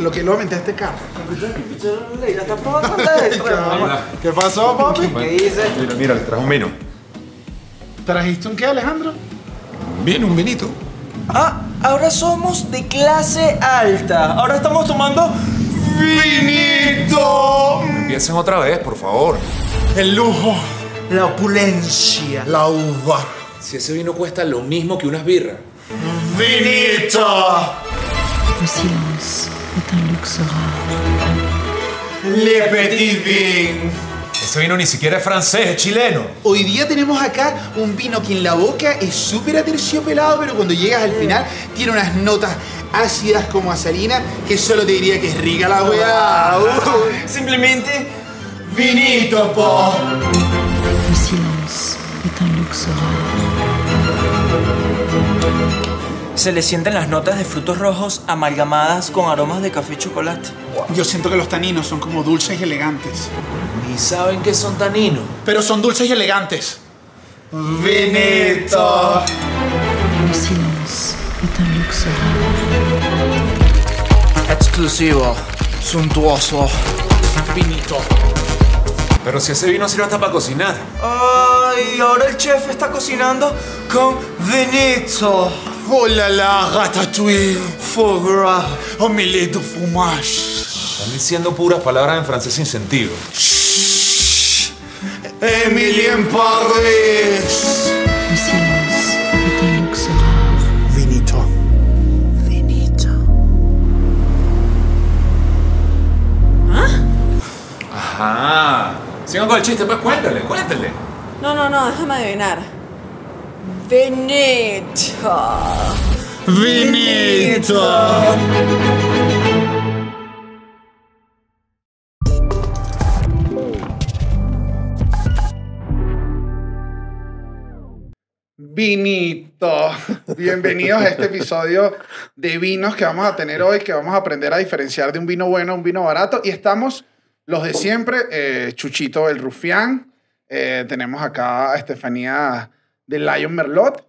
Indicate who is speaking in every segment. Speaker 1: lo que lo aumenté a este carro.
Speaker 2: Ya está todo dentro, hermano.
Speaker 1: ¿Qué pasó, papi?
Speaker 2: ¿Qué hice?
Speaker 3: Mira, mira, le trajo un vino.
Speaker 1: ¿Trajiste un qué, Alejandro?
Speaker 3: Bien, un vinito.
Speaker 2: Ah, ahora somos de clase alta. Ahora estamos tomando
Speaker 1: ¡Finito!
Speaker 3: Piensen otra vez, por favor.
Speaker 1: El lujo,
Speaker 2: la opulencia.
Speaker 1: la uva.
Speaker 4: Si ese vino cuesta lo mismo que unas birras.
Speaker 1: ¡Finito!
Speaker 5: Le silence est un luxe rare.
Speaker 1: Le petit vin.
Speaker 3: Ese vino ni siquiera es francés, es chileno.
Speaker 1: Hoy día tenemos acá un vino que en la boca es súper aterciopelado, pero cuando llegas al final tiene unas notas ácidas como azarina que solo te diría que es rica la weá. Uh.
Speaker 2: Simplemente
Speaker 1: Vinito, po.
Speaker 5: Le silence est un luxe rare.
Speaker 2: se le sienten las notas de frutos rojos amalgamadas con aromas de café y chocolate.
Speaker 1: Yo siento que los taninos son como dulces y elegantes.
Speaker 4: Ni saben que son taninos.
Speaker 1: Pero son dulces y elegantes. Vinito.
Speaker 5: Le silence est un luxe rare.
Speaker 2: Exclusivo, suntuoso, finito.
Speaker 3: Pero si ese vino sirve hasta para cocinar.
Speaker 2: Ay, ahora el chef está cocinando con vinito.
Speaker 1: Oh la la, ratatouille.
Speaker 2: Foie gras.
Speaker 1: Omelette de fromage.
Speaker 3: Están diciendo puras palabras en francés sin sentido.
Speaker 1: Emilien Paris.
Speaker 5: Le silence est un luxe rare.
Speaker 1: Vinito.
Speaker 5: Finito.
Speaker 3: Ajá. Sigan con el chiste, pues cuéntale, cuéntale.
Speaker 6: No, no, no, déjame adivinar. Benito.
Speaker 1: Vinito. Vinito. Bienvenidos a este episodio de vinos que vamos a tener hoy, que vamos a aprender a diferenciar de un vino bueno a un vino barato. Y estamos los de siempre, eh, Chuchito el Rufián, eh, tenemos acá a Estefanía de Lion Merlot,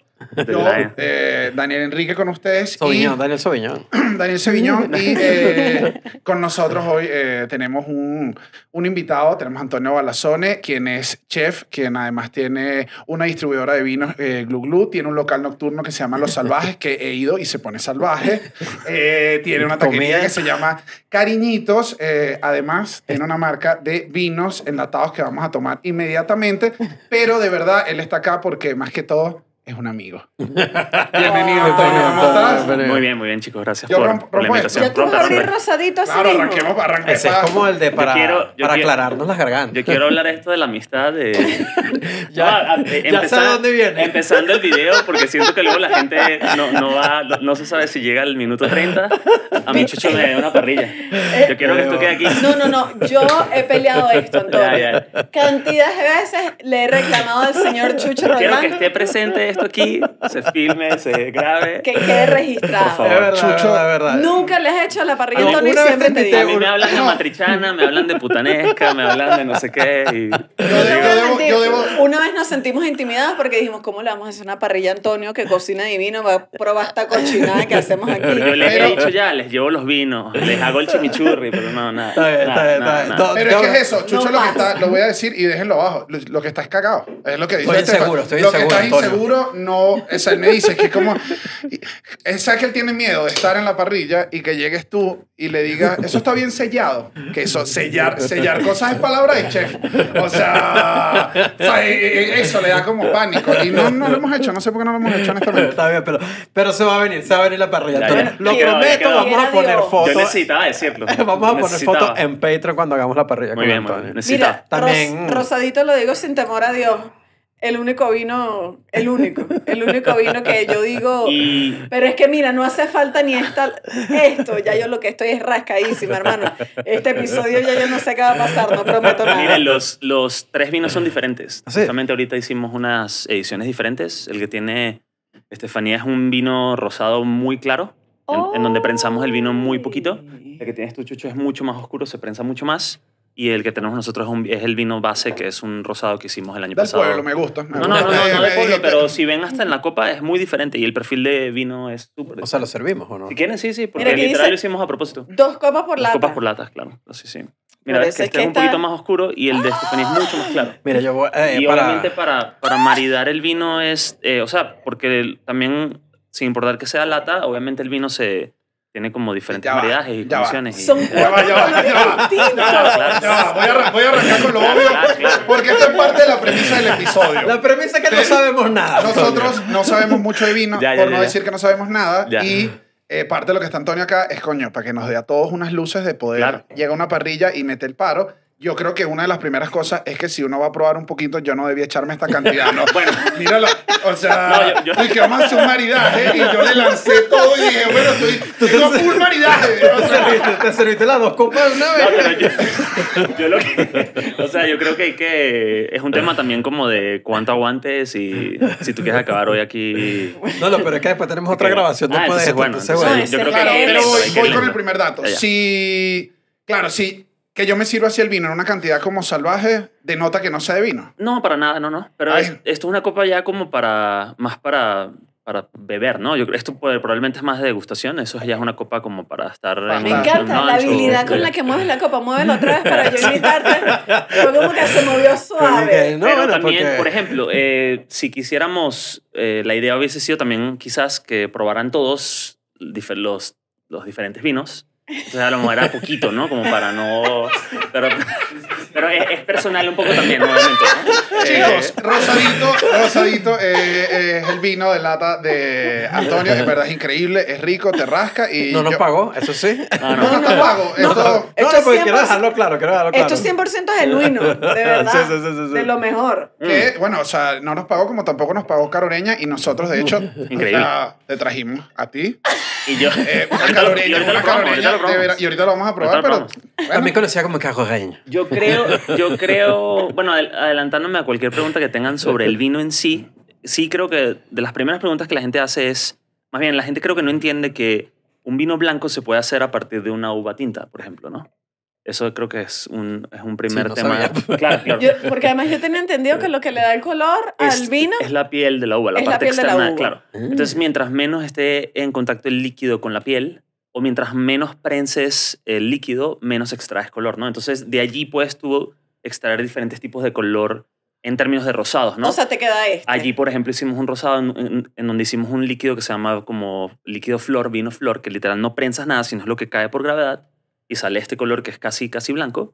Speaker 1: yo,
Speaker 7: Lion.
Speaker 1: eh, Daniel Enrique con ustedes
Speaker 7: Sauvignon, Daniel Sauvignon.
Speaker 1: y Daniel Seviñón. Y eh, con nosotros hoy eh, tenemos un, un invitado, tenemos a Antonio Balazone, quien es chef, quien además tiene una distribuidora de vinos eh, Glu Glu, tiene un local nocturno que se llama Los Salvajes, que he ido y se pone salvaje. Eh, tiene una taquería
Speaker 7: Comida.
Speaker 1: que se llama Cariñitos. eh, además, tiene una marca de vinos enlatados que vamos a tomar inmediatamente, pero de verdad, él está acá porque más que todo es un amigo. Bienvenido,
Speaker 7: Ah,
Speaker 1: Antonio. ¿Cómo estás?
Speaker 7: Pero-
Speaker 8: Muy bien, muy bien, chicos. Gracias
Speaker 1: Yo
Speaker 8: por,
Speaker 1: rompo-
Speaker 8: por la
Speaker 1: rompo
Speaker 8: invitación.
Speaker 6: Ya tú vas a
Speaker 8: Rompe,
Speaker 6: abrir
Speaker 8: rompe.
Speaker 6: rosadito así
Speaker 1: Claro,
Speaker 6: mismo.
Speaker 1: arranquemos, arranquemos.
Speaker 7: Ese es como el de para,
Speaker 8: quiero- yo
Speaker 7: para
Speaker 8: quiero-
Speaker 7: aclararnos las gargantas.
Speaker 8: Yo quiero hablar esto de la amistad de...
Speaker 7: Ya-
Speaker 8: a-
Speaker 7: ya sé
Speaker 8: empezar-
Speaker 7: dónde viene.
Speaker 8: Empezando el video, porque siento que luego la gente no, no va... No, no se sabe si llega al minuto 30. A mi chucho me da una parrilla. Yo quiero que esto quede aquí.
Speaker 6: No, no, no. Yo he peleado esto, Antonio.
Speaker 8: Ya,
Speaker 6: Cantidad de veces le he reclamado al señor Chucho
Speaker 8: Quiero que
Speaker 6: Román
Speaker 8: esté presente esto aquí, se filme, se grabe.
Speaker 6: que quede registrado.
Speaker 8: Por
Speaker 7: Es
Speaker 8: favor.
Speaker 7: verdad,
Speaker 1: Chucho,
Speaker 7: verdad, verdad.
Speaker 6: Nunca le has hecho la parrilla,
Speaker 8: No,
Speaker 6: Antonio, y
Speaker 7: una vez
Speaker 6: siempre
Speaker 7: te
Speaker 6: te digo.
Speaker 8: A mí me hablan de matrichana, me hablan de putanesca, me hablan de no sé qué. y-
Speaker 1: Yo debo, yo debo- yo debo-
Speaker 6: Una vez nos sentimos intimidados porque dijimos, ¿cómo le vamos a hacer una parrilla a Antonio que cocina divino? Va a probar esta cochinada que hacemos aquí.
Speaker 8: Yo les
Speaker 1: Pero-
Speaker 8: he dicho ya, les llevo los vinos, les hago el chimichurri, pero no, nada.
Speaker 7: Está bien, está
Speaker 8: nada,
Speaker 7: bien,
Speaker 8: nada,
Speaker 7: está bien.
Speaker 8: nada.
Speaker 7: No,
Speaker 1: Pero
Speaker 7: yo-
Speaker 1: es que es eso, Chucho lo
Speaker 6: No
Speaker 1: que
Speaker 6: pasa.
Speaker 1: está, lo voy a decir y déjenlo abajo, lo, lo que está es cagado, es lo que dice
Speaker 7: Estoy
Speaker 1: Estefan.
Speaker 7: inseguro, estoy
Speaker 1: Lo
Speaker 7: inseguro,
Speaker 1: que está
Speaker 7: Antonio.
Speaker 1: inseguro no, o sea, él me dice que es como, esa que él tiene miedo de estar en la parrilla y que llegues tú y le digas, eso está bien sellado, que eso, sellar, sellar cosas es palabra de chef, o sea, o sea, eh, eh, eso le da como pánico y no, no lo hemos hecho, no sé por qué no lo hemos hecho honestamente.
Speaker 7: Está bien, pero, pero se va a venir, se va a venir la parrilla.
Speaker 8: Ya,
Speaker 7: Antonio.
Speaker 8: ya.
Speaker 7: Lo
Speaker 8: Ya quedó, ya
Speaker 7: prometo,
Speaker 8: quedó.
Speaker 7: vamos a
Speaker 6: Quiera
Speaker 7: poner
Speaker 6: Dios.
Speaker 8: Yo
Speaker 7: fotos.
Speaker 8: necesitaba decirlo.
Speaker 7: Vamos a poner
Speaker 8: Necesitaba.
Speaker 7: fotos en Patreon cuando hagamos la parrilla
Speaker 8: Muy
Speaker 7: con
Speaker 8: bien, muy
Speaker 7: Antonio.
Speaker 8: bien. Necesitaba.
Speaker 6: Mira,
Speaker 7: También-
Speaker 6: Ros- Rosadito lo digo sin temor a Dios. El único vino, el único, el único vino que yo digo.
Speaker 8: Y
Speaker 6: Pero es que mira, no hace falta ni esta, esto. Ya yo lo que estoy es rascadísima, hermano. Este episodio ya yo no sé qué va a pasar, no prometo nada.
Speaker 8: miren, los, los tres vinos son diferentes.
Speaker 7: ¿Ah, sí?
Speaker 8: Justamente ahorita hicimos unas ediciones diferentes. El que tiene Estefanía es un vino rosado muy claro,
Speaker 6: Oh.
Speaker 8: en, en donde prensamos el vino muy poquito. El que tienes tu chucho es mucho más oscuro, se prensa mucho más. Y el que tenemos nosotros es, un- es el vino base, que es un rosado que hicimos el año
Speaker 1: Del
Speaker 8: pasado.
Speaker 1: pueblo, me gusta. me
Speaker 8: No, no,
Speaker 1: gusta.
Speaker 8: no, no,
Speaker 1: Me-
Speaker 8: no
Speaker 1: me
Speaker 8: de pueblo,
Speaker 1: dijiste-
Speaker 8: pero si ven hasta en la copa es muy diferente y el perfil de vino es súper
Speaker 7: O sea, ¿lo servimos o no?
Speaker 8: Si quieren, sí, sí, porque
Speaker 6: Mira, aquí
Speaker 8: literal
Speaker 6: dice-
Speaker 8: lo hicimos a propósito.
Speaker 6: Dos copas por
Speaker 8: Las
Speaker 6: lata.
Speaker 8: copas por latas, claro. Sí, sí. Mira,
Speaker 6: Por
Speaker 8: ves
Speaker 6: eso
Speaker 8: que
Speaker 6: es
Speaker 8: este
Speaker 6: que Ah.
Speaker 8: es un poquito
Speaker 6: está-
Speaker 8: más oscuro y el de Estefanía es mucho más claro.
Speaker 7: Mira, yo voy. eh,
Speaker 8: y
Speaker 7: para...
Speaker 8: obviamente para, para maridar el vino es, eh, o sea, porque el- también, sin importar que sea lata, obviamente el vino se tiene como diferentes
Speaker 1: Ya va,
Speaker 8: maridajes
Speaker 1: ya
Speaker 8: y
Speaker 1: va.
Speaker 8: condiciones. y-
Speaker 6: Son
Speaker 1: Ya va, ya va,
Speaker 6: cuatro
Speaker 1: ya va.
Speaker 6: colores distintos.
Speaker 8: Claro,
Speaker 1: Ya va, voy a, arran- voy a arrancar con lo obvio,
Speaker 8: Claro, claro.
Speaker 1: porque esto es parte de la premisa del episodio.
Speaker 7: La premisa es que no sabemos nada.
Speaker 1: Nosotros no sabemos mucho de vino,
Speaker 8: Ya, ya,
Speaker 1: por
Speaker 8: ya,
Speaker 1: no
Speaker 8: ya.
Speaker 1: decir que no sabemos nada.
Speaker 8: Ya.
Speaker 1: Y eh, parte de lo que está Antonio acá es, coño, para que nos dé a todos unas luces de poder.
Speaker 8: Claro.
Speaker 1: Llega una parrilla y mete el paro. Yo creo que una de las primeras cosas es que si uno va a probar un poquito, yo no debía echarme esta cantidad. ¿no?
Speaker 8: Bueno.
Speaker 1: míralo. O sea,
Speaker 8: No, yo- yo-
Speaker 1: y que vamos a hacer un maridaje. Y yo le lancé todo y dije, bueno, estoy, tengo full maridaje. O
Speaker 7: Te
Speaker 1: sea,
Speaker 7: serviste, te serviste las dos copas de una
Speaker 8: No,
Speaker 7: vez.
Speaker 8: pero yo, yo lo que. O sea, yo creo que hay que. Es un tema también como de cuánto aguantes y si tú quieres acabar hoy aquí.
Speaker 7: No, no, pero es que después tenemos otra
Speaker 8: Ok.
Speaker 7: grabación
Speaker 8: Ah,
Speaker 7: después de
Speaker 8: entonces,
Speaker 7: esto.
Speaker 8: bueno,
Speaker 6: bueno.
Speaker 7: entonces, bueno.
Speaker 8: entonces, yo creo que
Speaker 1: Claro,
Speaker 8: hay que
Speaker 1: pero
Speaker 8: irle,
Speaker 1: voy,
Speaker 8: hay que
Speaker 1: voy
Speaker 8: irle.
Speaker 1: con el primer dato.
Speaker 8: Ya, ya.
Speaker 1: Si, claro, si que yo me sirva así el vino en una cantidad como salvaje, denota que no sea de vino.
Speaker 8: No, para nada, no, no. Pero
Speaker 1: Ay.
Speaker 8: es- esto es una copa ya como para. Más para para beber, ¿no? Yo creo esto puede- probablemente es más de degustación, eso ya es una copa como para estar en
Speaker 6: Me
Speaker 8: un- un
Speaker 6: encanta la
Speaker 8: lunch o-
Speaker 6: habilidad con la que mueves la copa. Muévela otra vez para yo invitarte. Fue como que se movió
Speaker 7: Pero
Speaker 6: suave.
Speaker 7: no,
Speaker 8: Pero
Speaker 7: bueno,
Speaker 8: también,
Speaker 7: porque-
Speaker 8: por ejemplo, eh, si quisiéramos, eh, la idea hubiese sido también quizás que probaran todos difer- los, los diferentes vinos. Entonces a lo mejor era poquito, ¿no? Como para no... Pero, pero es, es personal un poco también, obviamente. ¿no?
Speaker 1: Chicos,
Speaker 8: Eh,
Speaker 1: rosadito, rosadito eh, es el vino de lata de Antonio. En verdad es increíble, es rico, te rasca y.
Speaker 7: No nos
Speaker 1: yo-
Speaker 7: pagó, eso sí.
Speaker 1: No,
Speaker 8: ah,
Speaker 1: no,
Speaker 8: no.
Speaker 1: te pago. Esto,
Speaker 7: No,
Speaker 6: Esto
Speaker 7: no, porque
Speaker 6: 100%
Speaker 7: quiero dejarlo claro, quiero dejarlo claro.
Speaker 6: Esto 100% es genuino, de verdad.
Speaker 7: Sí, sí, sí, sí, sí.
Speaker 6: De lo mejor.
Speaker 8: Mm.
Speaker 1: que, bueno, o sea, no nos pagó como tampoco nos pagó Caroreña y nosotros, de hecho,
Speaker 8: Increíble.
Speaker 1: o sea, te trajimos a ti.
Speaker 8: Y yo...
Speaker 1: Eh, una
Speaker 8: ahorita lo- y
Speaker 1: Caroreña,
Speaker 8: ahorita lo
Speaker 1: una
Speaker 8: probamos, ahorita
Speaker 1: Caroreña.
Speaker 8: lo
Speaker 1: de vera-
Speaker 8: probamos.
Speaker 1: Y ahorita lo vamos a
Speaker 8: Ahorita
Speaker 1: probar,
Speaker 8: lo
Speaker 1: pero.
Speaker 8: probamos.
Speaker 1: bueno,
Speaker 7: También conocida como cajoreño.
Speaker 8: Yo creo, yo creo, bueno, adel- adelantándome a cualquier pregunta que tengan sobre el vino en sí, sí creo que de las primeras preguntas que la gente hace es, más bien, la gente creo que no entiende que un vino blanco se puede hacer a partir de una uva tinta, por ejemplo, ¿no? Eso creo que es un, es un primer
Speaker 7: Sí, no
Speaker 8: tema.
Speaker 7: sabía.
Speaker 8: Claro, claro.
Speaker 6: Yo- porque además yo tenía entendido que lo que le da el color al
Speaker 7: Este,
Speaker 8: Es-
Speaker 6: vino
Speaker 8: Es la piel de la uva, la
Speaker 6: Es la
Speaker 8: parte
Speaker 6: piel de la
Speaker 8: externa,
Speaker 6: uva.
Speaker 8: claro. Entonces, mientras menos esté en contacto el líquido con la piel, o mientras menos prenses el líquido, menos extraes color, ¿no? Entonces, de allí puedes tú extraer diferentes tipos de color en términos de rosados, ¿no?
Speaker 6: O sea, te queda este.
Speaker 8: Allí, por ejemplo, hicimos un rosado en, en- en donde hicimos un líquido que se llama como líquido flor, vino flor, que literal no prensas nada, sino es lo que cae por gravedad y sale este color que es casi, casi blanco.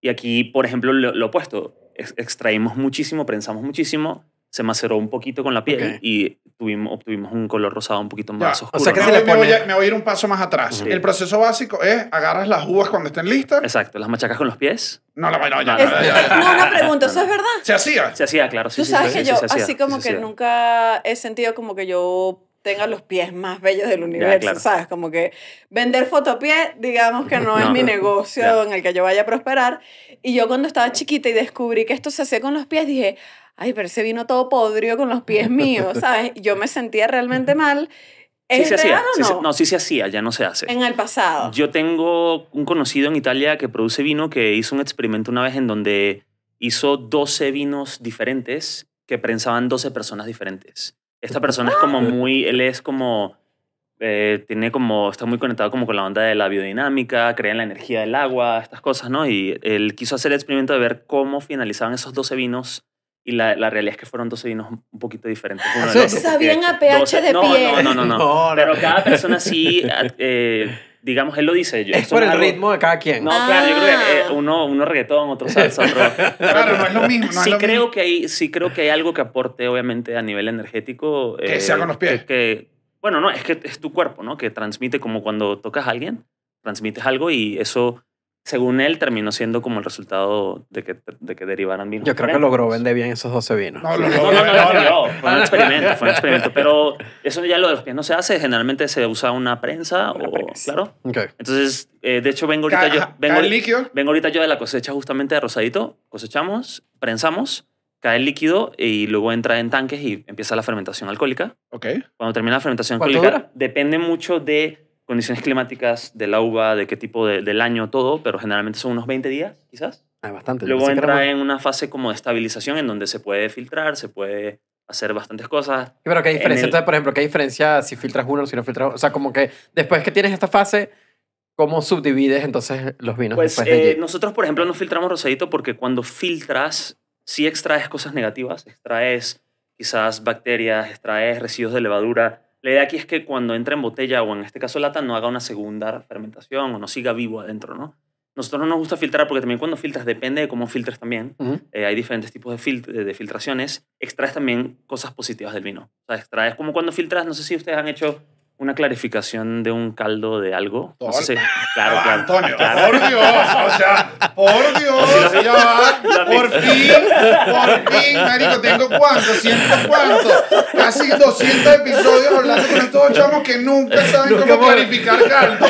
Speaker 8: Y aquí, por ejemplo, lo, lo opuesto. Ex- extraímos muchísimo, prensamos muchísimo, se maceró un poquito con la piel
Speaker 7: Ok.
Speaker 8: y tuvimos, obtuvimos un color rosado un poquito más
Speaker 1: Ya,
Speaker 8: oscuro.
Speaker 7: o sea que
Speaker 8: ¿no?
Speaker 7: se
Speaker 1: me,
Speaker 7: le
Speaker 1: me voy
Speaker 7: pone-
Speaker 1: a, me voy a ir un paso más atrás.
Speaker 8: Ujú.
Speaker 1: El proceso básico es agarras las uvas cuando estén listas.
Speaker 8: Exacto, las machacas con los pies.
Speaker 1: No, la no, ya,
Speaker 6: Es-
Speaker 1: ya, ya, ya.
Speaker 6: Este, no, una pregunta, ¿eso es verdad?
Speaker 1: Se hacía.
Speaker 8: Se hacía, claro. sí,
Speaker 6: Tú
Speaker 8: sí,
Speaker 6: sabes
Speaker 8: sí,
Speaker 6: que
Speaker 8: sí,
Speaker 6: yo,
Speaker 8: se hacía,
Speaker 6: así como
Speaker 8: sí, se
Speaker 6: que
Speaker 8: hacía.
Speaker 6: nunca he sentido como que yo tenga los pies más bellos del universo,
Speaker 8: claro.
Speaker 6: ¿sabes? Como que vender fotopié, digamos que no, es
Speaker 8: No,
Speaker 6: mi
Speaker 8: ya.
Speaker 6: negocio en el que yo vaya a prosperar. Y yo cuando estaba chiquita y descubrí que esto se hacía con los pies, dije, ay, pero se vino todo podrido con los pies míos, ¿sabes? Yo me sentía realmente mal.
Speaker 8: Sí,
Speaker 6: ¿Es
Speaker 8: se hacía,
Speaker 6: real
Speaker 8: sí, se-
Speaker 6: o no?
Speaker 8: no, sí se hacía, ya no se hace.
Speaker 6: En el pasado.
Speaker 8: Yo tengo un conocido en Italia que produce vino que hizo un experimento una vez en donde hizo 12 vinos diferentes que prensaban 12 personas diferentes. Esta persona es
Speaker 6: Ah.
Speaker 8: como muy, él es como, eh, tiene como, está muy conectado como con la onda de la biodinámica, cree en la energía del agua, estas cosas, ¿no? Y él quiso hacer el experimento de ver cómo finalizaban esos 12 vinos y la, la realidad es que fueron 12 vinos un poquito diferentes. uno del
Speaker 7: ¿Sí?
Speaker 8: otro, porque
Speaker 6: Ah, Sabían a pH de
Speaker 8: no,
Speaker 6: piel.
Speaker 8: No, no, no, no.
Speaker 7: No, no.
Speaker 8: Pero cada persona sí, eh, digamos, él lo dice. yo-
Speaker 7: Es
Speaker 8: esto
Speaker 7: por
Speaker 8: no
Speaker 7: el
Speaker 8: algo-
Speaker 7: ritmo de cada quien.
Speaker 8: No,
Speaker 6: Ah.
Speaker 8: claro, yo creo que eh, uno, uno reggaetón, otro salsa, otro...
Speaker 1: Claro, no es lo mismo. No es
Speaker 8: sí,
Speaker 1: lo
Speaker 8: creo
Speaker 1: mismo.
Speaker 8: que hay, sí creo que hay algo que aporte, obviamente, a nivel energético. eh,
Speaker 1: Que sea con los pies.
Speaker 8: Que, que- bueno, no, es que es tu cuerpo, ¿no? Que transmite como cuando tocas a alguien, transmites algo y eso, según él, terminó siendo como el resultado de que, de que derivaran vinos.
Speaker 7: Yo creo que
Speaker 8: diferentes.
Speaker 7: logró vender bien esos 12 vinos.
Speaker 1: No, lo-
Speaker 8: No, no, no,
Speaker 1: lo-
Speaker 8: no, no, fue un experimento, fue un experimento. Pero eso ya lo de los pies no se hace, generalmente se usa una prensa
Speaker 6: Una
Speaker 8: o...
Speaker 6: prensa.
Speaker 8: Claro.
Speaker 7: Ok.
Speaker 8: Entonces, eh, de hecho, vengo ahorita
Speaker 1: Ca-
Speaker 8: yo...
Speaker 1: ajá,
Speaker 8: Vengo,
Speaker 1: cae el líquido.
Speaker 8: Vengo ahorita yo de la cosecha justamente de rosadito. Cosechamos, prensamos, cae el líquido y luego entra en tanques y empieza la fermentación alcohólica.
Speaker 1: Ok.
Speaker 8: Cuando termina la fermentación
Speaker 7: ¿Cuánto
Speaker 8: alcohólica,
Speaker 7: dura?
Speaker 8: depende mucho de condiciones climáticas, de la uva, de qué tipo de- del año, todo, pero generalmente son unos 20 días, quizás.
Speaker 7: Ah, bastante. yo
Speaker 8: Luego
Speaker 7: pensé que era
Speaker 8: entra
Speaker 7: más-
Speaker 8: en una fase como de estabilización en donde se puede filtrar, se puede hacer bastantes cosas.
Speaker 7: Pero ¿qué
Speaker 8: en
Speaker 7: diferencia?
Speaker 8: el-
Speaker 7: Entonces, por ejemplo, ¿qué diferencia si filtras uno o si no filtras otro? O sea, como que después que tienes esta fase, ¿cómo subdivides entonces los vinos
Speaker 8: Pues
Speaker 7: después de
Speaker 8: eh,
Speaker 7: allí?
Speaker 8: nosotros, por ejemplo, no filtramos rosadito porque cuando filtras, sí extraes cosas negativas, extraes quizás bacterias, extraes residuos de levadura. La idea aquí es que cuando entra en botella o en este caso lata no haga una segunda fermentación o no siga vivo adentro, ¿no? Nosotros no nos gusta filtrar porque también cuando filtras depende de cómo filtres también.
Speaker 7: Ujú.
Speaker 8: Eh, hay diferentes tipos de, fil- de filtraciones, extraes también cosas positivas del vino. O sea, extraes como cuando filtras, no sé si ustedes han hecho una clarificación de un caldo de algo. No sé si- claro,
Speaker 1: Ah,
Speaker 8: claro.
Speaker 1: Antonio,
Speaker 8: claro.
Speaker 1: por Dios, o sea, por Dios, ya va,
Speaker 8: Lo
Speaker 1: por fin, por fin, marico, tengo cuánto, ciento cuánto, casi 200 episodios hablando con estos chamos que nunca saben
Speaker 7: Nunca
Speaker 1: cómo
Speaker 7: por-
Speaker 1: clarificar caldo,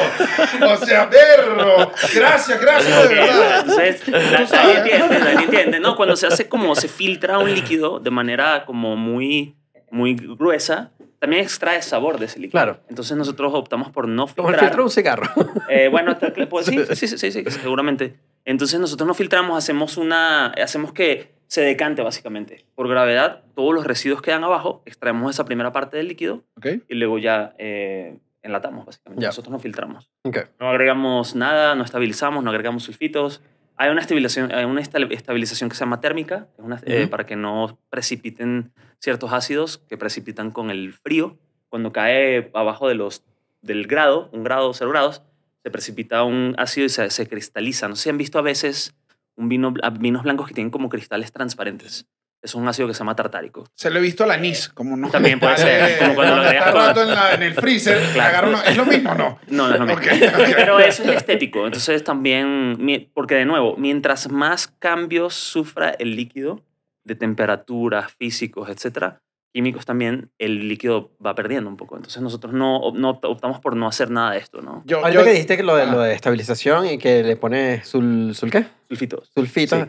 Speaker 1: o sea, perro, gracias, gracias, de verdad.
Speaker 8: Entonces, la-
Speaker 1: sabes.
Speaker 8: nadie entiende, nadie entiende. No, cuando se hace como se filtra un líquido de manera como muy, muy gruesa, también extrae sabor de ese líquido.
Speaker 7: Claro.
Speaker 8: Entonces nosotros optamos por no
Speaker 7: Como el
Speaker 8: filtrar.
Speaker 7: filtro de un cigarro.
Speaker 8: Eh, bueno, está cl- pues, sí, sí, sí, sí, sí, seguramente. Entonces nosotros no filtramos, hacemos una, hacemos que se decante básicamente. Por gravedad, todos los residuos quedan abajo, extraemos esa primera parte del líquido
Speaker 1: Ok.
Speaker 8: y luego ya eh, enlatamos básicamente.
Speaker 7: Ya.
Speaker 8: Nosotros no filtramos.
Speaker 7: Ok.
Speaker 8: No agregamos nada, no estabilizamos, no agregamos sulfitos. Hay una estabilización, hay una estal- estabilización que se llama térmica, es una- eh,
Speaker 7: Ujú.
Speaker 8: para que no precipiten ciertos ácidos que precipitan con el frío. Cuando cae abajo de los, del grado, un grado, cero grados, se precipita un ácido y se, se cristaliza. No sé si han visto a veces un vino, bl- vinos blancos que tienen como cristales transparentes. Es un ácido que se llama tartárico.
Speaker 1: Se lo he visto al anís, como no.
Speaker 8: También puede ser, como cuando lo
Speaker 1: está
Speaker 8: agregas con-
Speaker 1: rato en, la- en el freezer,
Speaker 8: Claro.
Speaker 1: agarra uno- es lo mismo, o ¿no?
Speaker 8: No, no es lo mismo.
Speaker 1: Ok, ok.
Speaker 8: Pero eso es estético. Entonces también, mi- porque de nuevo, mientras más cambios sufra el líquido de temperaturas, físicos, etcétera, químicos también, el líquido va perdiendo un poco. Entonces nosotros no, no opt- optamos por no hacer nada de esto, ¿no?
Speaker 1: Yo,
Speaker 7: Ahorita
Speaker 1: yo-
Speaker 7: que dijiste que lo de,
Speaker 1: Ajá.
Speaker 7: lo de estabilización y que le pones sul, sul qué?
Speaker 8: Sulfitos.
Speaker 7: Sulfitos.
Speaker 8: Sí.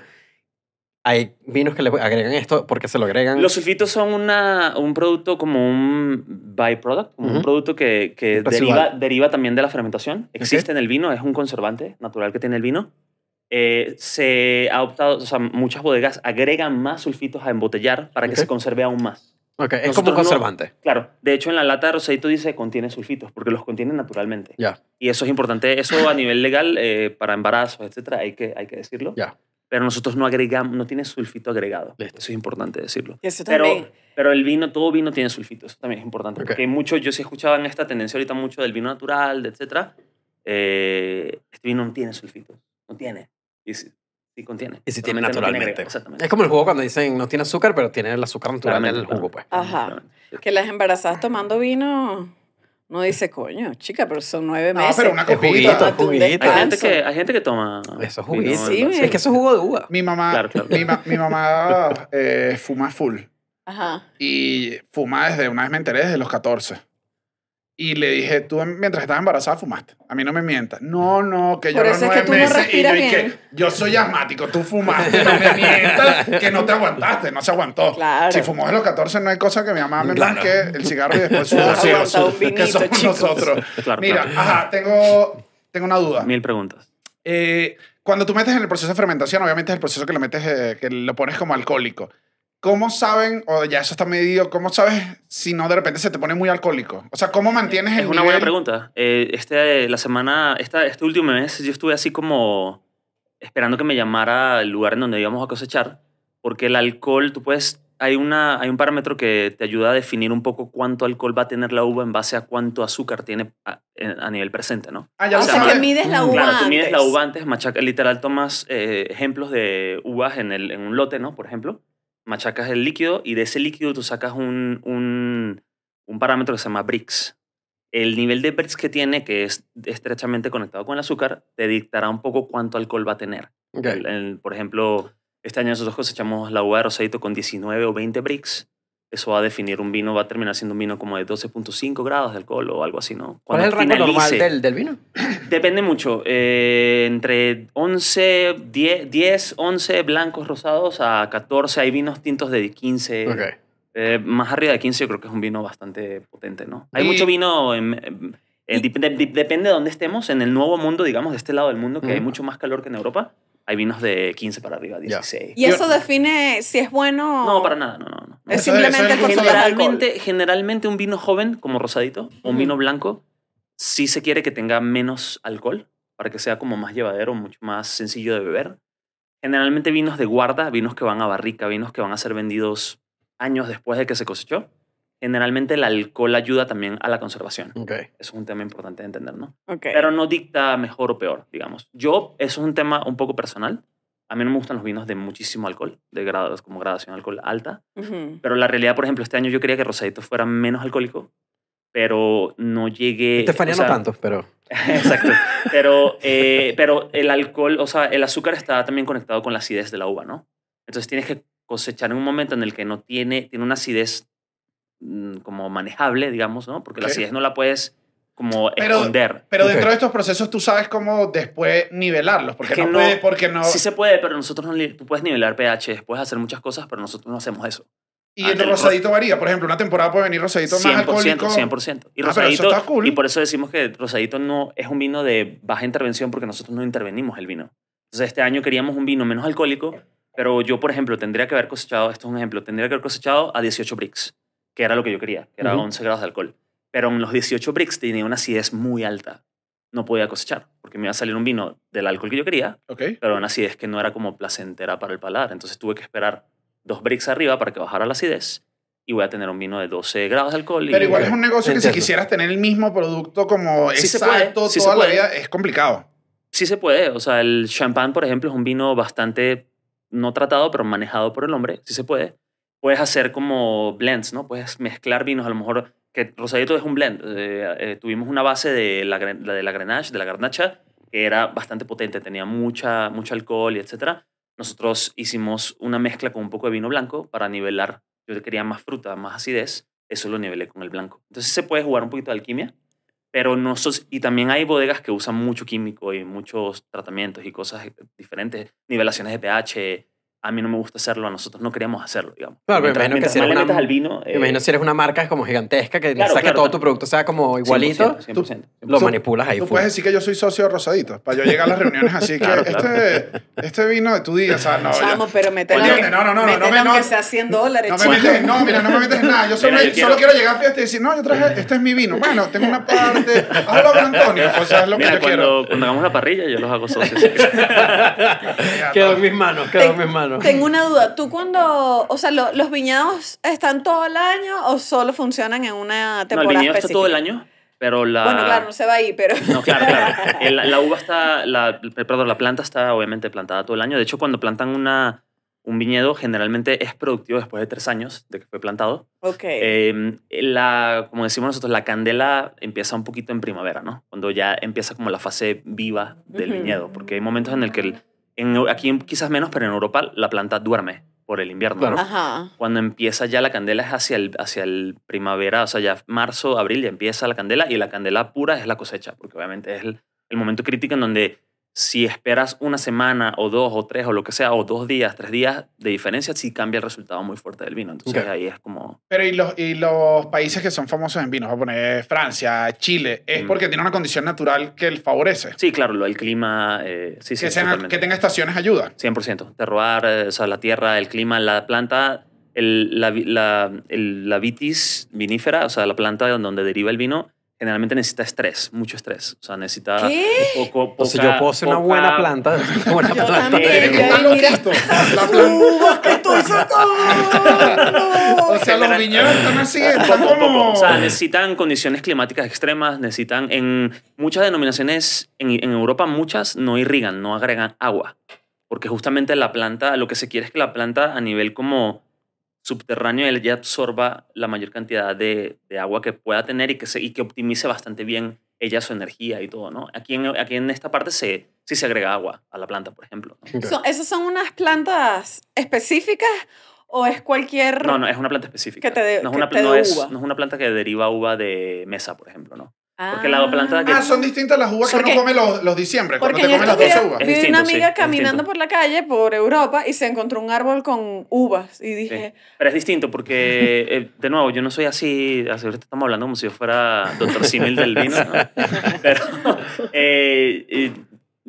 Speaker 7: Hay vinos que le agregan esto porque se lo agregan.
Speaker 8: Los sulfitos son una, un producto como un byproduct, como
Speaker 7: Ujú.
Speaker 8: un producto que, que
Speaker 7: Un residual.
Speaker 8: deriva, deriva también de la fermentación. Existe en el vino, es un conservante natural que tiene el vino. Eh, se ha optado, o sea, muchas bodegas agregan más sulfitos a embotellar para que
Speaker 7: Ok.
Speaker 8: se conserve aún más.
Speaker 7: Ok, es
Speaker 8: Nosotros
Speaker 7: como un
Speaker 8: no-
Speaker 7: conservante.
Speaker 8: Claro, de hecho en la lata de rosadito dice contiene sulfitos, porque los contiene naturalmente.
Speaker 7: Ya,
Speaker 8: Y eso es importante, eso a nivel legal, eh, para embarazos, etcétera, hay que, hay que decirlo.
Speaker 7: ya.
Speaker 8: Pero nosotros no agregamos, no tiene sulfito agregado.
Speaker 7: Listo.
Speaker 8: Eso es importante decirlo.
Speaker 6: Y eso
Speaker 8: Pero,
Speaker 6: también.
Speaker 8: pero el vino, todo vino tiene sulfito, eso también es importante.
Speaker 7: Ok.
Speaker 8: Porque mucho, yo sí escuchaba en esta tendencia ahorita mucho del vino natural, de etcétera. eh, este vino no tiene sulfito, no tiene. Y sí, sí contiene.
Speaker 7: Y si tiene
Speaker 8: Solamente no
Speaker 7: naturalmente.
Speaker 8: agrega- exactamente.
Speaker 7: Es como el jugo cuando dicen no tiene azúcar, pero tiene el azúcar natural
Speaker 8: Claramente,
Speaker 7: del jugo, pues.
Speaker 8: claramente,
Speaker 6: Ajá.
Speaker 8: claramente.
Speaker 6: Que las embarazadas tomando vino, no dice, coño, chica, pero son nueve
Speaker 1: No,
Speaker 6: meses.
Speaker 1: pero una
Speaker 7: Es juguito,
Speaker 1: copita.
Speaker 7: es juguito.
Speaker 8: Hay
Speaker 6: Ah,
Speaker 8: gente,
Speaker 6: eso.
Speaker 8: que, hay gente que toma.
Speaker 7: Eso es
Speaker 8: vino,
Speaker 7: juguito.
Speaker 6: Sí,
Speaker 8: ¿verdad?
Speaker 7: Es que eso es jugo de uva.
Speaker 1: Mi mamá,
Speaker 8: Claro, claro.
Speaker 1: mi, ma- mi mamá eh, fuma full.
Speaker 6: Ajá.
Speaker 1: Y fuma desde, una vez me enteré, desde los 14. Y le dije, tú mientras estabas embarazada fumaste. A mí no me mientas. No, no, que yo
Speaker 6: Por
Speaker 1: no
Speaker 6: eso es
Speaker 1: nueve
Speaker 6: que tú no
Speaker 1: meses. y yo,
Speaker 6: respiras
Speaker 1: y que,
Speaker 6: bien.
Speaker 1: yo soy asmático, tú fumaste. No me mientas, que no te aguantaste, no se aguantó.
Speaker 6: Claro.
Speaker 1: Si fumó desde los 14, no hay cosa que mi mamá me
Speaker 3: Claro.
Speaker 1: marque el cigarro y después sudó.
Speaker 6: Aguanta un
Speaker 1: que
Speaker 6: vinito,
Speaker 1: somos
Speaker 6: chicos.
Speaker 1: nosotros.
Speaker 8: Claro,
Speaker 1: Mira,
Speaker 8: claro.
Speaker 1: ajá, tengo, tengo una duda.
Speaker 8: Mil preguntas.
Speaker 1: Eh, cuando tú metes en el proceso de fermentación, obviamente es el proceso que lo metes, eh, que lo pones como alcohólico. ¿Cómo saben, o ya eso está medido, cómo sabes si no de repente se te pone muy alcohólico? O sea, ¿cómo mantienes el
Speaker 8: Es una
Speaker 1: nivel?
Speaker 8: buena pregunta. Eh, este, la semana, esta, este último mes, yo estuve así como esperando que me llamara el lugar en donde íbamos a cosechar, porque el alcohol, tú puedes, hay, una, hay un parámetro que te ayuda a definir un poco cuánto alcohol va a tener la uva en base a cuánto azúcar tiene a, en- a nivel presente, ¿no?
Speaker 1: Ah, ya
Speaker 6: O
Speaker 1: lo
Speaker 6: sea,
Speaker 1: sabes.
Speaker 6: que mides la uva
Speaker 8: Claro, tú mides la
Speaker 6: antes.
Speaker 8: uva antes, machaca, literal tomas eh, ejemplos de uvas en, el, en un lote, ¿no? Por ejemplo, machacas el líquido y de ese líquido tú sacas un, un, un parámetro que se llama Brix. El nivel de Brix que tiene, que es estrechamente conectado con el azúcar, te dictará un poco cuánto alcohol va a tener.
Speaker 7: Ok.
Speaker 8: El- eh, el- por ejemplo, este año nosotros cosechamos la uva de rosadito con 19 o 20 Brix. Eso va a definir un vino, va a terminar siendo un vino como de 12.5 grados de alcohol o algo así, ¿no?
Speaker 7: ¿Cuál es el rango normal
Speaker 8: finalice-
Speaker 7: del, del vino?
Speaker 8: Depende mucho. eh, entre 11, 10, 10, 11 blancos rosados a 14. Hay vinos tintos de 15.
Speaker 7: Ok.
Speaker 8: eh, más arriba de 15 yo creo que es un vino bastante potente, ¿no? Hay
Speaker 1: Y-
Speaker 8: mucho vino... en- en- en- dep- dep- depende de dónde estemos. En el nuevo mundo, digamos, de este lado del mundo, que hay
Speaker 7: Ujú.
Speaker 8: mucho más calor que en Europa, Hay vinos de 15 para arriba, 16.
Speaker 6: Y eso define si es bueno o-
Speaker 8: No, para nada, no, no, no.
Speaker 6: Es
Speaker 1: Eso debe ser
Speaker 6: simplemente el
Speaker 1: el gusto del
Speaker 6: porcentaje.
Speaker 8: Generalmente, generalmente un vino joven, como rosadito, o un
Speaker 6: Ujú.
Speaker 8: vino blanco, sí se quiere que tenga menos alcohol para que sea como más llevadero, mucho más sencillo de beber. Generalmente vinos de guarda, vinos que van a barrica, vinos que van a ser vendidos años después de que se cosechó. Generalmente el alcohol ayuda también a la conservación.
Speaker 7: Ok.
Speaker 8: Eso es un tema importante de entender, ¿no?
Speaker 6: Ok.
Speaker 8: Pero no dicta mejor o peor, digamos. Yo, eso es un tema un poco personal. A mí no me gustan los vinos de muchísimo alcohol, de grados, como gradación de alcohol alta.
Speaker 6: Ujú.
Speaker 8: Pero la realidad, por ejemplo, este año yo quería que Rosadito fuera menos alcohólico, pero no llegué.
Speaker 7: Estefanía
Speaker 8: o sea,
Speaker 7: no tanto, pero.
Speaker 8: Exacto. Pero, eh, pero el alcohol, o sea, el azúcar está también conectado con la acidez de la uva, ¿no? Entonces tienes que cosechar en un momento en el que no tiene, tiene una acidez mm, como manejable, digamos, ¿no? Porque la
Speaker 1: Ok.
Speaker 8: acidez no la puedes como
Speaker 1: Pero-
Speaker 8: esconder.
Speaker 1: Pero
Speaker 7: Ok.
Speaker 1: dentro de estos procesos tú sabes cómo después nivelarlos, porque
Speaker 8: Que
Speaker 1: no,
Speaker 8: no-
Speaker 1: puedes, porque no...
Speaker 8: Sí se puede, pero nosotros no, li- tú puedes nivelar pH, puedes hacer muchas cosas, pero nosotros no hacemos eso.
Speaker 1: y
Speaker 8: Ah,
Speaker 1: el
Speaker 8: del ro-
Speaker 1: rosadito varía, por ejemplo, una temporada puede venir rosadito más
Speaker 8: 100%,
Speaker 1: alcohólico.
Speaker 8: 100%. Y
Speaker 1: Ah, pero eso
Speaker 8: Rosadito,
Speaker 1: está cool.
Speaker 8: y por eso decimos que Rosadito no es un vino de baja intervención porque nosotros no intervenimos el vino. Entonces este año queríamos un vino menos alcohólico, pero yo, por ejemplo, tendría que haber cosechado, esto es un ejemplo, tendría que haber cosechado a 18 bricks, que era lo que yo quería, que era
Speaker 7: Ujú.
Speaker 8: 11 grados de alcohol. Pero en los 18 bricks tenía una acidez muy alta. No podía cosechar porque me iba a salir un vino del alcohol que yo quería,
Speaker 1: Ok.
Speaker 8: pero una acidez que no era como placentera para el paladar. Entonces tuve que esperar dos bricks arriba para que bajara la acidez y voy a tener un vino de 12 grados de alcohol. y-
Speaker 1: Pero igual es un negocio que si
Speaker 7: Entiendo.
Speaker 1: quisieras tener el mismo producto como
Speaker 8: Sí se puede,
Speaker 1: exacto
Speaker 8: sí se
Speaker 1: toda la
Speaker 8: puede.
Speaker 1: vida, es complicado.
Speaker 8: Sí se puede. O sea, el champán, por ejemplo, es un vino bastante no tratado, pero manejado por el hombre. Sí se puede. Puedes hacer como blends, ¿no? Puedes mezclar vinos. A lo mejor que Rosadito es un blend. Eh, eh, tuvimos una base de la, gren- la de la Grenache, de la Garnacha, que era bastante potente. Tenía mucha, mucho alcohol y etcétera. Nosotros hicimos una mezcla con un poco de vino blanco para nivelar. Yo quería más fruta, más acidez. Eso lo nivelé con el blanco. Entonces se puede jugar un poquito de alquimia, pero no sos- y también hay bodegas que usan mucho químico y muchos tratamientos y cosas eh, diferentes, nivelaciones de pH. A mí no me gusta hacerlo, a nosotros no queríamos hacerlo, digamos.
Speaker 7: Claro, pero
Speaker 8: Mientras-
Speaker 7: imagino que
Speaker 8: mientras
Speaker 7: si
Speaker 8: más
Speaker 7: eres
Speaker 8: le
Speaker 7: una-
Speaker 8: metas al vino,
Speaker 7: Me
Speaker 8: eh,
Speaker 7: imagino si eres una marca como gigantesca que
Speaker 8: Claro,
Speaker 7: saca
Speaker 8: claro,
Speaker 7: todo
Speaker 8: claro.
Speaker 7: tu producto, sea como igualito,
Speaker 8: 100%, 100%.
Speaker 7: lo
Speaker 1: Tú-
Speaker 7: manipulas ahí.
Speaker 1: Tú
Speaker 7: full.
Speaker 1: puedes decir que yo soy socio de Rosadito, para yo llegar a las reuniones así que
Speaker 8: Claro, claro.
Speaker 1: este, este vino de tu día, o sea, no, ya-
Speaker 6: Chamo, pero métela
Speaker 1: Oye,
Speaker 6: aunque-
Speaker 1: no, no, no, no,
Speaker 6: métela
Speaker 1: no me- no-
Speaker 6: aunque sea 100 dólares,
Speaker 1: No me
Speaker 6: chamo.
Speaker 1: metes, no, mira, no me metes nada. Yo solo,
Speaker 8: Mira, yo
Speaker 1: solo quiero...
Speaker 8: quiero-
Speaker 1: llegar a fiesta y decir, no, yo traje, este es mi vino. Bueno, tengo una parte, hazlo con Antonio. O sea, es lo que
Speaker 8: Mira,
Speaker 1: yo
Speaker 8: cuando, cuando hagamos la parrilla, yo los hago socios.
Speaker 1: quiero. Ya,
Speaker 7: Quedó
Speaker 1: no.
Speaker 7: en mis manos, quedó en mis manos.
Speaker 6: Tengo una duda. ¿Tú cuando, o sea, lo- los viñados están todo el año o solo funcionan en una
Speaker 8: No, el
Speaker 6: temporada
Speaker 8: viñedo está
Speaker 6: específica?
Speaker 8: todo el año, pero la...
Speaker 6: Bueno, claro, no se va ahí, pero
Speaker 8: No, claro, claro. El- la uva está, la, eh, perdón, la planta está obviamente plantada todo el año. De hecho, cuando plantan una, un viñedo, generalmente es productivo después de tres años de que fue plantado.
Speaker 6: Ok.
Speaker 8: Eh, la, como decimos nosotros, la candela empieza un poquito en primavera, ¿no? Cuando ya empieza como la fase viva del
Speaker 6: Ujú.
Speaker 8: viñedo, porque hay momentos en el que, el- en, Eu- aquí quizás menos, pero en Europa la planta duerme por el invierno.
Speaker 7: Claro.
Speaker 8: ¿no?
Speaker 6: Ajá.
Speaker 8: Cuando empieza ya la candela es hacia el, hacia el primavera, o sea, ya marzo, abril ya empieza la candela y la candela pura es la cosecha, porque obviamente es el, el momento crítico en donde si esperas una semana o dos o tres o lo que sea, o dos días, tres días de diferencia, sí cambia el resultado muy fuerte del vino. Entonces
Speaker 7: Ok.
Speaker 8: ahí es como...
Speaker 1: Pero ¿y los, y los países que son famosos en vinos, voy a poner Francia, Chile, es
Speaker 8: Mm.
Speaker 1: porque tiene una condición natural que el favorece.
Speaker 8: Sí, claro, lo del clima, eh, sí, sí,
Speaker 1: que, sean-
Speaker 8: totalmente.
Speaker 1: que tenga estaciones ayuda.
Speaker 8: 100%. Terroir, eh, o sea, la tierra, el clima, la planta, el- la, vi- la, el- la vitis vinífera, o sea, la planta de donde deriva el vino, generalmente necesita estrés, mucho estrés. O sea, necesita
Speaker 6: ¿Qué?
Speaker 8: poco, poca,
Speaker 7: O sea, yo puedo hacer una
Speaker 8: poca-
Speaker 7: buena planta. una buena
Speaker 6: Yo
Speaker 7: planta.
Speaker 6: también.
Speaker 1: Tiene que
Speaker 6: ya,
Speaker 1: estar
Speaker 6: y mira.
Speaker 1: loquito. La planta-
Speaker 6: que estoy sacando!
Speaker 1: o sea, los viñedos están así, están
Speaker 8: Poco, poco.
Speaker 1: como...
Speaker 8: O sea, necesitan condiciones climáticas extremas, necesitan en muchas denominaciones, en, en Europa muchas no irrigan, no agregan agua, porque justamente la planta, lo que se quiere es que la planta a nivel como subterráneo ella absorba la mayor cantidad de, de agua que pueda tener y que, se, y que optimice bastante bien ella su energía y todo, ¿no? Aquí en, aquí en esta parte se, sí se agrega agua a la planta, por ejemplo. ¿no?
Speaker 6: Son- ¿Esas son unas plantas específicas o es cualquier...?
Speaker 8: No, no, es una planta específica.
Speaker 6: Que te dé-
Speaker 8: no, es
Speaker 6: que
Speaker 8: una,
Speaker 6: te
Speaker 8: no
Speaker 6: dé
Speaker 8: es-
Speaker 6: uva.
Speaker 8: no es una planta que deriva uva de mesa, por ejemplo, ¿no. porque la
Speaker 6: Ah.
Speaker 8: planta que-
Speaker 1: Ah, son distintas las uvas que
Speaker 6: Porque-
Speaker 1: uno come los, los diciembre, cuando
Speaker 6: Porque
Speaker 1: te
Speaker 6: yo
Speaker 1: comes las
Speaker 6: estos
Speaker 1: 12
Speaker 6: días
Speaker 1: uvas.
Speaker 8: Es
Speaker 6: vi
Speaker 8: distinto,
Speaker 6: una
Speaker 8: sí,
Speaker 6: amiga
Speaker 8: es
Speaker 6: caminando
Speaker 8: distinto.
Speaker 6: por la calle, por Europa, y se encontró un árbol con uvas. Y dije,
Speaker 8: Sí. Pero es distinto porque, eh, de nuevo, yo no soy así, así ahorita estamos hablando como si yo fuera doctor Simil del vino, ¿no? Pero eh, eh,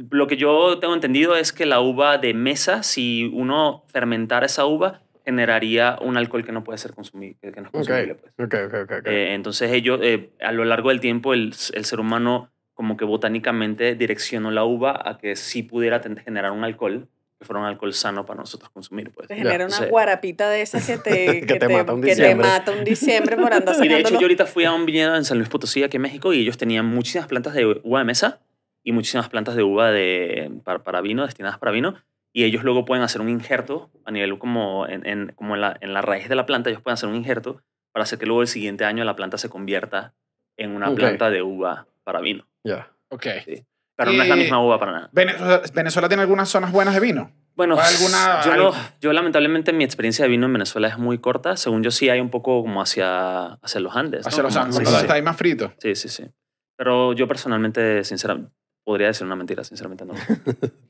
Speaker 8: Lo que yo tengo entendido es que la uva de mesa, si uno fermentara esa uva, generaría un alcohol que no puede ser consumido, que no es
Speaker 7: Ok,
Speaker 8: consumible. pues.
Speaker 7: ok, ok, ok. ok.
Speaker 8: Eh, entonces ellos, eh, a lo largo del tiempo, el, el ser humano como que botánicamente direccionó la uva a que sí pudiera ten- generar un alcohol, que fuera un alcohol sano para nosotros consumir. Pues.
Speaker 6: Te genera una
Speaker 8: Sí.
Speaker 6: guarapita de esas que te,
Speaker 7: Que te mata un
Speaker 6: que te
Speaker 7: diciembre.
Speaker 6: mata un diciembre por andar
Speaker 8: Y de hecho,
Speaker 6: sacando
Speaker 8: yo
Speaker 6: los-
Speaker 8: ahorita fui a un viñedo en San Luis Potosí, aquí en México, y ellos tenían muchísimas plantas de uva de mesa y muchísimas plantas de uva de, para, para vino, destinadas para vino. Y ellos luego pueden hacer un injerto a nivel como, en, en- como en, la, en la raíz de la planta, ellos pueden hacer un injerto para hacer que luego el siguiente año la planta se convierta en una
Speaker 7: Ok.
Speaker 8: planta de uva para vino.
Speaker 7: Ya.
Speaker 1: Ok.
Speaker 8: Pero no es la
Speaker 1: Y-
Speaker 8: misma uva para nada.
Speaker 1: Venezuela, Venezuela tiene algunas zonas buenas de vino.
Speaker 8: Bueno,
Speaker 1: ¿Hay alguna-
Speaker 8: yo,
Speaker 1: al-
Speaker 8: no- yo lamentablemente mi experiencia de vino en Venezuela es muy corta. Según yo sí hay un poco como hacia, hacia los Andes. ¿no?
Speaker 1: Hacia los
Speaker 8: Como-
Speaker 1: Andes,
Speaker 8: Ah, sí,
Speaker 1: donde
Speaker 8: sí,
Speaker 1: está ahí más frito.
Speaker 8: Sí, sí, sí. Pero yo personalmente, sinceramente, podría decir una mentira, sinceramente no.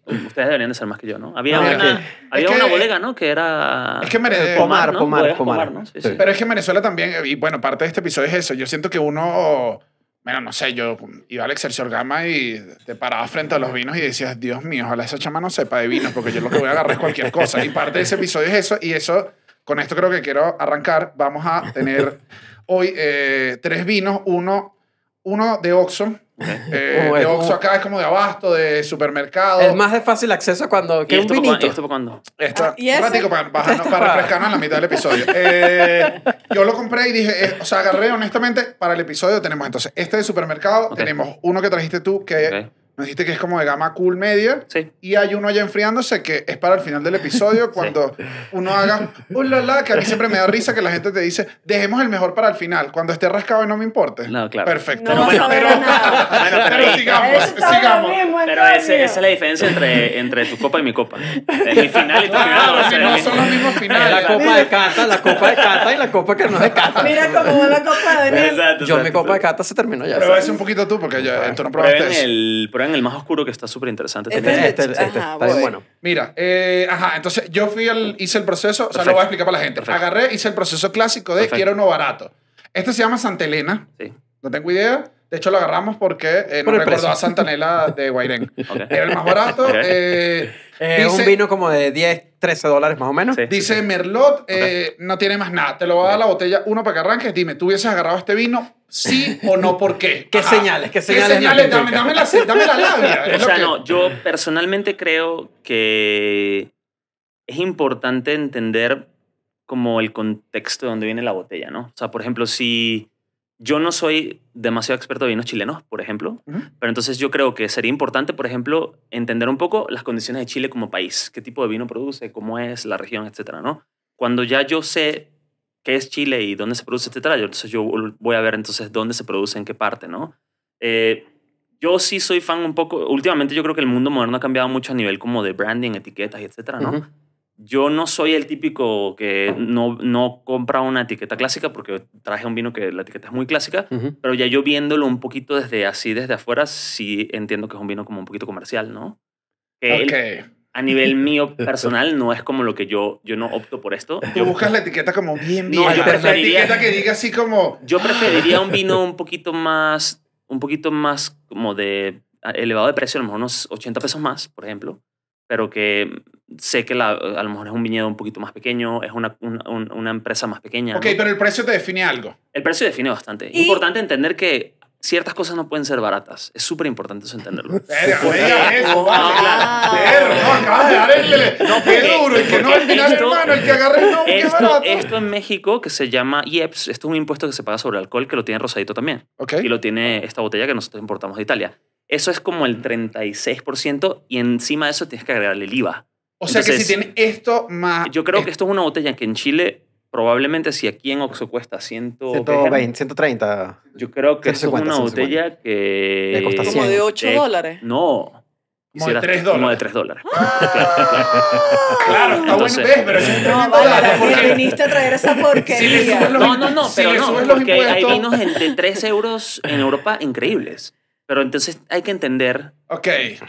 Speaker 8: Ustedes deberían de ser más que yo, ¿no? Había
Speaker 1: No, es
Speaker 8: una,
Speaker 7: que-
Speaker 8: había
Speaker 1: es que-
Speaker 8: una bodega, ¿no? Que era...
Speaker 1: Es que en Vene-
Speaker 7: Pomar,
Speaker 8: ¿no?
Speaker 7: Pomar,
Speaker 8: Bodegas
Speaker 7: Pomar.
Speaker 8: ¿no? Sí,
Speaker 7: Sí.
Speaker 8: sí.
Speaker 1: Pero es que en Venezuela también, y bueno, parte de este episodio es eso. Yo siento que uno, bueno, no sé, yo iba al Excelsior Gama y te parabas frente a los vinos y decías, Dios mío, ojalá esa chama no sepa de vinos, porque yo lo que voy a agarrar es cualquier cosa. Y parte de ese episodio es eso, y eso, con esto creo que quiero arrancar. Vamos a tener hoy eh, tres vinos, uno, uno de Oxxo, eh,
Speaker 7: Como
Speaker 1: de
Speaker 7: es,
Speaker 1: Oxxo
Speaker 7: como-
Speaker 1: acá es como de abasto, de supermercado.
Speaker 7: Oh, Es más de fácil acceso cuando
Speaker 8: oh. ¿Y
Speaker 7: que un
Speaker 8: esto, pa' cuándo?
Speaker 7: vinito.
Speaker 8: ¿Y esto pa' cuándo?
Speaker 1: Esta,
Speaker 6: Ah, ¿y ese?
Speaker 1: un ratico para, bajarnos-
Speaker 7: Esto
Speaker 1: para
Speaker 7: para-
Speaker 1: refrescarnos en la mitad del episodio. Eh, yo lo compré y dije, eh, o sea, agarré honestamente para el episodio. Tenemos entonces este de supermercado,
Speaker 8: Ok.
Speaker 1: tenemos uno que trajiste tú que
Speaker 8: Ok.
Speaker 1: nos dijiste que es como de gama cool media.
Speaker 8: Sí.
Speaker 1: Y hay uno ya enfriándose que es para el final del episodio cuando uno haga, "Oh, la, la", que a mí siempre me da risa que la gente te dice, dejemos el mejor para el final, cuando esté rascado y no me importe.
Speaker 8: No, claro.
Speaker 1: Perfecto.
Speaker 6: No vas a ver a nada.
Speaker 8: Bueno, pero
Speaker 1: pero
Speaker 8: ahí-
Speaker 1: sigamos,
Speaker 6: Eso está
Speaker 1: sigamos.
Speaker 6: lo mismo,
Speaker 8: Pero
Speaker 6: Antonio.
Speaker 8: ese- esa es la diferencia entre, entre tu copa y mi copa. Es mi final y tu final.
Speaker 1: Claro,
Speaker 8: o
Speaker 1: si
Speaker 8: sea,
Speaker 1: Ah, no
Speaker 8: es-
Speaker 1: son los mismos finales.
Speaker 7: eh, la copa de cata, la copa de cata y la copa que no es de cata.
Speaker 6: Mira cómo va la copa de Daniel.
Speaker 8: Exacto,
Speaker 7: Yo mi
Speaker 8: exacto,
Speaker 7: copa de
Speaker 8: exacto.
Speaker 7: cata se terminó ya.
Speaker 1: Prueba ese un poquito tú, porque ya, tú no probaste
Speaker 8: Prueben
Speaker 1: eso.
Speaker 8: el, prueben el más oscuro que está súper interesante.
Speaker 6: Este
Speaker 8: también.
Speaker 7: Este, este, este,
Speaker 6: Ajá,
Speaker 7: está bien
Speaker 6: voy.
Speaker 7: bueno.
Speaker 1: Mira, eh, ajá, entonces yo fui al, hice el proceso, o sea, lo
Speaker 8: Perfecto.
Speaker 1: voy a explicar para la gente.
Speaker 8: Perfecto.
Speaker 1: Agarré, hice el proceso clásico de
Speaker 8: Perfecto.
Speaker 1: quiero uno barato. Este se llama Santa Elena,
Speaker 8: Sí.
Speaker 1: no tengo idea. De hecho, lo agarramos porque eh,
Speaker 7: Por
Speaker 1: nos
Speaker 7: el precio.
Speaker 1: recordó a Santa Elena de Guairén.
Speaker 8: Ok.
Speaker 1: Era el más barato.
Speaker 8: Ok.
Speaker 1: eh,
Speaker 7: Eh,
Speaker 1: dice,
Speaker 7: un vino como de 10, 13 dólares más o menos.
Speaker 8: Sí.
Speaker 1: dice Merlot, eh, no tiene más nada. Te lo va a dar la botella uno para que arranques. Dime, ¿tú hubieses agarrado este vino? ¿Sí o no? ¿Por qué?
Speaker 7: ¿Qué
Speaker 1: Ajá.
Speaker 7: señales? ¿Qué señales? nos
Speaker 1: Dame,
Speaker 7: indican?
Speaker 1: dame la, dame la labia.
Speaker 8: O
Speaker 1: es lo
Speaker 8: sea,
Speaker 1: que-
Speaker 8: no, yo personalmente creo que es importante entender como el contexto de dónde viene la botella, ¿no? O sea, por ejemplo, si yo no soy demasiado experto de vinos chilenos, por ejemplo,
Speaker 1: Ujú.
Speaker 8: pero entonces yo creo que sería importante, por ejemplo, entender un poco las condiciones de Chile como país, qué tipo de vino produce, cómo es la región, etcétera, ¿no? Cuando ya yo sé qué es Chile y dónde se produce, etcétera, yo, entonces yo voy a ver entonces dónde se produce, en qué parte, ¿no? Eh, yo sí soy fan un poco, últimamente yo creo que el mundo moderno ha cambiado mucho a nivel como de branding, etiquetas, y etcétera, ¿no?
Speaker 7: Ujú.
Speaker 8: Yo no soy el típico que no, no compra una etiqueta clásica porque traje un vino que la etiqueta es muy clásica,
Speaker 7: Ujú.
Speaker 8: pero ya yo viéndolo un poquito desde así, desde afuera, sí entiendo que es un vino como un poquito comercial, ¿no? Que él,
Speaker 1: Ok.
Speaker 8: a nivel mío personal no es como lo que yo, yo no opto por esto.
Speaker 1: Tú
Speaker 8: Yo,
Speaker 1: buscas la etiqueta como bien,
Speaker 8: No,
Speaker 1: bien. la
Speaker 7: yo
Speaker 8: preferiría-
Speaker 1: etiqueta que diga así como...
Speaker 8: yo preferiría un vino un poquito más, un poquito más como de ah, elevado de precio, a lo mejor unos 80 pesos más, por ejemplo, pero que sé que la- a lo mejor es un viñedo un poquito más pequeño, es una, una- un- una empresa más pequeña.
Speaker 1: Ok,
Speaker 8: ¿no?
Speaker 1: pero el precio te define algo.
Speaker 8: El precio define bastante.
Speaker 6: Y-
Speaker 8: Importante entender que ciertas cosas no pueden ser baratas. Es súper importante eso entenderlo.
Speaker 1: Verga, no digas eso, vale.
Speaker 6: Ah.
Speaker 1: Perro, no, acabas de dar el tele. No, qué
Speaker 8: porque-
Speaker 1: duro. El que no,
Speaker 8: porque
Speaker 1: al final,
Speaker 8: esto-
Speaker 1: hermano, el que agarre no, qué
Speaker 8: Esto,
Speaker 1: barato.
Speaker 8: esto en México que se llama IEPS, esto es un impuesto que se paga sobre el alcohol que lo tiene Rosadito también.
Speaker 1: Ok.
Speaker 8: Y lo tiene esta botella que nosotros importamos de Italia. Eso es como el 36% y encima de eso tienes que agregarle el IVA.
Speaker 1: O sea que si
Speaker 8: entonces-
Speaker 1: tiene esto más...
Speaker 8: Yo creo
Speaker 1: eh,
Speaker 8: que esto es una botella que en Chile probablemente si aquí en Oxo cuesta 100, ¿qué era?
Speaker 7: 120, 130.
Speaker 8: Yo creo que esto es
Speaker 7: 150,
Speaker 8: una
Speaker 7: 150.
Speaker 8: botella que...
Speaker 7: Le costa
Speaker 6: Como de 8
Speaker 8: Eh,
Speaker 6: dólares.
Speaker 8: No.
Speaker 1: Como de
Speaker 8: Quisiera-
Speaker 1: tres
Speaker 8: Como de
Speaker 1: dólares.
Speaker 8: 3 dólares.
Speaker 1: Claro, está bueno.
Speaker 8: Entonces-
Speaker 1: ¿Ves? Pero ese es
Speaker 6: No,
Speaker 1: tremendo
Speaker 6: vale,
Speaker 1: dato,
Speaker 6: Daniel,
Speaker 1: porque-
Speaker 6: viniste a traer esa
Speaker 1: Si le subes
Speaker 6: porquería.
Speaker 1: los
Speaker 8: No, no, no,
Speaker 1: si
Speaker 8: pero
Speaker 1: le subes
Speaker 8: no,
Speaker 1: los
Speaker 8: porque hay
Speaker 1: impuestos-
Speaker 8: vinos entre 3 euros en Europa increíbles. Pero entonces hay que entender
Speaker 1: Ok.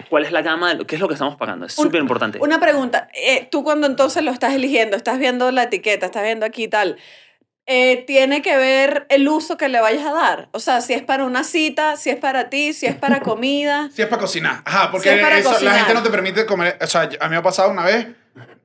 Speaker 8: cuál es la gama, de lo- qué es lo que estamos pagando. Es súper importante.
Speaker 6: Una pregunta. eh, tú cuando entonces lo estás eligiendo, estás viendo la etiqueta, estás viendo aquí y tal, eh, tiene que ver el uso que le vayas a dar. O sea, si es para una cita, si es para ti, si es para comida.
Speaker 4: Si es para cocinar. Ajá, porque
Speaker 6: Si es para
Speaker 4: eso,
Speaker 6: cocinar.
Speaker 4: la gente no te permite comer. O sea, a mí me ha pasado una vez,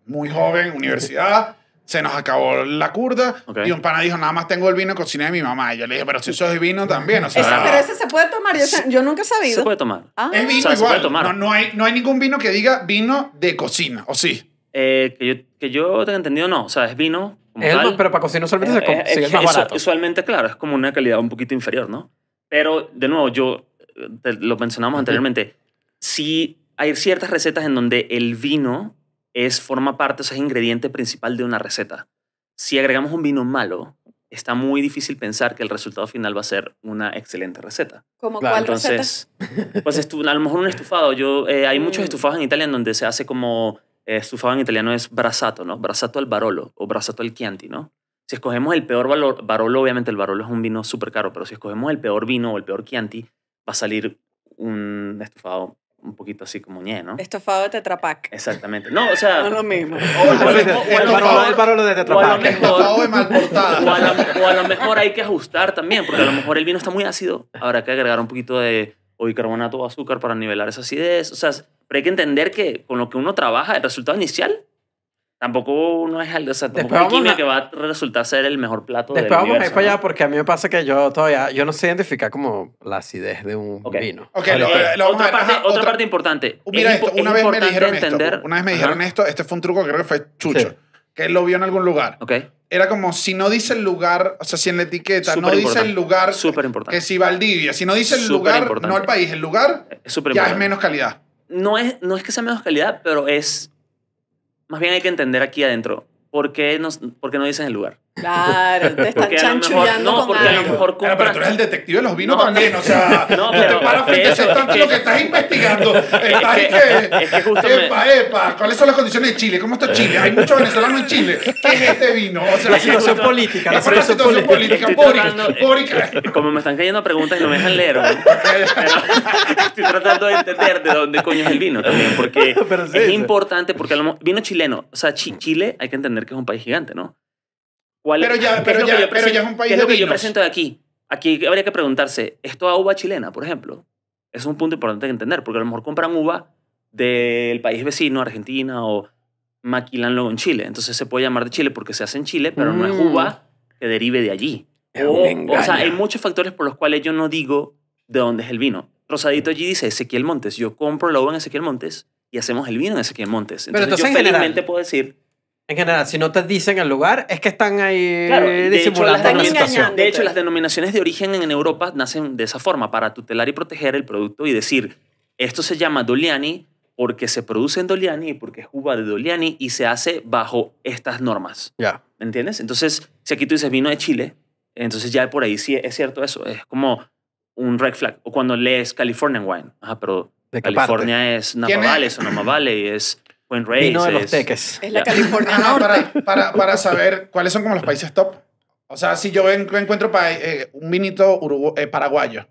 Speaker 4: muy joven, universidad, se nos acabó la curda
Speaker 8: Ok.
Speaker 4: y un pana dijo, nada más tengo el vino de cocina de mi mamá. Y yo le dije, pero si eso es vino también. O sea,
Speaker 6: Ese- pero ese se puede tomar, yo, sé- yo nunca he
Speaker 8: Ah. Se
Speaker 6: sabido.
Speaker 8: puede tomar.
Speaker 6: Ah.
Speaker 4: es vino
Speaker 8: O sea, se
Speaker 4: igual.
Speaker 8: puede tomar.
Speaker 4: No, no hay, no hay ningún vino que diga vino de cocina, ¿o sí?
Speaker 8: Eh, que, yo, que yo tenga entendido, no. O sea, es vino. Como
Speaker 7: Es el
Speaker 8: tal.
Speaker 7: más- pero para cocinar usualmente se
Speaker 8: Eh, eh,
Speaker 7: consigue el
Speaker 8: es
Speaker 7: más
Speaker 8: que usu-
Speaker 7: barato.
Speaker 8: Usualmente, claro, es como una calidad un poquito inferior, ¿no? Pero, de nuevo, yo eh, te- lo mencionamos anteriormente. Sí, hay ciertas recetas en donde el vino es, forma parte, o sea, es ingrediente principal de una receta. Si agregamos un vino malo, está muy difícil pensar que el resultado final va a ser una excelente receta.
Speaker 6: Como
Speaker 7: Claro,
Speaker 6: cuál receta.
Speaker 8: Entonces, pues estu- a lo mejor un estufado. Yo, eh, hay muchos
Speaker 7: Mm.
Speaker 8: estufados en Italia en donde se hace como eh, estufado en italiano es brasato, ¿no? Brasato al barolo o brasato al chianti, ¿no? Si escogemos el peor valor, barolo, obviamente el barolo es un vino súper caro, pero si escogemos el peor vino o el peor chianti, va a salir un estufado un poquito así como ñe, ¿no?
Speaker 6: Estofado de tetrapac.
Speaker 8: Exactamente. No, o
Speaker 6: No
Speaker 8: sea,
Speaker 6: es lo mismo.
Speaker 8: o- o-
Speaker 4: Bueno,
Speaker 7: El
Speaker 8: o- o-
Speaker 4: el
Speaker 7: barolo- el barolo de Tetra
Speaker 8: o a lo
Speaker 7: Pak.
Speaker 8: mejor-
Speaker 4: Estofado de malportada.
Speaker 8: o a, lo, o a lo mejor hay que ajustar también, porque a lo mejor el vino está muy ácido. Habrá que agregar un poquito de o bicarbonato o azúcar para nivelar esa acidez. O sea, pero hay que entender que con lo que uno trabaja, el resultado inicial tampoco no es algo. O sea, tampoco
Speaker 7: Después
Speaker 8: hay química
Speaker 7: vamos
Speaker 8: que va a resultar ser el mejor plato
Speaker 7: Después
Speaker 8: del
Speaker 7: vamos a ir
Speaker 8: universo,
Speaker 7: para allá
Speaker 8: ¿no?
Speaker 7: porque a mí me pasa que yo todavía, yo no sé identificar como la acidez de un
Speaker 8: Ok.
Speaker 7: vino.
Speaker 4: Ok,
Speaker 8: Vale,
Speaker 4: lo-
Speaker 8: ok.
Speaker 4: lo vamos a
Speaker 8: otra,
Speaker 4: ver.
Speaker 8: parte,
Speaker 4: Ajá,
Speaker 8: otra
Speaker 4: eh, otra- Uh,
Speaker 8: parte importante.
Speaker 4: Mira
Speaker 8: Es
Speaker 4: esto, una
Speaker 8: impo- es
Speaker 4: vez me
Speaker 8: importante
Speaker 4: dijeron
Speaker 8: entender-
Speaker 4: esto. Una vez me dijeron
Speaker 8: Ajá,
Speaker 4: esto. Este fue un truco que creo que fue Chucho.
Speaker 7: Sí.
Speaker 4: Que él lo vio en algún lugar.
Speaker 8: Ok,
Speaker 4: Era como si no dice el lugar, o sea, si en la etiqueta no dice
Speaker 8: Superimportante.
Speaker 4: el lugar,
Speaker 8: súper importante.
Speaker 4: que si Valdivia, si no dice el lugar,
Speaker 8: Superimportante.
Speaker 4: no el país, el lugar,
Speaker 8: Es súper
Speaker 4: ya es
Speaker 8: importante.
Speaker 4: menos calidad.
Speaker 8: no es, no es que sea menos calidad, pero es. Más bien hay que entender aquí adentro por qué, nos, por qué no dicen el lugar.
Speaker 6: Claro, te están
Speaker 8: Porque a lo mejor-
Speaker 6: chanchullando
Speaker 8: no,
Speaker 6: con
Speaker 8: porque a lo
Speaker 6: algo.
Speaker 8: mejor
Speaker 4: Ahora, pero
Speaker 8: compras-
Speaker 4: tú eres el detective de los vinos
Speaker 8: No,
Speaker 4: también, o sea,
Speaker 8: no,
Speaker 4: no,
Speaker 8: pero-
Speaker 4: te paras frente a ese
Speaker 8: eso-
Speaker 4: tanto lo que estás investigando. Estás y que,
Speaker 8: es que justo me-
Speaker 4: epa, epa, ¿cuáles son las condiciones de Chile? ¿Cómo está Chile? Hay muchos venezolanos en Chile. ¿Qué es este vino? O sea,
Speaker 7: La situación
Speaker 4: es-
Speaker 7: política, la
Speaker 4: es por la
Speaker 7: situación
Speaker 4: situación
Speaker 7: política.
Speaker 4: política,
Speaker 8: Estoy tratando-
Speaker 4: Boric, Boric.
Speaker 8: eh, Como me están cayendo preguntas y no me dejan leer, ¿no? Pero estoy tratando de entender de dónde coño es el vino también, porque
Speaker 7: Pero sí,
Speaker 8: es
Speaker 7: sí.
Speaker 8: importante, porque a lo mo- vino chileno, o sea, Chi- Chile hay que entender que es un país gigante, ¿no? ¿Cuál-
Speaker 4: Pero ya-
Speaker 8: qué es
Speaker 4: pero
Speaker 8: lo que
Speaker 4: ya-
Speaker 8: yo
Speaker 4: pero
Speaker 8: presento-
Speaker 4: ya es un país
Speaker 8: ¿Qué es
Speaker 4: de
Speaker 8: lo que yo
Speaker 4: vinos?
Speaker 8: presento de aquí? Aquí habría que preguntarse, ¿esto a uva chilena, por ejemplo? Es un punto importante que entender, porque a lo mejor compran uva del país vecino, Argentina, o maquilanlo con Chile. Entonces se puede llamar de Chile porque se hace en Chile, pero no es
Speaker 7: Mm.
Speaker 8: uva que derive de allí.
Speaker 7: Es un engaño.
Speaker 8: o sea, hay muchos factores por los cuales yo no digo de dónde es el vino. Rosadito allí dice Ezequiel Montes. Yo compro la uva en Ezequiel Montes y hacemos el vino en Ezequiel Montes.
Speaker 7: Pero
Speaker 8: Entonces,
Speaker 7: entonces, en
Speaker 8: yo
Speaker 7: general-
Speaker 8: felizmente puedo decir.
Speaker 7: En general, si no te dicen el lugar, es que están ahí
Speaker 8: Claro, de hecho, las
Speaker 7: Eh, disimulando
Speaker 6: Están
Speaker 7: una situación.
Speaker 6: engañando.
Speaker 8: de hecho, las denominaciones de origen en Europa nacen de esa forma, para tutelar y proteger el producto y decir, esto se llama Doliani porque se produce en Doliani y porque es uva de Doliani y se hace bajo estas normas.
Speaker 7: Ya.
Speaker 8: ¿Me entiendes? Entonces, si aquí tú dices vino de Chile, entonces ya por ahí sí es cierto eso. Es como un red flag. O cuando lees Californian Wine. Ajá, pero
Speaker 7: ¿De qué
Speaker 8: California es Napa
Speaker 4: ¿Quién es?
Speaker 8: Valley, Sonoma Valley, es Buen Reyes.
Speaker 7: Vino de los
Speaker 8: es-
Speaker 7: teques.
Speaker 6: Es la
Speaker 8: Ya.
Speaker 6: California
Speaker 4: Ajá,
Speaker 6: Norte.
Speaker 4: para, para, para saber cuáles son como los países top. O sea, si yo en- encuentro pa- eh, un vinito urugu- eh, paraguayo,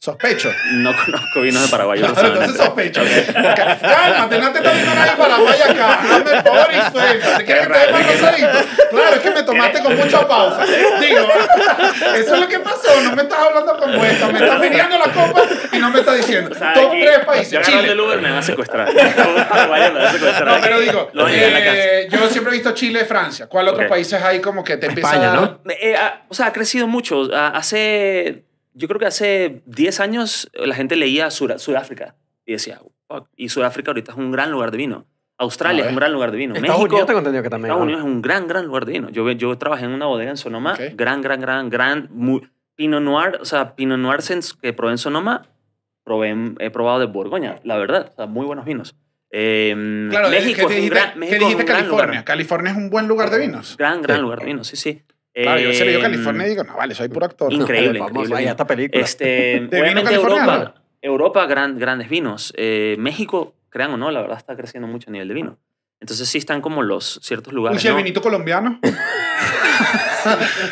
Speaker 4: sospecho.
Speaker 8: No conozco vinos de Paraguay. yo no sé,
Speaker 4: Claro, entonces
Speaker 8: honestamente.
Speaker 4: sospecho. Ca- Cálmate, no te está viendo nadie para vaya acá. Hazme el favor y suelta. ¿Te quieres que te dé más rosadito? Claro, es que me tomaste con mucha pausa. Digo, eso es lo que pasó. No me estás hablando como esto. Me estás mirando la copa y no me estás diciendo.
Speaker 8: O sea,
Speaker 4: Top
Speaker 8: aquí,
Speaker 4: tres países.
Speaker 8: Yo agarrando el
Speaker 4: Chile.
Speaker 8: Uber me van a secuestrar. Paraguay me van a secuestrar.
Speaker 4: No, pero digo,
Speaker 8: Lo voy a llevar a la casa.
Speaker 4: eh, yo siempre he visto Chile, Francia. ¿Cuál otros
Speaker 8: Ok.
Speaker 4: países hay como que te empiezan
Speaker 7: España,
Speaker 4: a dar-
Speaker 7: ¿no?
Speaker 8: Eh, ah, o sea, ha crecido mucho. Ah, Hace, yo creo que hace 10 años eh, la gente leía Sur- Sudáfrica y decía, "Fuck". y Sudáfrica ahorita es un gran lugar de vino. Australia
Speaker 4: A
Speaker 8: es
Speaker 4: ver.
Speaker 8: un gran lugar de vino.
Speaker 7: Estados
Speaker 8: México,
Speaker 7: Unidos tengo entendido que también.
Speaker 8: Estados
Speaker 7: ¿no?
Speaker 8: Unidos es un gran, gran lugar de vino. Yo, ve- yo trabajé en una bodega en Sonoma,
Speaker 4: Ok.
Speaker 8: gran, gran, gran, gran, muy, Pinot Noir, o sea, Pinot Noir sens- que probé en Sonoma, probé, en- he probado de Borgoña, la verdad, o sea, muy buenos vinos. Eh,
Speaker 4: Claro,
Speaker 8: México
Speaker 4: ¿qué
Speaker 8: es un
Speaker 4: dijiste,
Speaker 8: gran-
Speaker 4: qué
Speaker 8: México es un
Speaker 4: dijiste
Speaker 8: gran
Speaker 4: California?
Speaker 8: lugar.
Speaker 4: California es un buen lugar de vinos.
Speaker 8: Gran, gran
Speaker 7: Sí.
Speaker 8: lugar de vino, sí, sí.
Speaker 4: Claro, yo se le dio
Speaker 8: Eh,
Speaker 4: California y digo, no, vale, soy puro actor.
Speaker 8: Increíble.
Speaker 7: Famoso,
Speaker 8: increíble.
Speaker 7: ahí esta película.
Speaker 8: Este,
Speaker 4: vino
Speaker 8: obviamente
Speaker 4: californiano?
Speaker 8: Europa, Europa gran, grandes vinos. Eh, México, crean o no, la verdad está creciendo mucho a nivel de vino. Entonces sí están como los ciertos
Speaker 4: Uy,
Speaker 8: lugares.
Speaker 4: si el
Speaker 8: ¿no?
Speaker 4: vinito colombiano.
Speaker 8: Eh,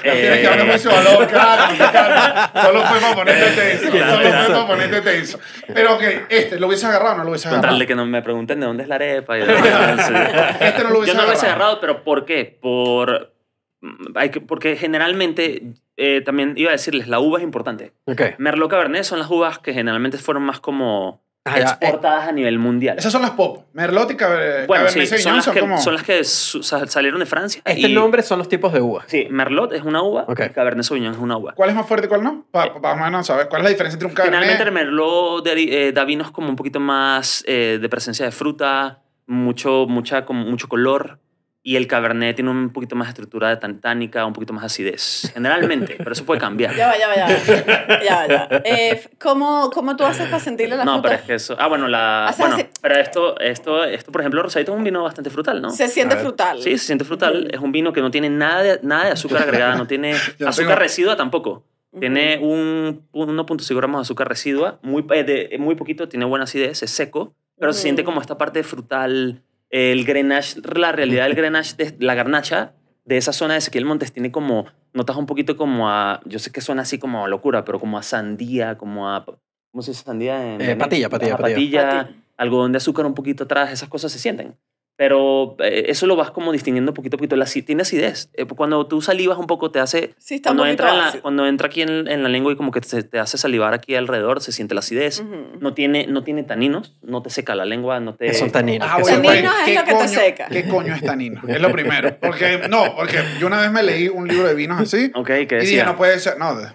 Speaker 4: Tienes que hablar con ese valor, claro, claro. Solo fue para ponerte tenso.
Speaker 8: Claro,
Speaker 4: Solo fue
Speaker 8: claro.
Speaker 4: para ponerte tenso. Pero ok, este, ¿lo hubiese agarrado o no lo hubiese
Speaker 8: Con
Speaker 4: agarrado?
Speaker 8: tal de que no me pregunten de dónde es la arepa. y de dónde-
Speaker 4: Este no lo hubiese
Speaker 8: Yo no lo
Speaker 4: agarrado.
Speaker 8: hubiese agarrado, pero ¿por qué? Por, mm, hay que, porque generalmente, eh, también iba a decirles, la uva es importante.
Speaker 7: Ok.
Speaker 8: Merlot Cabernet son las uvas que generalmente fueron más como
Speaker 7: Ah, ya,
Speaker 8: exportadas a nivel mundial.
Speaker 1: Esas son las pop. eh, Merlot y Caber- Cabernet
Speaker 8: bueno, sí, son
Speaker 1: Sauvignon
Speaker 8: las,
Speaker 1: son
Speaker 8: que,
Speaker 1: como...
Speaker 8: son las que su- sa- salieron de Francia.
Speaker 7: Este
Speaker 8: y-
Speaker 7: nombre son los tipos de uvas.
Speaker 8: Sí, Merlot es una uva,
Speaker 7: Ok.
Speaker 8: Cabernet Sauvignon es una uva.
Speaker 1: ¿Cuál es más fuerte y cuál no? Para más no saber. ¿Cuál es la diferencia entre un
Speaker 8: Generalmente el
Speaker 1: Cabernet?
Speaker 8: Merlot de- eh, da vinos como un poquito más eh, de presencia de fruta, mucho, mucha, como mucho color. Y el Cabernet tiene un poquito más de estructura de tantánica, un poquito más acidez. Generalmente, pero eso puede cambiar.
Speaker 6: Ya va, ya va, ya va. Ya va, ya va. Eh, ¿cómo, ¿Cómo tú haces para sentirle la
Speaker 8: no,
Speaker 6: fruta?
Speaker 8: pero es que eso. Ah, bueno, la.
Speaker 6: O sea,
Speaker 8: bueno,
Speaker 6: se-
Speaker 8: pero esto, esto, esto, por ejemplo, Rosadito es un vino bastante frutal, ¿no?
Speaker 6: Se siente
Speaker 7: A ver.
Speaker 6: frutal.
Speaker 8: Sí, se siente frutal. Es un vino que no tiene nada de, nada de azúcar agregada, no tiene
Speaker 1: tengo-
Speaker 8: azúcar residua tampoco. Tiene un, un 1.5 gramos de azúcar residua, muy, eh, de- muy poquito, tiene buena acidez, es seco, pero se
Speaker 6: Ujú.
Speaker 8: siente como esta parte frutal. El Grenache, la realidad del Grenache, de, la garnacha de esa zona de Ezequiel Montes tiene como, notas un poquito como a, yo sé que suena así como a locura, pero como a sandía, como a, ¿cómo se dice sandía? En
Speaker 7: Eh,
Speaker 8: Venezuela?
Speaker 7: patilla, patilla,
Speaker 8: Ajá,
Speaker 7: patilla.
Speaker 8: patilla, algodón de azúcar un poquito atrás, esas cosas se sienten pero eh, eso lo vas como distinguiendo poquito a poquito. La, aci- tiene acidez. Eh, Cuando tú salivas un poco, te hace.
Speaker 6: Sí, está
Speaker 8: Cuando
Speaker 6: un poquito
Speaker 8: entra, en la,
Speaker 6: ácido.
Speaker 8: cuando entra aquí en, en la lengua y como que te, te hace salivar aquí alrededor, se siente la acidez.
Speaker 6: Ujú.
Speaker 8: no, tiene, no tiene taninos, no te seca la lengua, no te.
Speaker 7: Que son taninos.
Speaker 1: Ah,
Speaker 7: que
Speaker 1: voy a
Speaker 7: son-
Speaker 1: poner,
Speaker 6: Tanino es
Speaker 1: ¿qué
Speaker 6: lo que te
Speaker 1: coño-
Speaker 6: seca.
Speaker 1: ¿Qué coño es tanino? Es lo primero. Porque, no, porque yo una vez me leí un libro de vinos así
Speaker 8: Ok,
Speaker 1: y
Speaker 8: que
Speaker 1: dije,
Speaker 8: decía.
Speaker 1: no puede ser. No, de-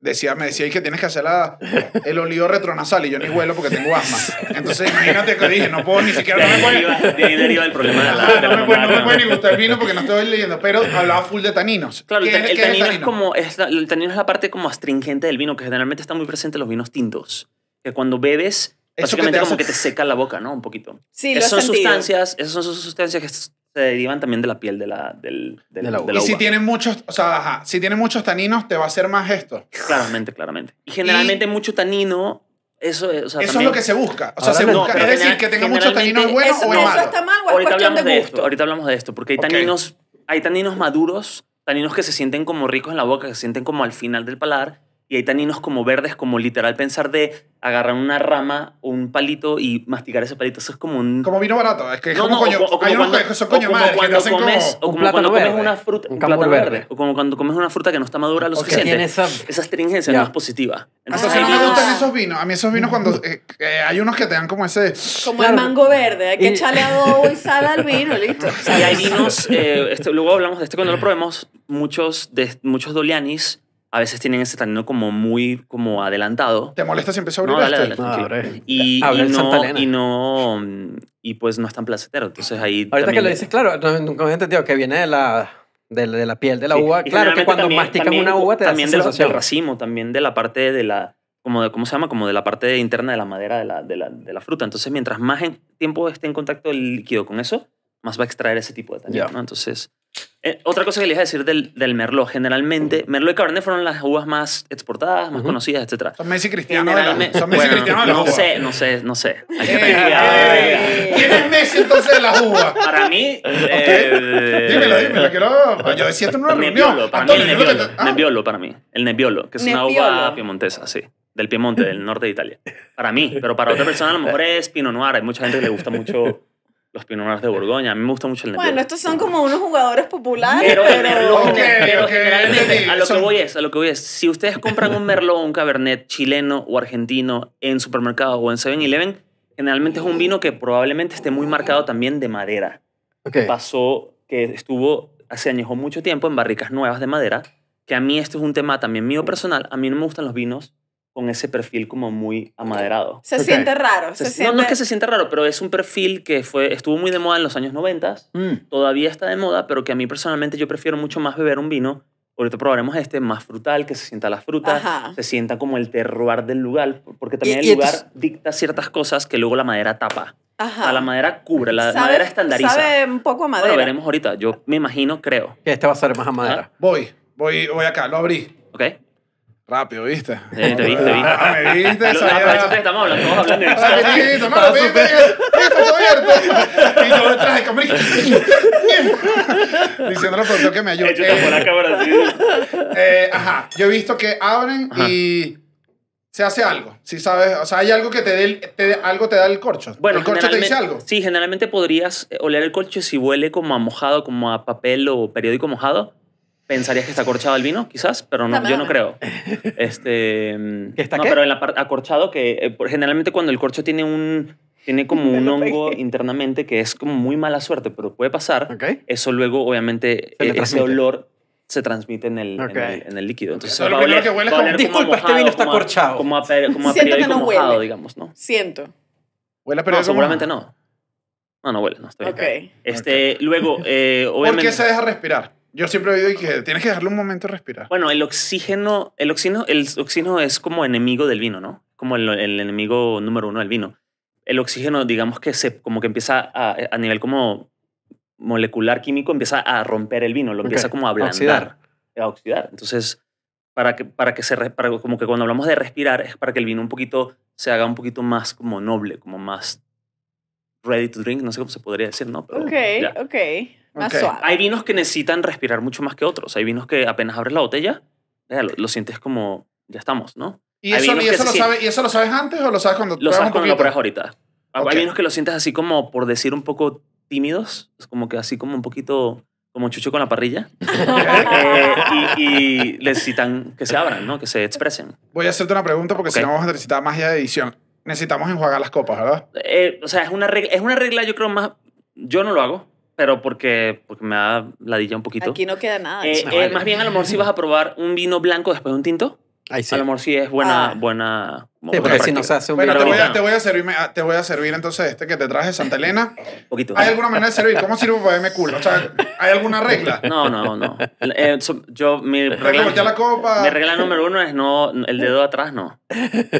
Speaker 1: decía, me decía que tienes que hacer la, el olivo retronasal y yo ni vuelo porque tengo asma. Entonces, imagínate que dije, no puedo ni siquiera.
Speaker 8: de,
Speaker 1: No me
Speaker 8: ahí
Speaker 1: puede,
Speaker 8: deriva, de ahí deriva el problema de la.
Speaker 1: Ah,
Speaker 8: de la
Speaker 1: no me puede, no me
Speaker 8: mamada,
Speaker 1: puede
Speaker 8: ¿no?
Speaker 1: ni gustar el vino porque no estoy leyendo. Pero hablaba full de taninos.
Speaker 8: Claro, el,
Speaker 1: ¿Qué
Speaker 8: ta-
Speaker 1: es-
Speaker 8: el
Speaker 1: qué es
Speaker 8: tanino es como es la, el tanino es la parte como astringente del vino que generalmente está muy presente en los vinos tintos, que cuando bebes
Speaker 1: que
Speaker 8: básicamente
Speaker 1: te
Speaker 8: como
Speaker 1: hace-
Speaker 8: que te seca la boca, ¿no? Un poquito.
Speaker 6: Sí, lo
Speaker 8: esas son
Speaker 6: he sentido.
Speaker 8: sustancias, esas son sus- sustancias que s- se derivan también de la piel de la del, del-
Speaker 7: De la uva.
Speaker 1: Y si
Speaker 8: uva.
Speaker 1: tiene muchos, o sea, ajá, si tiene muchos taninos, te va a hacer más esto.
Speaker 8: Claramente, claramente. Y generalmente mucho tanino, eso, es- o sea,
Speaker 1: Eso
Speaker 8: también-
Speaker 1: es lo que se busca. O sea,
Speaker 7: Ahora
Speaker 1: se
Speaker 7: no,
Speaker 1: busca.
Speaker 8: pero
Speaker 1: es decir,
Speaker 8: general-
Speaker 1: que tenga muchos taninos es bueno
Speaker 6: ¿Eso,
Speaker 1: o es
Speaker 6: eso
Speaker 1: malo.
Speaker 6: está mal o es
Speaker 8: Ahorita
Speaker 6: cuestión
Speaker 8: hablamos
Speaker 6: de
Speaker 8: de, esto,
Speaker 6: gusto?
Speaker 8: ahorita hablamos de esto, porque hay
Speaker 1: Ok.
Speaker 8: taninos, hay taninos maduros, taninos que se sienten como ricos en la boca, que se sienten como al final del paladar, y hay taninos como verdes, como literal pensar de agarrar una rama o un palito y masticar ese palito, eso es como un
Speaker 1: Como vino barato. Es que es
Speaker 8: No,
Speaker 1: como
Speaker 8: no,
Speaker 1: coño.
Speaker 8: o co- o
Speaker 1: hay
Speaker 8: como
Speaker 1: unos
Speaker 8: cuando-
Speaker 1: que son
Speaker 8: o
Speaker 1: coño
Speaker 8: como
Speaker 1: madre, que te
Speaker 8: cuando
Speaker 1: hacen
Speaker 8: comes-
Speaker 1: como.
Speaker 8: o
Speaker 7: Un
Speaker 8: como
Speaker 7: plátano
Speaker 8: cuando comes
Speaker 7: verde,
Speaker 8: una fruta,
Speaker 7: un
Speaker 8: un
Speaker 7: cambur
Speaker 8: plátano verde.
Speaker 7: verde.
Speaker 8: O como cuando comes una fruta que no está madura lo
Speaker 1: Ok.
Speaker 7: que tiene
Speaker 8: suficiente.
Speaker 7: esa...
Speaker 8: Esa astringencia
Speaker 7: Ya.
Speaker 8: no es positiva.
Speaker 1: Entonces,
Speaker 8: hay
Speaker 1: Ah, no me
Speaker 8: vinos-
Speaker 1: gustan esos vinos. A mí esos vinos cuando. eh, eh, hay unos que te dan como ese.
Speaker 6: Como
Speaker 7: Claro.
Speaker 6: el mango verde, hay que
Speaker 7: Y-
Speaker 6: echarle adobo y sal al vino, listo.
Speaker 8: Y hay vinos, eh, este- luego hablamos de este cuando lo probemos, muchos, de, muchos dolianis a veces tienen ese tanino como muy como adelantado.
Speaker 1: Te molesta si empiezo a abrir
Speaker 8: No, dale,
Speaker 1: este.
Speaker 8: dale,
Speaker 7: No,
Speaker 8: tranquilo.
Speaker 7: hombre.
Speaker 8: y,
Speaker 7: Habla
Speaker 8: y
Speaker 7: en Santa
Speaker 8: no,
Speaker 7: Elena.
Speaker 8: y no, mm, y pues no es tan placentero. Entonces ahí
Speaker 7: Ahorita que
Speaker 8: también-
Speaker 7: lo dices, claro, no- nunca había entendido que viene de la, de, la- de la piel de la
Speaker 8: Sí,
Speaker 7: uva.
Speaker 8: y
Speaker 7: Claro que
Speaker 8: generalmente
Speaker 7: cuando
Speaker 8: también-
Speaker 7: masticas
Speaker 8: también-
Speaker 7: una uva te da
Speaker 8: también
Speaker 7: esa
Speaker 8: de la-
Speaker 7: sensación.
Speaker 8: del racimo, también de la parte de la como de, ¿cómo se llama? Como de la parte interna de la madera de la, de la, de la fruta. Entonces, mientras más en- tiempo esté en contacto el líquido con eso, más va a extraer ese tipo de tanino,
Speaker 7: Ya.
Speaker 8: ¿no? Entonces, eh, otra cosa que les iba a decir del, del merlot, generalmente, merlot y cabernet fueron las uvas más exportadas, más
Speaker 7: Ujú.
Speaker 8: conocidas, etcétera.
Speaker 1: Son Messi Cristiano. de la-
Speaker 8: Generalmente-
Speaker 1: Son Messi
Speaker 8: bueno,
Speaker 1: Cristiano de la
Speaker 8: no
Speaker 1: uva.
Speaker 8: sé, no sé, no sé. Hay que
Speaker 1: Eh,
Speaker 8: tener cuidado.
Speaker 1: eh, ¿Quién es Messi entonces de la uva?
Speaker 8: Para mí, eh,
Speaker 1: Dímelo, dímelo, quiero. pues, Yo decía esto en una reunión.
Speaker 8: Nebbiolo, para mí el
Speaker 1: Antonio, yo creo
Speaker 8: Nebbiolo.
Speaker 1: que- ah,
Speaker 8: Nebbiolo para mí. El Nebbiolo, que es una
Speaker 6: Nebbiolo.
Speaker 8: uva piemontesa, sí. Del Piemonte, del norte de Italia. Para mí, pero para otra persona a lo mejor es Pinot Noir. Hay mucha gente que le gusta mucho los Pinot Noirs de Borgoña. A mí me gusta mucho el Nebbiolo.
Speaker 6: Bueno, estos son como unos jugadores populares,
Speaker 8: Pero,
Speaker 6: pero...
Speaker 8: el Merlot,
Speaker 1: Ok,
Speaker 8: pero
Speaker 1: ok,
Speaker 8: generalmente,
Speaker 1: entendí.
Speaker 8: a lo que
Speaker 1: Son-
Speaker 8: voy es, a lo que voy es, si ustedes compran un Merlot o un Cabernet chileno o argentino en supermercado o en 7-Eleven, generalmente es un vino que probablemente esté muy marcado también de madera
Speaker 7: Ok.
Speaker 8: pasó que estuvo hace años o mucho tiempo en barricas nuevas de madera, que a mí esto es un tema también mío personal, a mí no me gustan los vinos con ese perfil como muy amaderado.
Speaker 6: Se
Speaker 7: Ok.
Speaker 6: siente raro, se
Speaker 8: Se-
Speaker 6: siente...
Speaker 8: no, no es que se sienta raro, pero es un perfil que fue, estuvo muy de moda en los años 90,
Speaker 7: Mm.
Speaker 8: todavía está de moda, pero que a mí personalmente yo prefiero mucho más beber un vino, ahorita probaremos este, más frutal, que se sienta la fruta,
Speaker 6: Ajá.
Speaker 8: se sienta como el terroir del lugar, porque
Speaker 7: Y-
Speaker 8: también el
Speaker 7: y
Speaker 8: lugar
Speaker 7: entonces-
Speaker 8: dicta ciertas cosas que luego la madera tapa.
Speaker 6: Ajá.
Speaker 8: A la madera cubre, la
Speaker 6: Sabe-
Speaker 8: madera estandariza.
Speaker 6: Sabe un poco a madera.
Speaker 8: Bueno, veremos ahorita. Yo me imagino, creo.
Speaker 7: Que este va a ser más a madera.
Speaker 1: Voy, voy, voy acá, lo abrí.
Speaker 8: ¿Ok? Eh,
Speaker 1: Rápido, ¿viste?
Speaker 8: te vi, te vi.
Speaker 1: Ah, me viste,
Speaker 8: Lo-
Speaker 1: sabía-
Speaker 8: ah, por eso te estamos hablando, estamos hablando de
Speaker 1: Ah,
Speaker 8: eso.
Speaker 1: bendito, mano, ven, ven, ven, está todo abierto. Y yo detrás de Camry. Diciéndole al productor que me ayude.
Speaker 8: Échate por la
Speaker 1: Eh,
Speaker 8: cámara, sí.
Speaker 1: eh, ajá, yo he visto que abren
Speaker 8: Ajá.
Speaker 1: y se hace algo. Si sabes, o sea, hay algo que te dé, el- te dé- algo te da el corcho.
Speaker 8: Bueno,
Speaker 1: el corcho te
Speaker 8: generalmente-
Speaker 1: dice algo.
Speaker 8: Sí, generalmente podrías eh, oler el colche si huele como a mojado, como a papel o periódico mojado. pensarías que está acorchado el vino, quizás, pero no,
Speaker 6: Dame,
Speaker 8: yo no
Speaker 6: dame.
Speaker 8: creo. Este, mm,
Speaker 7: ¿Que está
Speaker 8: no,
Speaker 7: qué?
Speaker 8: pero en la par- acorchado que eh, por- generalmente cuando el corcho tiene un tiene como un
Speaker 6: lo
Speaker 8: hongo
Speaker 6: pegué.
Speaker 8: internamente que es como muy mala suerte, pero puede pasar.
Speaker 7: ¿Ok?
Speaker 8: Eso luego, obviamente,
Speaker 7: Se le
Speaker 8: eh, ese
Speaker 7: transmite.
Speaker 8: olor se transmite en el, en
Speaker 7: Ok.
Speaker 8: el- en el líquido. Entonces,
Speaker 1: Eso es lo
Speaker 8: va a
Speaker 1: primero
Speaker 8: oler-
Speaker 1: que huele
Speaker 8: va a
Speaker 1: como,
Speaker 8: oler como
Speaker 7: "Disculpa, este
Speaker 8: mojado,
Speaker 7: vino está
Speaker 8: como a-
Speaker 7: acorchado".
Speaker 8: Como a, per- como a
Speaker 6: Siento que
Speaker 8: periódico
Speaker 6: no
Speaker 8: mojado,
Speaker 6: huele.
Speaker 8: digamos, ¿no?
Speaker 6: Siento.
Speaker 1: Huele a
Speaker 8: No,
Speaker 1: periódico
Speaker 8: seguramente
Speaker 1: mojado.
Speaker 8: no. No, no huele, no estoy
Speaker 6: Ok.
Speaker 8: acá. Este, luego, eh,
Speaker 1: ¿Por
Speaker 8: obviamente...
Speaker 1: qué se deja respirar? Yo siempre he oído y que tienes que dejarle un momento respirar.
Speaker 8: Bueno, el oxígeno, el oxígeno, el oxígeno es como enemigo del vino, ¿no? Como el, el enemigo número uno del vino. El oxígeno, digamos que se, como que empieza a, a nivel como molecular químico, empieza a romper el vino, lo
Speaker 7: Ok.
Speaker 8: empieza como a ablandar,
Speaker 7: Oxidar.
Speaker 8: a oxidar. Entonces, para que, para que se, re- para, como que cuando hablamos de respirar es para que el vino un poquito se haga un poquito más como noble, como más ready to drink, no sé cómo se podría decir, ¿no? Pero
Speaker 6: Ok,
Speaker 8: ya.
Speaker 6: ok. Más
Speaker 1: Ok.
Speaker 6: suave.
Speaker 8: Hay vinos que necesitan respirar mucho más que otros. Hay vinos que apenas abres la botella, ya lo, lo sientes como, ya estamos, ¿no?
Speaker 1: ¿Y
Speaker 8: Hay
Speaker 1: eso,
Speaker 8: vinos
Speaker 1: y,
Speaker 8: que
Speaker 1: eso
Speaker 8: se
Speaker 1: lo
Speaker 8: sienten.
Speaker 1: sabes, ¿Y eso lo sabes antes o lo sabes cuando
Speaker 8: Lo
Speaker 1: pruebas
Speaker 8: sabes
Speaker 1: un
Speaker 8: cuando lo
Speaker 1: poquito?
Speaker 8: pruebas ahorita. Hay-
Speaker 1: Ok.
Speaker 8: Hay vinos que lo sientes así como, por decir un poco tímidos, es como que así como un poquito como chucho con la parrilla. Eh, y, y necesitan que se abran, ¿no? Que se expresen.
Speaker 1: Voy a hacerte una pregunta porque
Speaker 8: Ok.
Speaker 1: si no vamos a necesitar magia de edición. Necesitamos enjuagar las copas, ¿verdad?
Speaker 8: Eh, o sea, es una, regla, es una regla, yo creo, más... Yo no lo hago, pero porque, porque me da ladilla un poquito.
Speaker 6: Aquí no queda nada.
Speaker 7: Ah,
Speaker 8: Eh,
Speaker 6: chico.
Speaker 8: eh, más bien, a lo mejor si vas a probar un vino blanco después de un tinto,
Speaker 7: Ahí sí.
Speaker 8: A lo mejor sí es buena.
Speaker 6: Ah.
Speaker 8: buena
Speaker 7: Sí,
Speaker 8: buena
Speaker 7: porque si
Speaker 8: práctica.
Speaker 7: no se hace un
Speaker 1: Bueno,
Speaker 7: vino
Speaker 1: te voy, a,
Speaker 8: ahorita.
Speaker 1: te, voy a servir, me- ah, te voy a servir entonces este que te traje Santa Elena.
Speaker 8: Poquito.
Speaker 1: ¿Hay alguna manera de servir? ¿Cómo sirvo para verme culo? O sea, ¿hay alguna regla?
Speaker 8: No, no, no. Eh, so- yo, mi
Speaker 1: Tengo que voltear la
Speaker 8: regla,
Speaker 1: copa
Speaker 8: mi regla número uno es no, el dedo atrás no.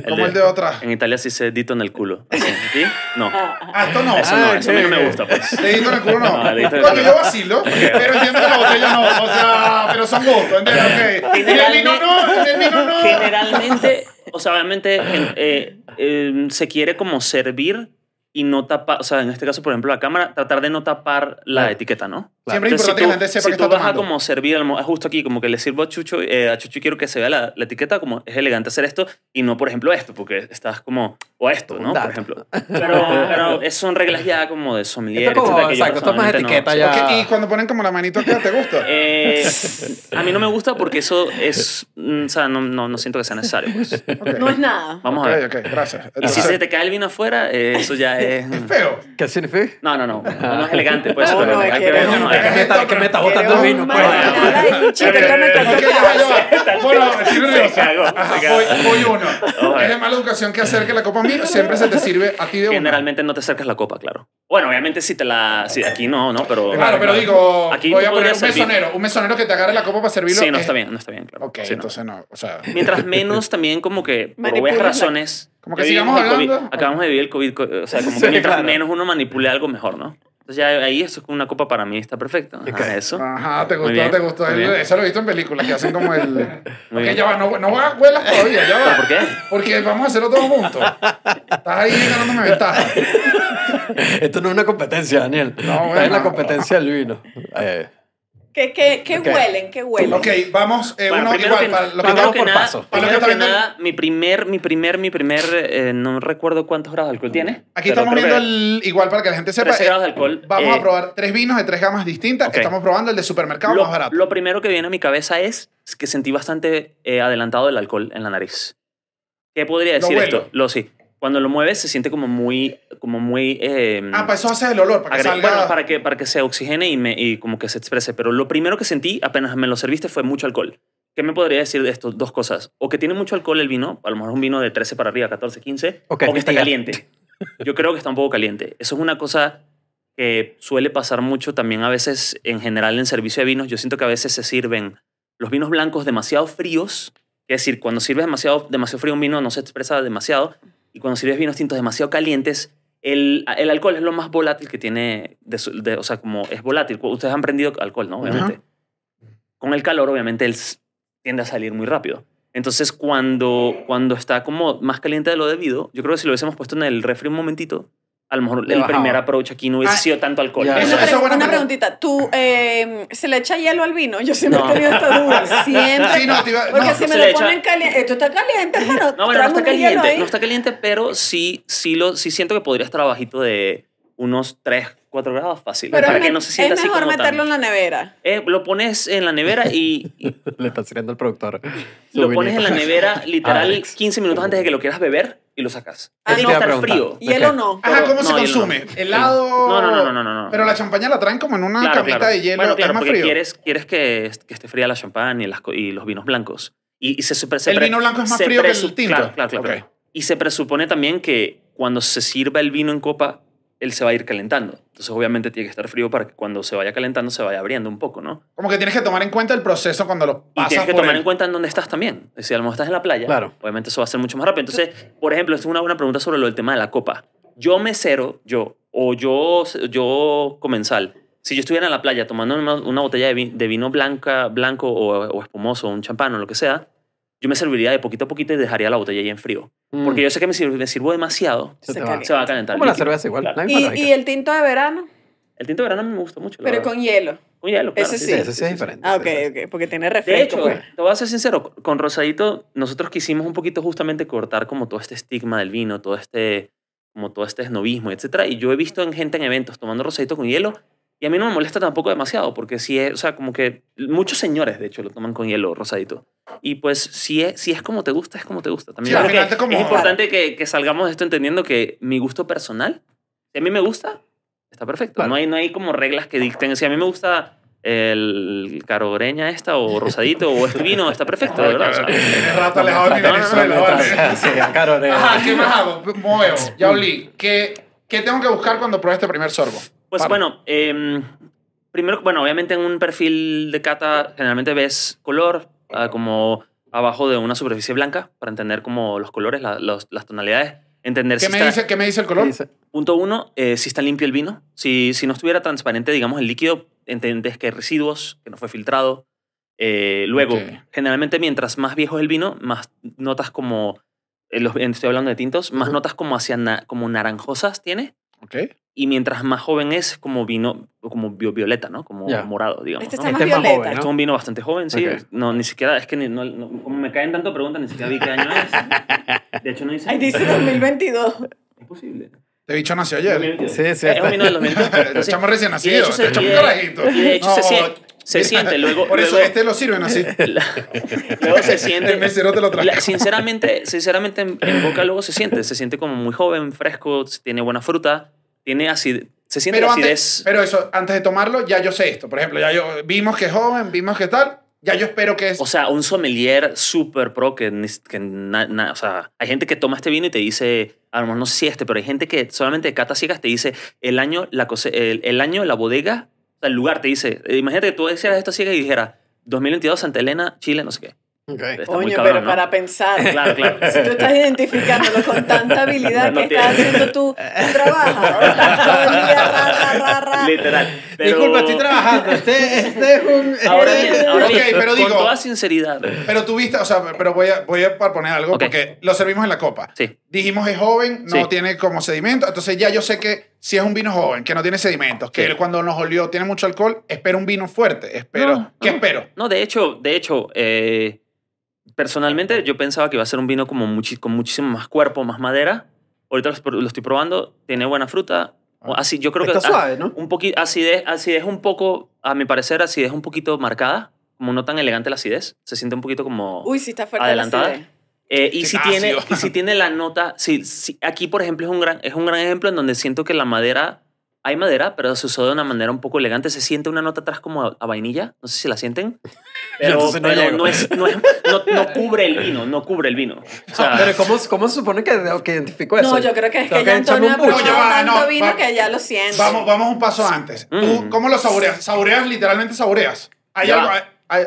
Speaker 1: como el de atrás.
Speaker 8: En Italia sí se dito en el culo. Así, ¿Sí? No.
Speaker 1: Ah, esto no.
Speaker 8: Eso no,
Speaker 7: Ah,
Speaker 8: eso a mí no
Speaker 7: ok.
Speaker 8: me gusta, pues.
Speaker 1: Dedito en el culo no.
Speaker 8: No, dedito en el
Speaker 1: Coño,
Speaker 8: culo.
Speaker 1: yo vacilo, pero entiendo que la botella no. O sea, pero son gustos, ¿entiendes? Ok. En el vino no, en el vino no.
Speaker 8: Generalmente, o sea, obviamente en- eh, eh, se quiere como servir y no tapar, o sea, en este caso, por ejemplo, la cámara, tratar de no tapar la
Speaker 7: Claro.
Speaker 8: etiqueta, ¿no?
Speaker 1: Siempre es
Speaker 8: Entonces,
Speaker 1: importante que
Speaker 8: si
Speaker 1: la gente
Speaker 8: tú-
Speaker 1: sepa
Speaker 8: si
Speaker 1: que
Speaker 8: tú
Speaker 1: está
Speaker 8: vas
Speaker 1: tomando.
Speaker 8: a como servir, almo- ah, justo aquí, como que le sirvo a Chucho, eh, a Chucho quiero que se vea la, la etiqueta, como es elegante hacer esto y no, por ejemplo, esto, porque estás como, o esto, ¿no? Por
Speaker 7: Dato.
Speaker 8: ejemplo. Pero, pero es- son reglas ya como de sommelier,
Speaker 7: Esto como-
Speaker 8: etcétera, que yo
Speaker 7: exacto, esto es más
Speaker 8: personalmente no-
Speaker 7: etiqueta ya.
Speaker 1: Ok, y cuando ponen como la manito acá, ¿te gusta?
Speaker 8: Eh, a mí no me gusta porque eso es, mm, o sea, no, no, no siento que sea necesario, pues.
Speaker 1: Ok.
Speaker 6: No es nada.
Speaker 8: Vamos a ver.
Speaker 1: Ok, ok, gracias.
Speaker 8: eh. Y si
Speaker 1: Entonces,
Speaker 8: se te cae el vino afuera, eh, eso ya es...
Speaker 1: es feo.
Speaker 7: ¿Qué significa?
Speaker 8: No, no, no. No es elegante, pues.
Speaker 6: No,
Speaker 8: pero
Speaker 6: no,
Speaker 8: hay
Speaker 6: es
Speaker 8: que
Speaker 6: que
Speaker 8: ver,
Speaker 6: no.
Speaker 8: no, no,
Speaker 7: Es
Speaker 8: hay
Speaker 7: que me está, es que me está botando
Speaker 6: Eres
Speaker 7: vino.
Speaker 6: un
Speaker 7: pues.
Speaker 6: marginal, ay, cuchito,
Speaker 1: Ok,
Speaker 6: no me
Speaker 1: ok,
Speaker 6: cantó
Speaker 1: ya va, ya va. Bueno, estoy nervioso.
Speaker 8: Se cagó, se
Speaker 1: Ajá,
Speaker 8: cagó.
Speaker 1: Voy voy uno.
Speaker 8: Ojo.
Speaker 1: Es de mala educación que hacer que la copa a mí siempre se te sirve a ti de una.
Speaker 8: Generalmente no te acercas la copa, claro. Bueno, obviamente si te la... si aquí no, ¿no? Pero...
Speaker 1: Claro, pero digo,
Speaker 8: Aquí
Speaker 1: voy a poner
Speaker 8: tú
Speaker 1: un
Speaker 8: podrías servir.
Speaker 1: mesonero, un mesonero que te agarre la copa para servirlo.
Speaker 8: Sí, no
Speaker 1: es-
Speaker 8: está bien, no está bien, claro.
Speaker 1: Ok,
Speaker 8: Sí, no.
Speaker 1: entonces no, o sea,
Speaker 8: Mientras menos también como que por
Speaker 6: Manipulas
Speaker 8: obvias
Speaker 6: la-
Speaker 8: razones...
Speaker 1: Como que
Speaker 8: ya
Speaker 1: sigamos
Speaker 8: vivimos el COVID,
Speaker 1: hablando.
Speaker 8: acabamos de vivir el COVID, co- o sea, como que
Speaker 7: Sí,
Speaker 8: mientras
Speaker 7: claro.
Speaker 8: menos uno manipule algo, mejor, ¿no? Entonces ya ahí eso es como una copa para mí, está perfecto. Ajá, Eso.
Speaker 1: ajá, te
Speaker 8: Muy
Speaker 1: gustó,
Speaker 8: bien,
Speaker 1: te gustó.
Speaker 8: muy
Speaker 1: El-
Speaker 8: bien.
Speaker 1: Eso lo he visto en películas que hacen como el. Ok,
Speaker 8: Muy bien.
Speaker 1: ya va, no, no va- huelas todavía, ya va.
Speaker 8: ¿Por qué?
Speaker 1: Porque vamos a hacerlo todos juntos. Estás ahí ganándome ventaja.
Speaker 7: Esto no es una competencia, Daniel.
Speaker 1: No,
Speaker 7: No,
Speaker 1: bueno.
Speaker 7: Es la competencia del vino. Eh,
Speaker 6: ¿Qué, qué, qué
Speaker 7: Ok.
Speaker 6: huelen? ¿Qué huelen?
Speaker 1: Ok, vamos, eh,
Speaker 8: Bueno,
Speaker 1: uno
Speaker 8: primero
Speaker 1: igual,
Speaker 8: que-
Speaker 1: para los que
Speaker 8: primero
Speaker 1: estamos
Speaker 8: que
Speaker 1: por
Speaker 8: nada-
Speaker 1: paso. Para los que
Speaker 8: Primero que
Speaker 1: están viendo-
Speaker 8: nada, mi primer, mi primer, mi primer, eh, no recuerdo cuántos grados de alcohol tiene.
Speaker 1: Aquí
Speaker 8: pero
Speaker 1: estamos
Speaker 8: creo
Speaker 1: viendo
Speaker 8: que
Speaker 1: el. Igual para que la gente sepa.
Speaker 8: 13
Speaker 1: eh,
Speaker 8: grados de alcohol.
Speaker 1: Vamos
Speaker 8: eh,
Speaker 1: a probar tres vinos de tres gamas distintas.
Speaker 8: ok.
Speaker 1: Estamos probando el de supermercado
Speaker 8: lo,
Speaker 1: más barato.
Speaker 8: lo primero que viene a mi cabeza es que sentí bastante eh, adelantado el alcohol en la nariz. ¿Qué podría
Speaker 1: Lo
Speaker 8: decir
Speaker 1: huelo.
Speaker 8: esto? Lo sí. Cuando lo mueves se siente como muy, como muy. eh,
Speaker 1: ah, para eso hace el olor, para que
Speaker 8: agre-
Speaker 1: salga.
Speaker 8: Bueno, para que, para que se oxigene y, me, y como que se exprese. Pero lo primero que sentí apenas me lo serviste fue mucho alcohol. ¿Qué me podría decir de esto? Dos cosas. O que tiene mucho alcohol el vino, a lo mejor un vino de 13 para arriba, 14, 15,
Speaker 7: Ok,
Speaker 8: o que está
Speaker 7: mitiga.
Speaker 8: caliente. Yo creo que está un poco caliente. Eso es una cosa que suele pasar mucho también a veces en general en servicio de vinos. Yo siento que a veces se sirven los vinos blancos demasiado fríos. Es decir, cuando sirves demasiado, demasiado frío un vino no se expresa demasiado. Y cuando sirves vinos tintos demasiado calientes, el, el alcohol es lo más volátil que tiene, de su- de- o sea, como es volátil. Ustedes han prendido alcohol, ¿no? Obviamente. Con el calor, obviamente, él s- tiende a salir muy rápido. Entonces, cuando, cuando está como más caliente de lo debido, yo creo que si lo hubiésemos puesto en el refri un momentito, a lo mejor
Speaker 7: Le
Speaker 8: el
Speaker 7: bajaba.
Speaker 8: primer approach aquí no hubiese
Speaker 1: Ah,
Speaker 8: sido tanto alcohol.
Speaker 7: ya.
Speaker 6: Una,
Speaker 1: Eso-
Speaker 6: pre-
Speaker 1: eso es buena
Speaker 6: una
Speaker 1: pregunta.
Speaker 6: preguntita. ¿Tú eh, se le echa hielo al vino? Yo siempre
Speaker 8: No.
Speaker 6: he tenido esta duda. Siempre.
Speaker 1: Sí, no, te iba-
Speaker 6: porque
Speaker 1: no,
Speaker 6: si
Speaker 8: no
Speaker 6: me
Speaker 8: se
Speaker 6: lo
Speaker 8: le echa.
Speaker 6: ponen caliente. Esto está caliente, hermano.
Speaker 8: No, bueno, no
Speaker 6: Tráeme
Speaker 8: está
Speaker 6: un hielo
Speaker 8: caliente,
Speaker 6: ahí.
Speaker 8: no está caliente, pero sí, sí, lo, sí siento que podría estar abajito de unos 3, 4 grados fácil.
Speaker 6: Pero
Speaker 8: para
Speaker 6: es,
Speaker 8: que
Speaker 6: me-
Speaker 8: no se sienta
Speaker 6: es
Speaker 8: así
Speaker 6: mejor
Speaker 8: como tan-
Speaker 6: meterlo en la nevera.
Speaker 8: Eh, lo pones en la nevera y, y
Speaker 7: Le está sirviendo el productor.
Speaker 8: lo pones en la nevera literal
Speaker 7: Alex.
Speaker 8: 15 minutos antes de que lo quieras beber y lo sacas.
Speaker 6: Ah,
Speaker 8: Tiene
Speaker 6: no.
Speaker 7: Te iba
Speaker 8: que estar
Speaker 7: a
Speaker 8: frío.
Speaker 7: preguntar. ¿De
Speaker 6: Hielo
Speaker 7: qué?
Speaker 6: no.
Speaker 1: Ajá,
Speaker 8: No,
Speaker 1: ¿cómo se
Speaker 8: no, hielo
Speaker 1: consume?
Speaker 8: no.
Speaker 1: ¿Helado?
Speaker 8: No, no, no, no, no, no.
Speaker 1: Pero la champaña la traen como en una
Speaker 8: Claro,
Speaker 1: capita
Speaker 8: claro.
Speaker 1: de hielo.
Speaker 8: Bueno, claro,
Speaker 1: es más
Speaker 8: porque
Speaker 1: frío.
Speaker 8: quieres, quieres que, est- que esté fría la champán y, las co- y los vinos blancos. Y, y se, supre- se
Speaker 1: El
Speaker 8: pre-
Speaker 1: vino blanco es más
Speaker 8: se
Speaker 1: frío que el
Speaker 8: presu-
Speaker 1: tinto.
Speaker 8: Claro, claro, claro.
Speaker 1: Ok.
Speaker 8: Y se presupone también que cuando se sirva el vino en copa, él se va a ir calentando. Entonces, obviamente, tiene que estar frío para que cuando se vaya calentando se vaya abriendo un poco, ¿no?
Speaker 1: Como que tienes que tomar en cuenta el proceso cuando lo
Speaker 8: Y
Speaker 1: pasas
Speaker 8: tienes que
Speaker 1: por
Speaker 8: tomar
Speaker 1: el-
Speaker 8: en cuenta en dónde estás también. Si a lo mejor estás en la playa,
Speaker 7: Claro.
Speaker 8: obviamente eso va a ser mucho más rápido. Entonces, por ejemplo, esto es una buena pregunta sobre lo del tema de la copa. Yo mesero, yo, o yo, yo comensal, si yo estuviera en la playa tomando una, una botella de, vi- de vino blanca, blanco o, o espumoso, un champán o lo que sea, yo me serviría de poquito a poquito y dejaría la botella ahí en frío. Porque yo sé que me sirvo, me sirvo demasiado,
Speaker 7: Mm. Se
Speaker 6: Se
Speaker 7: te va.
Speaker 8: se va a calentar. el
Speaker 7: Como la
Speaker 8: líquido.
Speaker 7: cerveza igual.
Speaker 8: Claro.
Speaker 7: La misma
Speaker 6: Y,
Speaker 7: lógica.
Speaker 6: y el tinto de verano,
Speaker 8: El tinto de verano a mí me gusta mucho. la
Speaker 6: pero
Speaker 8: verdad.
Speaker 6: con hielo.
Speaker 8: Con hielo, claro,
Speaker 6: ese
Speaker 7: Sí, eso sí es diferente.
Speaker 6: Ah,
Speaker 7: sí,
Speaker 6: ok,
Speaker 7: sí, sí.
Speaker 6: ok. Porque tiene
Speaker 8: De
Speaker 6: refresco.
Speaker 8: hecho,
Speaker 6: pues.
Speaker 8: te voy a ser sincero, con Rosadito nosotros quisimos un poquito justamente cortar como todo este estigma del vino, todo este como todo este esnovismo, etcétera, y yo he visto en gente en eventos tomando Rosadito con hielo y a mí no me molesta tampoco demasiado porque sí es, o sea, como que muchos señores de hecho lo toman con hielo Rosadito. Y pues si es si es como te gusta, es como te gusta.
Speaker 1: Sí,
Speaker 8: También
Speaker 1: al
Speaker 8: creo
Speaker 1: final
Speaker 8: que
Speaker 1: te como-
Speaker 8: es importante que, que salgamos de esto entendiendo que mi gusto personal, si a mí me gusta, está perfecto.
Speaker 7: Claro.
Speaker 8: No hay no hay como reglas que dicten si a mí me gusta el caroreña esta o rosadito o este vino está perfecto, de verdad. o sea.
Speaker 1: Tienes rato alejado de mi
Speaker 8: No, no, no,
Speaker 1: Venezuela,
Speaker 8: no,
Speaker 1: vale.
Speaker 7: Sí, claro, de-
Speaker 6: Ah.
Speaker 1: Ajá, ¿qué más hago? Muevo. Ya olí. ¿Qué, qué tengo que buscar cuando pruebe este primer sorbo?
Speaker 8: Pues
Speaker 1: Vamos.
Speaker 8: bueno, em, primero, bueno, obviamente en un perfil de cata generalmente ves color ah, como abajo de una superficie blanca para entender como los colores, la- los- las tonalidades, entender
Speaker 1: ¿Qué
Speaker 8: si
Speaker 1: me,
Speaker 8: está-
Speaker 1: dice, ¿Qué me dice el color?
Speaker 7: Dice,
Speaker 8: Punto uno, eh, si está limpio el vino. Si, si no estuviera transparente, digamos, el líquido, entiendes que hay residuos, que no fue filtrado. Eh, luego,
Speaker 1: Ok.
Speaker 8: generalmente mientras más viejo es el vino, más notas como, eh, los- estoy hablando de tintos, más notas como hacia na- como naranjosas tiene.
Speaker 1: Ok.
Speaker 8: Y mientras más joven es, como vino, como vi- violeta, ¿no? Como
Speaker 7: Ya.
Speaker 8: morado, digamos.
Speaker 6: Este
Speaker 8: ¿no?
Speaker 6: está más
Speaker 7: Este es más
Speaker 6: violeta.
Speaker 7: joven,
Speaker 8: Esto es un vino bastante joven, sí.
Speaker 7: Ok.
Speaker 8: No, ni siquiera, es que ni- no- no- como me caen tanto preguntas, ni siquiera vi qué año es. De hecho, no dice.
Speaker 6: Ahí dice 2022.
Speaker 8: Es posible.
Speaker 1: Este bicho nació ayer.
Speaker 7: Sí, sí.
Speaker 8: Es Eh, un
Speaker 7: está-
Speaker 8: vino de los mejores.
Speaker 1: Lo
Speaker 8: Entonces,
Speaker 1: echamos recién
Speaker 8: y de
Speaker 1: nacido.
Speaker 8: hecho
Speaker 1: Te
Speaker 8: se-
Speaker 1: echo
Speaker 8: y
Speaker 1: un
Speaker 8: de-
Speaker 1: carajito.
Speaker 8: y de hecho se
Speaker 1: No,
Speaker 8: siente- se
Speaker 1: mira,
Speaker 8: siente, luego-
Speaker 1: Por eso
Speaker 8: luego-
Speaker 1: este lo sirven así.
Speaker 8: Luego se
Speaker 1: El
Speaker 8: siente.
Speaker 1: mesero te lo trae.
Speaker 8: la- sinceramente, sinceramente en, en boca luego se siente. Se siente como muy joven, fresco, tiene buena fruta, tiene acidez. Se siente
Speaker 1: Pero
Speaker 8: la
Speaker 1: antes,
Speaker 8: acidez.
Speaker 1: pero eso, antes de tomarlo, ya yo sé esto. Por ejemplo, ya yo vimos que es joven, vimos que tal. Ya yo espero que es.
Speaker 8: o sea, un sommelier super pro que, ni- que na- na- o sea, hay gente que toma este vino y te dice, a lo mejor no sé si este, pero hay gente que solamente de cata ciegas te dice el año, la cose- el, el año, la bodega, o sea, el lugar te dice. eh, Imagínate que tú hicieras esto ciega y dijera 2022 Santa Elena, Chile, no sé qué.
Speaker 7: Ok.
Speaker 8: Está muy
Speaker 6: Coño,
Speaker 8: cabrón,
Speaker 6: pero
Speaker 8: ¿no?
Speaker 6: para pensar.
Speaker 8: Claro, claro.
Speaker 6: Si tú estás identificándolo con tanta habilidad
Speaker 8: No
Speaker 6: que estás
Speaker 8: tiene.
Speaker 6: haciendo tú, tú trabajas. ¿verdad? Todo el día, ra, ra, ra, ra.
Speaker 8: Literal. Pero-
Speaker 7: Disculpa, estoy trabajando. Este, este es un.
Speaker 8: Ahora
Speaker 6: Eh,
Speaker 8: bien, ahora
Speaker 1: Ok,
Speaker 8: bien,
Speaker 1: pero
Speaker 8: con
Speaker 1: digo-
Speaker 8: toda sinceridad.
Speaker 1: Pero tú viste, o sea, pero voy a, voy a poner algo
Speaker 8: Ok.
Speaker 1: porque lo servimos en la copa.
Speaker 8: Sí.
Speaker 1: Dijimos es joven, no
Speaker 8: Sí.
Speaker 1: tiene como sedimento. Entonces ya yo sé que si es un vino joven, que no tiene sedimentos, que
Speaker 8: Sí.
Speaker 1: él cuando nos olió tiene mucho alcohol, espero un vino fuerte. Espero.
Speaker 8: No,
Speaker 1: ¿Qué
Speaker 8: no.
Speaker 1: espero?
Speaker 8: No, de hecho, de hecho, eh, personalmente yo pensaba que iba a ser un vino como muchi- con muchísimo más cuerpo, más madera. Ahorita lo, lo estoy probando, tiene buena fruta. O Así, yo creo
Speaker 7: Está
Speaker 8: que ah,
Speaker 7: suave, ¿no?
Speaker 8: un poquito acidez, acidez un poco, a mi parecer, acidez un poquito marcada, como no tan elegante la acidez, se siente un poquito como
Speaker 6: Uy, sí está fuerte
Speaker 8: Adelantada.
Speaker 6: la acidez.
Speaker 8: Eh, y,
Speaker 1: Sí,
Speaker 8: si tiene,
Speaker 1: ácido.
Speaker 8: y si tiene la nota, sí, sí, aquí por ejemplo es un, gran, es un gran ejemplo en donde siento que la madera, hay madera, pero se usó de una manera un poco elegante, se siente una nota atrás como a, a vainilla, no sé si la sienten, pero,
Speaker 7: entonces no
Speaker 8: pero
Speaker 7: llego.
Speaker 8: no, es, no, es- no- no cubre el vino, no cubre el vino. O sea,
Speaker 7: Pero ¿cómo, ¿cómo se supone que, que
Speaker 1: Pues
Speaker 7: identifico eso?
Speaker 6: No, yo creo que es
Speaker 7: Tengo
Speaker 6: que ya
Speaker 7: echarme
Speaker 6: Antonio ha
Speaker 7: un buche.
Speaker 1: No, ya
Speaker 6: probado
Speaker 1: va,
Speaker 6: tanto
Speaker 1: no,
Speaker 6: vino
Speaker 1: va-
Speaker 6: que ya lo siente.
Speaker 1: Vamos, vamos un paso antes. ¿Tú
Speaker 8: Mm.
Speaker 1: cómo lo saboreas? ¿Saboreas? Literalmente saboreas. Hay
Speaker 8: Ya.
Speaker 1: algo. hay- hay-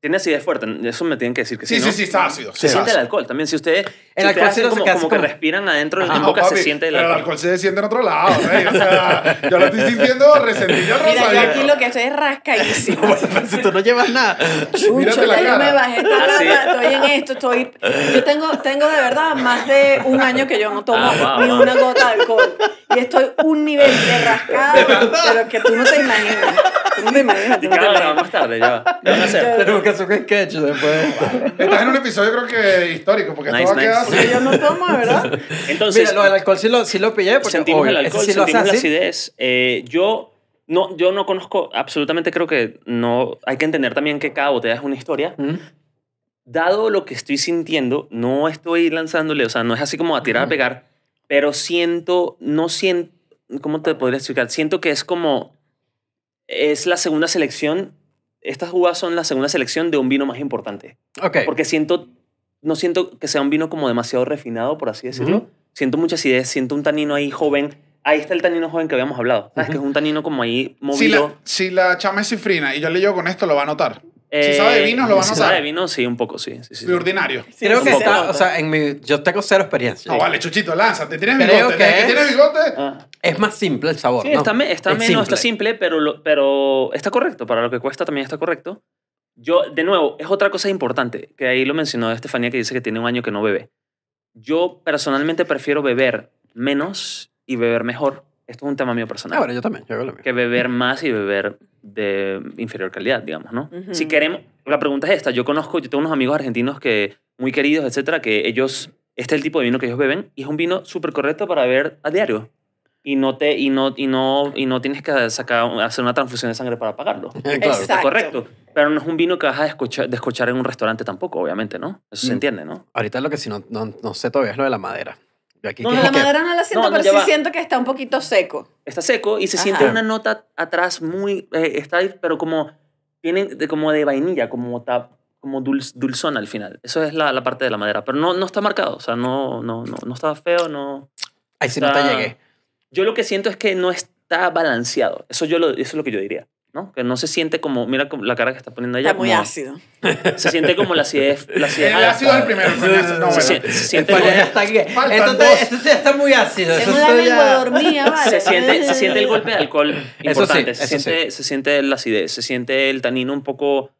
Speaker 8: tiene acidez fuerte, eso me tienen que decir que sí.
Speaker 1: sí, sí,
Speaker 8: ¿no?
Speaker 1: sí, está ácido.
Speaker 8: Se
Speaker 1: sí,
Speaker 8: siente el
Speaker 1: está
Speaker 8: alcohol también, si ustedes, si
Speaker 7: alcohol
Speaker 8: ustedes
Speaker 7: sí
Speaker 8: hacen
Speaker 7: no se
Speaker 8: como,
Speaker 7: queda,
Speaker 8: como
Speaker 7: es
Speaker 8: que
Speaker 7: como-
Speaker 8: respiran adentro
Speaker 1: ácido.
Speaker 8: en
Speaker 1: No,
Speaker 8: boca, se
Speaker 1: papi,
Speaker 8: siente el
Speaker 1: pero
Speaker 8: alcohol.
Speaker 1: se siente en otro lado. güey. O sea, yo lo estoy sintiendo resentido.
Speaker 6: Mira, yo
Speaker 1: Rosalía.
Speaker 6: aquí lo que estoy es rascadísimo.
Speaker 7: Pero Pues si tú no llevas nada.
Speaker 1: Mírate
Speaker 6: Chucho,
Speaker 1: la
Speaker 6: ya yo
Speaker 1: cara.
Speaker 6: me bajé esta
Speaker 8: Ah, sí.
Speaker 6: rata, estoy en esto, estoy... Yo tengo, tengo de verdad más de un año que yo no tomo
Speaker 8: Ah, wow,
Speaker 6: ni
Speaker 8: wow.
Speaker 6: una gota de alcohol. Y estoy un nivel de rascada, pero que tú no te imaginas. Tú no te imaginas, tú
Speaker 8: Y
Speaker 6: no te
Speaker 8: cada
Speaker 6: imaginas.
Speaker 8: hora más tarde ya. ¿Qué van a hacer?
Speaker 7: Tenemos que hacer un sketch después.
Speaker 1: Estás en un episodio creo que histórico, porque
Speaker 8: Nice,
Speaker 1: esto va a quedar
Speaker 8: nice.
Speaker 1: así.
Speaker 6: Yo no tomo, ¿verdad?
Speaker 8: Entonces,
Speaker 7: Mira, lo del alcohol sí lo, sí lo pillé. Porque,
Speaker 8: sentimos el
Speaker 7: obvio, ese
Speaker 8: alcohol,
Speaker 7: sí lo haces
Speaker 8: sentimos la
Speaker 7: así.
Speaker 8: acidez. Eh, yo, no, yo no conozco, absolutamente creo que no. Hay que entender también que cada botella es una historia.
Speaker 7: Mm.
Speaker 8: Dado lo que estoy sintiendo, no estoy lanzándole, o sea, no es así como a tirar a pegar, pero siento, no siento, ¿cómo te podría explicar? Siento que es como, es la segunda selección, estas uvas son la segunda selección de un vino más importante.
Speaker 7: Ok.
Speaker 8: Porque siento, no siento que sea un vino como demasiado refinado, por así decirlo.
Speaker 7: Ujú.
Speaker 8: Siento mucha acidez, siento un tanino ahí joven. Ahí está el tanino joven que habíamos hablado. ¿Sabes? Que es un tanino como
Speaker 1: Si
Speaker 8: ahí movido.
Speaker 1: la, si la chama es cifrina y yo le llevo con esto, lo va a notar.
Speaker 8: Eh,
Speaker 1: si sabe de vinos, lo va a
Speaker 8: Si
Speaker 1: notar.
Speaker 8: sabe de vino, sí, un poco, sí. sí, sí, sí.
Speaker 1: De ordinario.
Speaker 7: Creo
Speaker 8: sí,
Speaker 7: que
Speaker 8: sí,
Speaker 7: está,
Speaker 6: sí.
Speaker 7: o sea, en mi, yo tengo cero experiencia.
Speaker 1: No, vale, Chuchito, lánzate. Tienes
Speaker 7: Creo
Speaker 1: bigote.
Speaker 7: que
Speaker 1: desde que
Speaker 7: es-
Speaker 1: tienes bigote.
Speaker 8: Ah.
Speaker 7: Es más simple el sabor,
Speaker 8: Sí,
Speaker 7: ¿no?
Speaker 8: está, me- está
Speaker 7: Es
Speaker 8: menos, está simple, pero, lo- pero está correcto. Para lo que cuesta también está correcto. Yo, de nuevo, es otra cosa importante, que ahí lo mencionó Estefanía, que dice que tiene un año que no bebe. Yo personalmente prefiero beber menos y beber mejor. Esto es un tema mío personal.
Speaker 7: Ah, bueno, yo también. Yo hago lo mismo.
Speaker 8: que beber más y beber de inferior calidad, digamos, ¿no?
Speaker 6: Ujú.
Speaker 8: Si queremos, la pregunta es esta, yo conozco, yo tengo unos amigos argentinos que muy queridos, etcétera, que ellos este es el tipo de vino que ellos beben y es un vino súper correcto para beber a diario. Y no te y no y no y no tienes que sacar hacer una transfusión de sangre para pagarlo.
Speaker 7: Claro.
Speaker 8: Está
Speaker 6: Exacto.
Speaker 8: correcto, pero no es un vino que vas a descochar, descochar en un restaurante tampoco, obviamente, ¿no? Eso se
Speaker 7: Mm.
Speaker 8: entiende, ¿no?
Speaker 7: Ahorita lo que sí no, no, no sé todavía es lo de la madera. Yo aquí
Speaker 8: No,
Speaker 7: que-
Speaker 8: no,
Speaker 6: La
Speaker 7: que-
Speaker 6: madera no la siento,
Speaker 8: No, no,
Speaker 6: pero
Speaker 8: ya
Speaker 6: sí
Speaker 8: va.
Speaker 6: siento que está un poquito seco.
Speaker 8: está seco y se
Speaker 6: Ajá.
Speaker 8: siente una nota atrás muy eh, está ahí, pero como tienen de, como de vainilla como ta- como dulz- dulzón al final eso es la, la parte de la madera pero no no está marcado o sea no no no, no está feo no
Speaker 7: Ahí sí no te
Speaker 8: está-
Speaker 7: llegué.
Speaker 8: yo lo que siento es que no está balanceado eso yo lo, eso es lo que yo diría ¿no? que no se siente como mira como la cara que está poniendo ella
Speaker 6: Está muy
Speaker 8: como-
Speaker 6: ácido.
Speaker 8: se siente como la acidez la acidez
Speaker 1: El ácido es el primero. coñazo. No,
Speaker 8: se,
Speaker 1: bueno.
Speaker 8: siente- se siente
Speaker 7: Después
Speaker 8: como-
Speaker 7: ya está aquí.
Speaker 1: Faltan
Speaker 7: Entonces,
Speaker 1: dos.
Speaker 7: esto sí está muy ácido. Eso,
Speaker 6: Tengo la
Speaker 7: sí
Speaker 6: lengua
Speaker 7: ya-
Speaker 6: dormida, vale.
Speaker 8: se siente, se siente el golpe de alcohol importante.
Speaker 7: eso
Speaker 8: se, siente, se siente la acidez, se siente el tanino un poco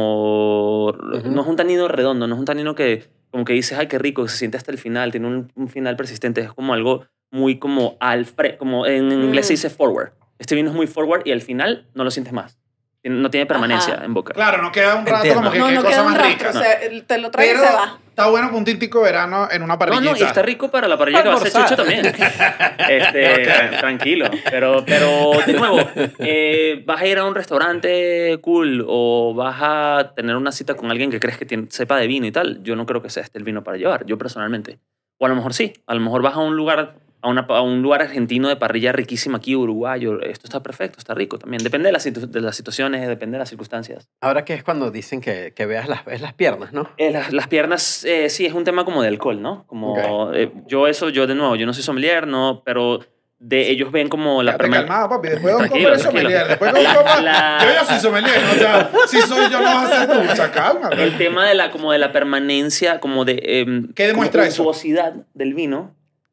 Speaker 8: como. No es un tanino redondo, no es un tanino que como que dices, ay, qué rico, se siente hasta el final, tiene un, un final persistente. Es como algo muy como al fre- como en inglés se
Speaker 6: Mm.
Speaker 8: dice forward. Este vino es muy forward y al final no lo sientes más. No tiene permanencia
Speaker 6: Ajá.
Speaker 8: en boca.
Speaker 1: Claro, no queda un rato
Speaker 7: Entiendo.
Speaker 1: como que
Speaker 6: No,
Speaker 1: qué
Speaker 6: no
Speaker 1: cosa
Speaker 6: queda un
Speaker 1: más
Speaker 6: rastro.
Speaker 1: rica.
Speaker 6: o sea, te lo trae y
Speaker 1: Pero
Speaker 6: se va.
Speaker 1: está bueno con un tintico de verano en una
Speaker 8: No,
Speaker 1: parrillita.
Speaker 8: no, y está rico para la parrilla que va a hacer Chucho
Speaker 7: Almorzar.
Speaker 8: también. Este, tra- tranquilo. Pero, pero de nuevo, eh, vas a ir a un restaurante cool o vas a tener una cita con alguien que crees que tiene- sepa de vino y tal. Yo no creo que sea este el vino para llevar, yo personalmente. O a lo mejor sí. A lo mejor vas a un lugar, a, una- a un lugar argentino de parrilla riquísima aquí, uruguayo. Esto está perfecto, está rico también. Depende de las, situ- de las situaciones, depende de las circunstancias.
Speaker 7: Ahora que es cuando dicen que, que veas las, es las piernas, ¿no?
Speaker 8: Eh, las, las piernas, eh, sí, es un tema como de alcohol, ¿no? Como
Speaker 7: Ok.
Speaker 8: eh, yo eso, yo de nuevo, yo no soy sommelier, no, pero de ellos ven como la
Speaker 1: Quédate
Speaker 8: permanencia.
Speaker 1: calmado, papi. Después de un
Speaker 8: Tranquilo,
Speaker 1: copa de
Speaker 8: tranquilo.
Speaker 1: sommelier. Después de un copa...
Speaker 8: La-
Speaker 1: Yo ya soy sommelier. ¿no? O sea, si soy yo, no vas a ser tú. O sea, calma.
Speaker 8: El tema de la como de la permanencia, como de em,
Speaker 1: ¿Qué demuestra
Speaker 8: como
Speaker 1: eso?
Speaker 8: Puntuosidad del vino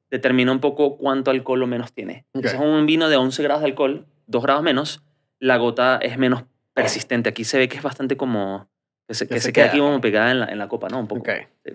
Speaker 8: determina un poco cuánto alcohol o menos tiene.
Speaker 7: Ok.
Speaker 8: Si es un vino de 11 grados de alcohol, 2 grados menos, la gota es menos persistente. Aquí se ve que es bastante como que se, que se queda aquí como pegada en la, en la copa, ¿no? Un poco.
Speaker 7: Ok.
Speaker 8: Sí.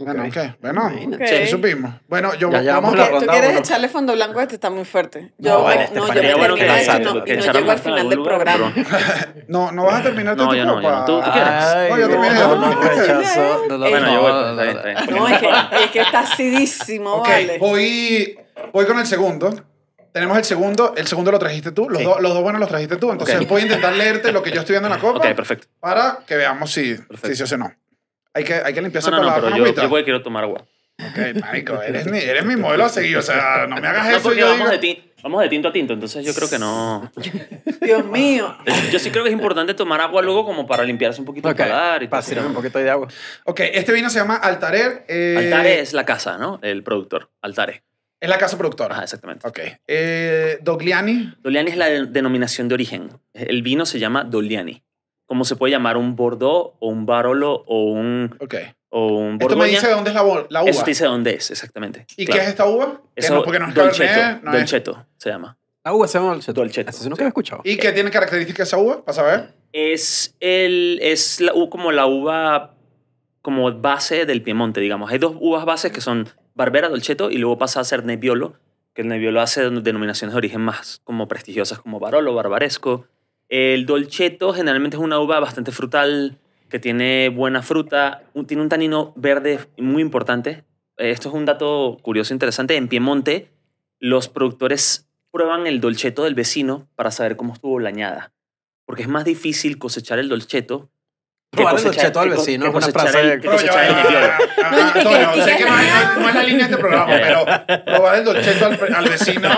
Speaker 1: Bueno,
Speaker 7: Ok.
Speaker 1: ¿qué? Bueno,
Speaker 7: Imagínate.
Speaker 1: sí,
Speaker 6: Ok.
Speaker 1: supimos. Bueno, yo
Speaker 7: Ya llevamos
Speaker 1: vamos
Speaker 7: la
Speaker 6: ¿Tú
Speaker 7: ronda
Speaker 6: quieres
Speaker 7: uno.
Speaker 6: echarle fondo blanco a este? Está muy fuerte. Yo,
Speaker 7: No, vale,
Speaker 6: no, este
Speaker 7: Estefanía,
Speaker 6: yo me
Speaker 7: bueno que
Speaker 6: termino
Speaker 7: la
Speaker 6: esto y
Speaker 7: saque,
Speaker 6: no,
Speaker 7: que
Speaker 6: y no
Speaker 8: echaron
Speaker 6: llego al
Speaker 8: más en
Speaker 6: final
Speaker 8: algún
Speaker 6: del
Speaker 8: lugar,
Speaker 6: programa.
Speaker 8: pero-
Speaker 1: No, no vas a terminar
Speaker 8: No,
Speaker 1: tu
Speaker 8: yo no, yo
Speaker 1: copa.
Speaker 8: no. Tú- tú quieres.
Speaker 7: Ay,
Speaker 1: No, yo también, yo
Speaker 7: no,
Speaker 1: también.
Speaker 7: rechazo, no lo-
Speaker 8: Bueno, yo voy,
Speaker 7: no,
Speaker 8: pues, está bien,
Speaker 7: no,
Speaker 8: está bien.
Speaker 6: No, es que, es que está acidísimo,
Speaker 1: Ok,
Speaker 6: vale.
Speaker 1: voy, voy con el segundo. Tenemos el segundo. El segundo lo trajiste tú. Los,
Speaker 8: Sí.
Speaker 1: dos- los dos buenos los trajiste tú. Entonces
Speaker 8: Ok.
Speaker 1: voy a intentar leerte lo que yo estoy viendo en la copa
Speaker 8: Ok, perfecto.
Speaker 1: para que veamos si,
Speaker 8: Perfecto.
Speaker 1: si sí o si no. Hay que, hay que limpiarse
Speaker 8: No, no,
Speaker 1: con
Speaker 8: no,
Speaker 1: la
Speaker 8: pero
Speaker 1: con
Speaker 8: yo,
Speaker 1: agüita.
Speaker 8: yo voy, quiero tomar agua.
Speaker 1: Ok, marico, eres mi, eres mi modelo a seguir. O sea, no me hagas Ah,
Speaker 8: No,
Speaker 1: eso. y
Speaker 8: porque
Speaker 1: yo
Speaker 8: vamos
Speaker 1: digo,
Speaker 8: de, ti- vamos de tinto a tinto, entonces yo creo que no.
Speaker 6: Dios mío.
Speaker 8: Yo sí creo que es importante tomar agua luego como para limpiarse un poquito
Speaker 7: Ok,
Speaker 8: el paladar y todo
Speaker 7: para
Speaker 8: eso.
Speaker 7: sirve un poquito de agua.
Speaker 1: Ok, este vino se llama Altarer. eh,
Speaker 8: Altare es la casa, ¿no? El productor. Altare.
Speaker 1: Es la casa productora.
Speaker 8: Ajá, exactamente.
Speaker 1: Ok. Eh, Dogliani.
Speaker 8: Doliani es la de- denominación de origen. El vino se llama Doliani. ¿Cómo se puede llamar un Bordeaux o un Barolo o un,
Speaker 1: Ok.
Speaker 8: o un
Speaker 1: Esto me
Speaker 8: Borgoña?
Speaker 1: dice dónde es la, bo- la uva.
Speaker 8: Eso te dice dónde es, exactamente.
Speaker 1: ¿Y
Speaker 8: Claro.
Speaker 1: qué es esta uva? Que
Speaker 8: Eso,
Speaker 1: no, porque no es
Speaker 8: Dolcetto,
Speaker 1: Cabernet, no es-
Speaker 8: Dolcetto se llama.
Speaker 7: La uva se llama dolcetto.
Speaker 8: Dolcetto,
Speaker 7: Eso sí nunca
Speaker 8: sí.
Speaker 7: lo he escuchado.
Speaker 1: ¿Y qué tiene características esa uva? Para saber.
Speaker 8: es el es la, u- como la uva como base del Piemonte, digamos. Hay dos uvas bases que son Barbera, Dolcetto y luego pasa a ser Nebbiolo, que el Nebbiolo hace denominaciones de origen más como prestigiosas como Barolo, Barbaresco. El dolcetto generalmente es una uva bastante frutal, que tiene buena fruta, un- tiene un tanino verde muy importante. Eh, Esto es un dato curioso, e interesante. En Piemonte, los productores prueban el dolcetto del vecino para saber cómo estuvo la añada. Porque es más difícil cosechar el dolcetto que
Speaker 7: Probar el
Speaker 8: cosechar-
Speaker 7: dolcetto al
Speaker 8: que co-
Speaker 7: vecino
Speaker 8: que
Speaker 7: es una
Speaker 8: cosechar
Speaker 7: frase
Speaker 8: el- que
Speaker 1: Pero ya va,
Speaker 8: cosechar el
Speaker 1: ya va, ya
Speaker 8: negrero.
Speaker 1: va. Ah, ah, Antonio, sé que no es, no es la línea de este programa, pero probar el dolcetto al, al vecino,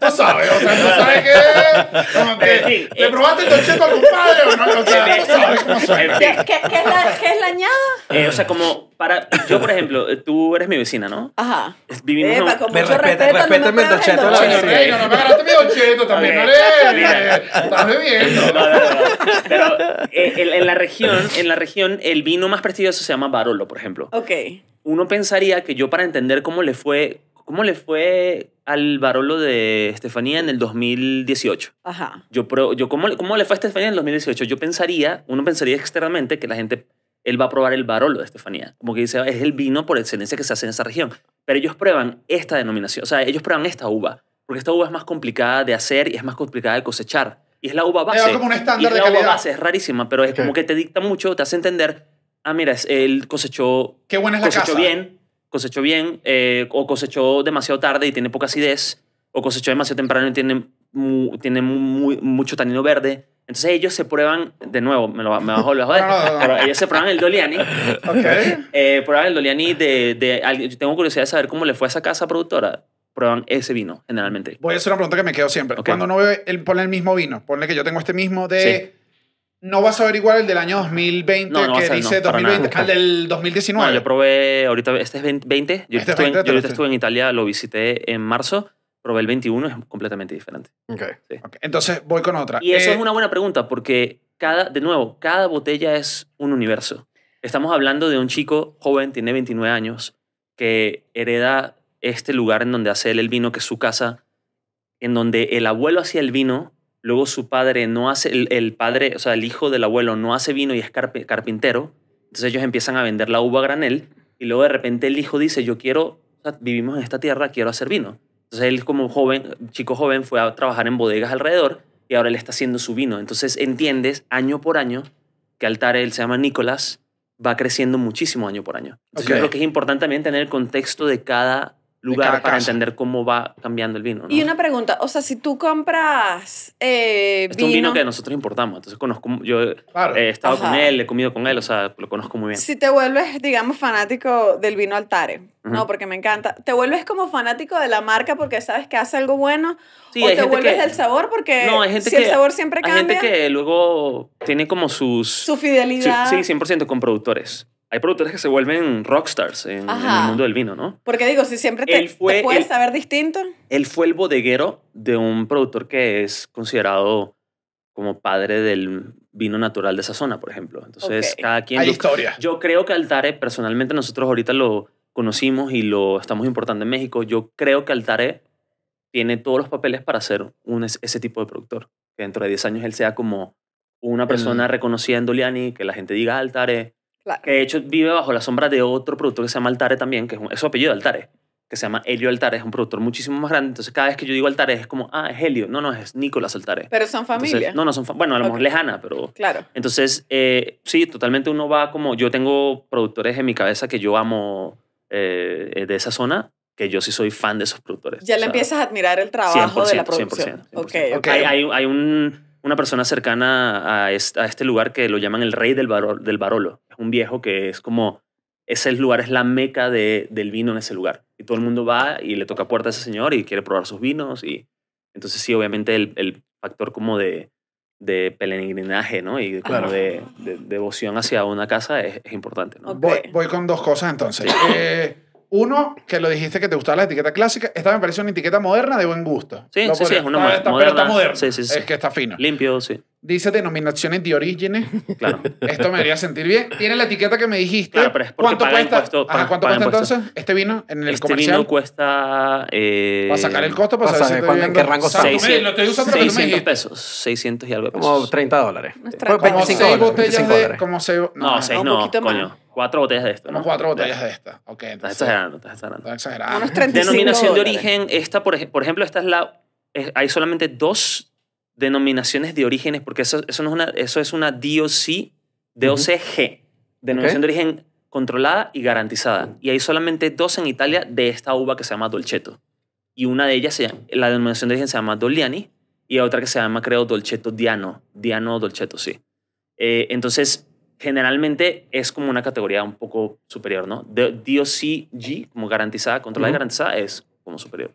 Speaker 1: tú sabes, o sea, tú sabes que, como que
Speaker 8: En fin,
Speaker 1: le
Speaker 8: eh.
Speaker 1: probaste el dolcetto al compadre o no, o sea, tú sabes cómo suena.
Speaker 8: En
Speaker 6: ¿Qué,
Speaker 8: fin,
Speaker 6: qué- qué es la, qué es la ñada?
Speaker 8: eh, o sea, como para. Yo, por ejemplo, eh, tú eres mi vecina, ¿no?
Speaker 6: Ajá.
Speaker 8: Es- Vivimos en
Speaker 6: Epa,
Speaker 8: un-
Speaker 6: con
Speaker 7: Me
Speaker 6: mucho
Speaker 7: respeta-
Speaker 6: respeto, no
Speaker 7: respétame
Speaker 6: me
Speaker 7: el
Speaker 6: pruebes
Speaker 7: dolcetto, la
Speaker 1: Coño,
Speaker 7: Sí.
Speaker 1: rey, no, no me agarraste mi dolcetto también, no
Speaker 8: Ok.
Speaker 1: le,
Speaker 8: Mira.
Speaker 1: le- estás bebiendo.
Speaker 8: eh, No, no, no, no. Pero eh, en, en la región, en la región, el vino más prestigioso se llama Barolo, por ejemplo.
Speaker 6: Ok.
Speaker 8: Uno pensaría que yo para entender cómo le fue, cómo le fue al Barolo de Estefanía en el 2018.
Speaker 6: Ajá.
Speaker 8: Yo, pro- yo ¿cómo, le- ¿Cómo le fue a Estefanía en el 2018? Yo pensaría, uno pensaría externamente que la gente, él va a probar el Barolo de Estefanía. Como que dice, es el vino por excelencia que se hace en esa región. Pero ellos prueban esta denominación, o sea, ellos prueban esta uva. Porque esta uva es más complicada de hacer y es más complicada de cosechar. Y es la uva base.
Speaker 1: Lleva como un estándar
Speaker 8: Y es
Speaker 1: de
Speaker 8: la uva
Speaker 1: calidad.
Speaker 8: base, es rarísima, pero es como que te dicta mucho, te hace entender, ah, mira, es- él cosechó
Speaker 1: Qué buena es la
Speaker 8: cosechó
Speaker 1: casa.
Speaker 8: bien, cosechó bien, eh, o cosechó demasiado tarde y tiene poca acidez, o cosechó demasiado temprano y tiene, mu- tiene mu- mucho tanino verde. Entonces ellos se prueban, de nuevo, me lo me bajo, lo bajo,
Speaker 1: No, no, no, no.
Speaker 8: pero ellos se prueban el Doliani,
Speaker 1: Ok.
Speaker 8: eh, prueban el Doliani de, de alguien- yo tengo curiosidad de saber cómo le fue a esa casa productora, prueban ese vino generalmente.
Speaker 1: Voy a hacer una pregunta que me quedo siempre.
Speaker 8: Ok.
Speaker 1: Cuando uno bebe, el, ponle el mismo vino, ponle que yo tengo este mismo de... No vas a averiguar el del año 2020
Speaker 8: No, no va a
Speaker 1: que
Speaker 8: ser, no,
Speaker 1: dice
Speaker 8: para nada.
Speaker 1: 2020 al del
Speaker 8: No,
Speaker 1: 2019.
Speaker 8: yo probé ahorita, este es 20, 20, yo,
Speaker 1: Este es
Speaker 8: estuve, en-
Speaker 1: 20,
Speaker 8: yo ahorita
Speaker 1: te-
Speaker 8: estuve en Italia, lo visité en marzo, probé el 21, es completamente diferente.
Speaker 7: Ok.
Speaker 1: Ok, Entonces voy con otra.
Speaker 8: Y eso
Speaker 1: Eh,
Speaker 8: es una buena pregunta porque cada, de nuevo, cada botella es un universo. Estamos hablando de un chico joven, tiene 29 años, que hereda este lugar en donde hace él el vino, que es su casa, en donde el abuelo hacía el vino, luego su padre no hace, el, el padre, o sea, el hijo del abuelo no hace vino y es carpe- carpintero, entonces ellos empiezan a vender la uva a granel y luego de repente el hijo dice, yo quiero, o sea, vivimos en esta tierra, quiero hacer vino. Entonces él como joven, chico joven, fue a trabajar en bodegas alrededor y ahora él está haciendo su vino. Entonces entiendes año por año que Altare, él se llama Nicolás, va creciendo muchísimo año por año. Entonces
Speaker 1: Ok.
Speaker 8: yo creo que es importante también tener el contexto de cada lugar
Speaker 1: cada
Speaker 8: para
Speaker 1: casa.
Speaker 8: entender cómo va cambiando el vino. ¿no?
Speaker 6: Y una pregunta, o sea, si tú compras eh,
Speaker 8: Este es
Speaker 6: vino,
Speaker 8: un vino que nosotros importamos, entonces conozco, yo
Speaker 1: Claro.
Speaker 8: he estado
Speaker 6: Ajá.
Speaker 8: con él, he comido con él, o sea, lo conozco muy bien.
Speaker 6: si te vuelves, digamos, fanático del vino Altare, no,
Speaker 8: Ujú.
Speaker 6: porque me encanta, te vuelves como fanático de la marca porque sabes que hace algo bueno,
Speaker 8: Sí,
Speaker 6: o
Speaker 8: hay
Speaker 6: te
Speaker 8: gente
Speaker 6: vuelves
Speaker 8: que-
Speaker 6: del sabor porque
Speaker 8: No, hay gente
Speaker 6: si el
Speaker 8: que-
Speaker 6: sabor siempre
Speaker 8: Hay
Speaker 6: cambia,
Speaker 8: gente que luego tiene como sus...
Speaker 6: su fidelidad,
Speaker 8: Sí, sí, 100% con productores. Hay productores que se vuelven rockstars en, en
Speaker 6: Ajá.
Speaker 8: el mundo del vino, ¿no?
Speaker 6: porque digo, si siempre te,
Speaker 8: Él fue
Speaker 6: te puedes
Speaker 8: el-
Speaker 6: saber distinto,
Speaker 8: Él fue el bodeguero de un productor que es considerado como padre del vino natural de esa zona, por ejemplo. Entonces,
Speaker 6: Ok.
Speaker 8: cada quien...
Speaker 1: Hay
Speaker 8: yo-
Speaker 1: historia.
Speaker 8: Yo creo que Altare, personalmente nosotros ahorita lo conocimos y lo estamos importando en México. Yo creo que Altare tiene todos los papeles para ser un, es- ese tipo de productor. Que dentro de 10 años él sea como una persona reconocida en Doliani, que la gente diga Altare.
Speaker 6: Claro.
Speaker 8: Que de hecho vive bajo la sombra de otro productor que se llama Altare también, que es, un, es su apellido Altare, que se llama Helio Altare. Es un productor muchísimo más grande. Entonces cada vez que yo digo Altare es como, ah, es Helio. No, no, es Nicolás Altare.
Speaker 6: pero son
Speaker 8: Entonces,
Speaker 6: familia,
Speaker 8: no, no son... fa- Bueno, a lo mejor
Speaker 6: Ok.
Speaker 8: lejana, pero...
Speaker 6: claro.
Speaker 8: Entonces, eh, sí, totalmente uno va como, yo tengo productores en mi cabeza que yo amo eh, eh, de esa zona, que yo sí soy fan de esos productores.
Speaker 6: Ya le
Speaker 8: O sea,
Speaker 6: empiezas a admirar el trabajo de la
Speaker 8: 100%,
Speaker 6: producción.
Speaker 8: 100%,
Speaker 6: Ok,
Speaker 8: 100%.
Speaker 1: ok.
Speaker 8: Hay, hay- hay un- una persona cercana a este, a este lugar que lo llaman el rey del, Baro- del Barolo. Es un viejo que es como, ese lugar es la meca de- del vino en ese lugar. Y todo el mundo va y le toca puerta a ese señor y quiere probar sus vinos. Y entonces sí, obviamente el, el factor como de, de peregrinaje, ¿no? Y como
Speaker 1: Claro.
Speaker 8: de, de- devoción hacia una casa es, es importante, ¿no?
Speaker 6: Ok.
Speaker 1: Voy, voy con dos cosas entonces. Eh, uno, que lo dijiste que te gustaba la etiqueta clásica. Esta me parece una etiqueta moderna de buen gusto.
Speaker 8: Sí,
Speaker 1: Lo
Speaker 8: sí, sí,
Speaker 1: podría-
Speaker 8: es una
Speaker 1: está-
Speaker 8: mo-
Speaker 1: está-
Speaker 8: moderna.
Speaker 1: Pero está moderna.
Speaker 8: Sí, sí, sí.
Speaker 1: Es que está fino.
Speaker 8: Limpio, sí,
Speaker 1: Dice denominaciones de orígenes.
Speaker 8: claro.
Speaker 1: Esto me haría sentir bien. Tiene la etiqueta que me dijiste.
Speaker 8: Claro, pero es porque paga
Speaker 1: cuesta?
Speaker 8: impuestos,
Speaker 1: Ajá,
Speaker 8: paga-
Speaker 1: ¿Cuánto
Speaker 8: paga
Speaker 1: cuesta
Speaker 8: impuestos.
Speaker 1: entonces este vino en el
Speaker 8: este
Speaker 1: comercial?
Speaker 8: vino cuesta... eh,
Speaker 1: para sacar el costo, para
Speaker 7: Para
Speaker 1: saber si
Speaker 7: saber
Speaker 1: estoy
Speaker 7: cuándo- en
Speaker 1: viendo-
Speaker 7: qué rango
Speaker 1: O sea, tú me-
Speaker 8: 600,
Speaker 1: lo estoy usando pero tú me
Speaker 8: 600
Speaker 1: dijiste.
Speaker 8: pesos, 600 y algo de pesos.
Speaker 7: Como 30 dólares.
Speaker 6: Nuestra
Speaker 7: Pues
Speaker 1: Como
Speaker 7: 25
Speaker 1: seis
Speaker 7: dólares,
Speaker 1: botellas
Speaker 7: 25
Speaker 1: de...
Speaker 7: dólares.
Speaker 1: Como seis,
Speaker 8: No,
Speaker 1: ajá.
Speaker 8: seis
Speaker 6: un
Speaker 8: no,
Speaker 6: poquito más.
Speaker 8: coño. Cuatro botellas de esto.
Speaker 1: Como
Speaker 8: ¿no?
Speaker 1: cuatro
Speaker 8: Ya.
Speaker 1: botellas de esta. Ok,
Speaker 8: Estás
Speaker 1: entonces.
Speaker 8: exagerando, estás exagerando.
Speaker 1: Estás exagerando.
Speaker 6: Unos 35
Speaker 8: Ah. Denominación de
Speaker 6: dólares.
Speaker 8: origen, esta, por, ej- por ejemplo, esta es la. es- hay solamente dos denominaciones de orígenes, porque eso, eso, no es, una, eso es una DOC, DOCG, denominación de origen controlada y garantizada. Y hay solamente dos en Italia de esta uva que se llama Dolcetto. Y una de ellas, se llama- la denominación de origen se llama Doliani y otra que se llama, creo, Dolcetto Diano. Diano Dolcetto, sí. Eh, entonces, generalmente es como una categoría un poco superior, ¿no? De- DOCG, como garantizada, controlada y
Speaker 7: Ujú.
Speaker 8: garantizada, es como superior.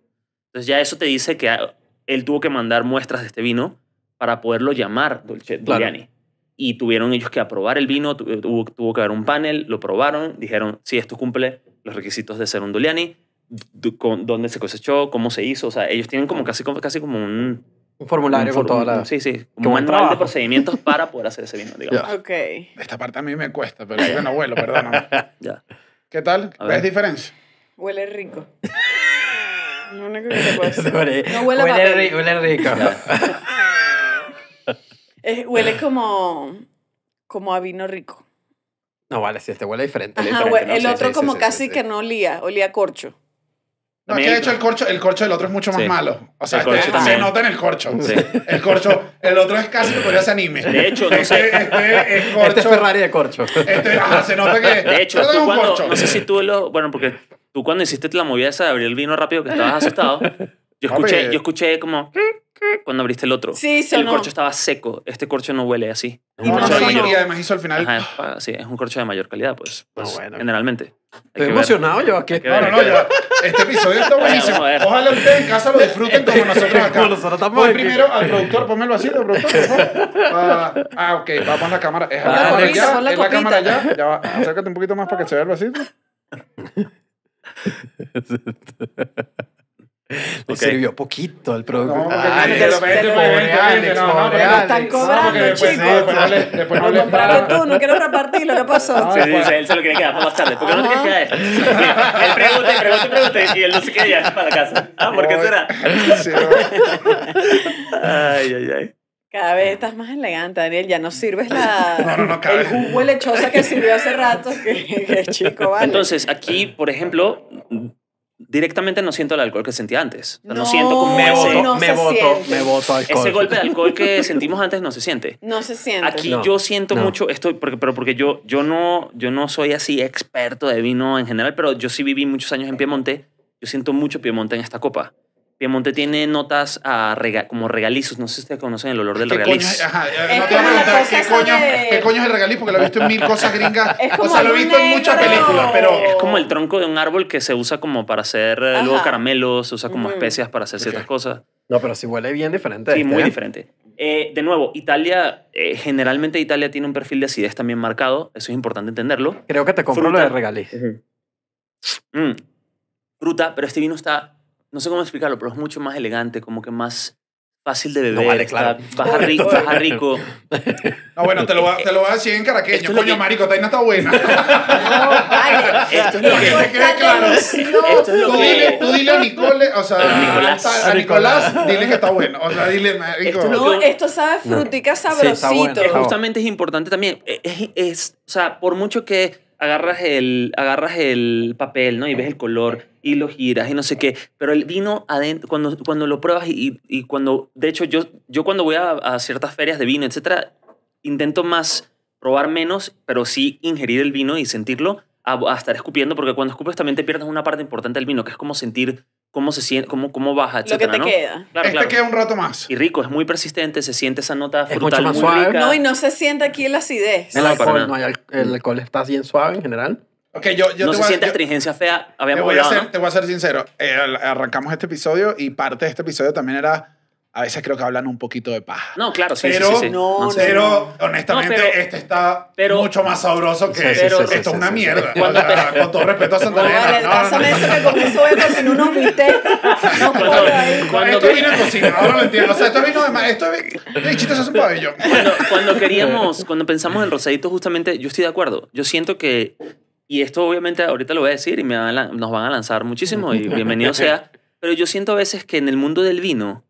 Speaker 8: Entonces ya eso te dice que ah, él tuvo que mandar muestras de este vino para poderlo llamar Dolce
Speaker 7: Claro.
Speaker 8: Doliani. Y tuvieron ellos que aprobar el vino, tu- tuvo, tuvo que haber un panel, lo probaron, dijeron, sí, esto cumple los requisitos de ser un Doliani, d- con- dónde se cosechó, cómo se hizo, o sea, ellos tienen como casi, como- casi como un...
Speaker 7: Un formulario
Speaker 8: un
Speaker 7: con toda
Speaker 8: for- un-
Speaker 7: la...
Speaker 8: Sí, sí,
Speaker 7: Qué
Speaker 8: como un
Speaker 7: buen
Speaker 8: manual de
Speaker 7: trabajo.
Speaker 8: procedimientos para poder hacer ese vino, digamos.
Speaker 6: Ok.
Speaker 1: Esta parte a mí me cuesta, pero bueno, abuelo, perdóname.
Speaker 8: Ya.
Speaker 1: ¿Qué tal?
Speaker 8: A
Speaker 1: ¿Ves
Speaker 8: ver.
Speaker 1: diferencia?
Speaker 6: Huele rico. Lo único que te puedo decir.
Speaker 7: no
Speaker 6: No huele a papel.
Speaker 7: ri- huele rico.
Speaker 6: Es- Eh, huele como, como a vino rico.
Speaker 7: No, vale, si este huele diferente.
Speaker 6: Ajá,
Speaker 7: diferente,
Speaker 6: hue-
Speaker 7: ¿no?
Speaker 6: el
Speaker 7: Sí,
Speaker 6: otro
Speaker 7: sí, sí,
Speaker 6: como
Speaker 7: sí,
Speaker 6: casi
Speaker 7: sí,
Speaker 6: que
Speaker 7: sí.
Speaker 6: no olía, olía a corcho.
Speaker 1: No, es
Speaker 8: También
Speaker 1: que de
Speaker 8: el-
Speaker 1: hecho el corcho, el corcho del otro es mucho más
Speaker 8: Sí.
Speaker 1: malo. O sea,
Speaker 8: El corcho
Speaker 1: este- se
Speaker 8: también.
Speaker 1: nota en el corcho.
Speaker 8: Sí.
Speaker 1: El corcho, el otro es casi que podría ser anime.
Speaker 8: De hecho, no sé.
Speaker 1: Este, este es corcho.
Speaker 7: Este es Ferrari de corcho.
Speaker 1: Este, ajá, se nota que.
Speaker 8: De
Speaker 1: se
Speaker 8: hecho,
Speaker 1: nota que es
Speaker 8: tú
Speaker 1: un
Speaker 8: cuando,
Speaker 1: corcho.
Speaker 8: no sé si tú lo, bueno, porque tú cuando hiciste la movida esa de abrir el vino rápido que estabas asustado, yo
Speaker 1: Papi.
Speaker 8: escuché, yo escuché como cuando abriste el otro.
Speaker 6: Sí,
Speaker 8: el
Speaker 6: sonó.
Speaker 8: corcho estaba seco. Este corcho no huele así. Es
Speaker 1: No,
Speaker 8: un
Speaker 1: no,
Speaker 8: corcho de
Speaker 1: sí,
Speaker 8: mayor.
Speaker 1: y además hizo al final.
Speaker 8: Ajá, es pa- sí, es un corcho de mayor calidad, pues.
Speaker 7: No,
Speaker 8: pues,
Speaker 7: Ah, bueno.
Speaker 8: Generalmente. Hay que
Speaker 7: Estoy
Speaker 8: ver.
Speaker 7: emocionado yo aquí.
Speaker 8: Hay que
Speaker 1: No,
Speaker 8: ver,
Speaker 1: no,
Speaker 8: hay
Speaker 1: no,
Speaker 8: que ver.
Speaker 1: ya. Este episodio está buenísimo.
Speaker 8: Vamos a ver. Este
Speaker 1: Ojalá ustedes en casa lo disfruten como nosotros acá.
Speaker 7: Como nosotros estamos
Speaker 1: Voy
Speaker 7: aquí.
Speaker 1: primero al productor, ponme el vasito, productor. por favor. Ah, ah, ok, vamos la cámara. Es
Speaker 7: Pon la
Speaker 1: la cámara
Speaker 7: copita,
Speaker 1: ya,
Speaker 6: pon la
Speaker 1: es la
Speaker 6: copita.
Speaker 1: cámara allá. Ya va, acércate un poquito más para que se vea el
Speaker 7: Ah,
Speaker 1: vasito.
Speaker 7: Le
Speaker 8: Ok.
Speaker 7: sirvió poquito el producto.
Speaker 1: No, porque
Speaker 7: Ay,
Speaker 1: de repente,
Speaker 7: pobre
Speaker 1: porque de repente,
Speaker 7: Alex,
Speaker 1: pues, no, no,
Speaker 7: pobre
Speaker 1: porque lo
Speaker 7: Alex.
Speaker 6: están
Speaker 1: No,
Speaker 6: cobrando,
Speaker 1: porque después no,
Speaker 6: chicos.
Speaker 1: después no les- después no
Speaker 6: Lo
Speaker 1: les
Speaker 6: compraste
Speaker 1: para.
Speaker 6: tú, no quiero repartirlo. ¿Qué pasó?
Speaker 1: Ah,
Speaker 8: Sí, sí, sí, él se lo quería quedar para más tarde. ¿Por qué no te
Speaker 6: Ajá.
Speaker 8: quieres quedar? Sí, Él pregunta y pregunta y pregunta y él no se queda ya para la casa. Ah, ¿por qué será?
Speaker 1: Sí, no.
Speaker 8: Ay, ay, ay.
Speaker 6: Cada vez estás más elegante, Daniel. Ya no sirves la,
Speaker 1: No, no, no, cada vez.
Speaker 6: el jugo lechosa que sirvió hace rato. Que, que chico, vale.
Speaker 8: Entonces, aquí, por ejemplo, directamente no siento el alcohol que sentía antes. O sea, no,
Speaker 6: No,
Speaker 8: siento como
Speaker 7: Me
Speaker 6: No
Speaker 7: voto,
Speaker 6: se
Speaker 7: me voto,
Speaker 6: siente.
Speaker 7: me voto alcohol.
Speaker 8: ese golpe de alcohol que sentimos antes no se siente.
Speaker 6: no se siente.
Speaker 8: Aquí
Speaker 7: No,
Speaker 8: yo siento
Speaker 7: no.
Speaker 8: mucho esto, porque, pero porque yo, yo, no, yo no soy así experto de vino en general, pero yo sí viví muchos años en Piemonte. Yo siento mucho Piemonte en esta copa. Piemonte tiene notas a rega- como regalízos. No sé si ustedes conocen el olor del
Speaker 1: ¿Qué coño?
Speaker 8: regaliz.
Speaker 1: es? Ajá, eh,
Speaker 6: Es
Speaker 1: no te voy a
Speaker 6: como la
Speaker 1: preguntar
Speaker 6: cosa
Speaker 1: qué
Speaker 6: esa
Speaker 1: coño,
Speaker 6: de-
Speaker 1: qué coño es el regaliz porque lo he visto en mil cosas gringas.
Speaker 6: Es
Speaker 1: O
Speaker 6: como
Speaker 1: sea, lo he
Speaker 6: algo
Speaker 1: visto en muchas
Speaker 6: negro.
Speaker 1: películas, pero.
Speaker 8: Es como el tronco de un árbol que se usa como para hacer eh, luego
Speaker 6: Ajá.
Speaker 8: caramelos, se usa como
Speaker 6: Ujú.
Speaker 8: especias para hacer ciertas
Speaker 1: Ok.
Speaker 8: cosas.
Speaker 7: No, pero sí huele bien diferente.
Speaker 8: Sí,
Speaker 7: este,
Speaker 8: muy
Speaker 7: ¿eh?
Speaker 8: diferente. Eh, de nuevo, Italia, eh, generalmente Italia tiene un perfil de acidez también marcado, eso es importante entenderlo.
Speaker 7: Creo que te compro lo
Speaker 8: Fruta.
Speaker 7: de regaliz.
Speaker 8: Mm. Fruta, pero este vino está, no sé cómo explicarlo, pero es mucho más elegante, como que más fácil de beber.
Speaker 7: vale,
Speaker 8: está-
Speaker 7: claro.
Speaker 8: baja, ri- baja rico.
Speaker 1: No, bueno, te lo, voy a- te lo voy a decir en
Speaker 8: Esto
Speaker 1: caraqueño.
Speaker 8: es lo
Speaker 1: Coño,
Speaker 8: que-
Speaker 1: marico, Taina está buena.
Speaker 6: No, vale.
Speaker 8: Esto es lo que-
Speaker 6: Eso está
Speaker 1: Claro.
Speaker 6: delicioso.
Speaker 8: Esto es lo
Speaker 1: tú, dile,
Speaker 8: que...
Speaker 1: tú dile a Nicole, o sea, a
Speaker 8: Nicolás.
Speaker 1: a Nicolás, dile que está bueno. O sea, dile, marico.
Speaker 8: Esto es lo
Speaker 6: No,
Speaker 8: que-
Speaker 6: esto sabe
Speaker 7: No.
Speaker 6: frutica
Speaker 7: Sí, está bueno,
Speaker 6: sabrosito.
Speaker 7: está bueno.
Speaker 8: Justamente es importante también, eh, es, es- o sea, por mucho que agarras el, agarras el papel, ¿no? Y ves el color y lo giras y no sé qué, pero el vino adentro, cuando, cuando lo pruebas y, y cuando, de hecho, yo, yo cuando voy a, a ciertas ferias de vino, etcétera, intento más probar menos, pero sí ingerir el vino y sentirlo a, a estar escupiendo, porque cuando escupes también te pierdes una parte importante del vino, que es como sentir cómo se siente, cómo, cómo baja,
Speaker 6: lo que
Speaker 8: etcétera,
Speaker 6: te
Speaker 8: ¿no?
Speaker 6: queda.
Speaker 8: Claro,
Speaker 1: este
Speaker 8: claro.
Speaker 1: queda un rato más.
Speaker 8: Y rico, es muy persistente, se siente esa nota
Speaker 7: Es mucho
Speaker 8: frutal
Speaker 7: más
Speaker 8: muy
Speaker 7: suave.
Speaker 8: rica.
Speaker 6: No, y no se siente aquí la acidez.
Speaker 7: El
Speaker 8: No, para
Speaker 7: alcohol,
Speaker 8: nada.
Speaker 7: no hay al- el alcohol está bien suave en general.
Speaker 1: Ok, yo, yo
Speaker 8: no
Speaker 1: te
Speaker 8: se
Speaker 1: voy a-
Speaker 8: siente
Speaker 1: yo-
Speaker 8: astringencia fea.
Speaker 1: te
Speaker 8: Habíamos
Speaker 1: voy a
Speaker 8: hablado,
Speaker 1: ser,
Speaker 8: ¿no?
Speaker 1: te voy a ser sincero. Eh, al- arrancamos este episodio y parte de este episodio también era. A veces creo que hablan un poquito de paja.
Speaker 8: No, claro, sí, sí,
Speaker 1: Pero-
Speaker 8: sí, sí.
Speaker 6: No,
Speaker 8: No, sí.
Speaker 1: Pero, honestamente,
Speaker 8: No, pero-
Speaker 1: este está
Speaker 8: pero-
Speaker 1: mucho más sabroso que
Speaker 7: Sí, sí,
Speaker 1: pero,
Speaker 7: sí, sí,
Speaker 1: esto. es
Speaker 7: sí,
Speaker 1: una
Speaker 7: sí, sí.
Speaker 1: mierda. O
Speaker 8: Cuando-
Speaker 1: sea, con todo respeto a Santa
Speaker 6: No,
Speaker 1: Elena,
Speaker 6: vale,
Speaker 1: no,
Speaker 6: pásame
Speaker 1: no, no.
Speaker 6: eso que con eso voy a cocinar unos bistecs. No
Speaker 8: Cuando-
Speaker 6: jodas ahí.
Speaker 8: cuando-
Speaker 1: Esto vino cocinado, ahora lo entiendo. O sea, esto vino de más. Esto vino. Chito, eso es un pabellón.
Speaker 8: Cuando, cuando queríamos, cuando pensamos en Rosadito, justamente, yo estoy de acuerdo. Yo siento que, y esto obviamente ahorita lo voy a decir y me van a lan- nos van a lanzar muchísimo y bienvenido sea, pero yo siento a veces que en el mundo del vino,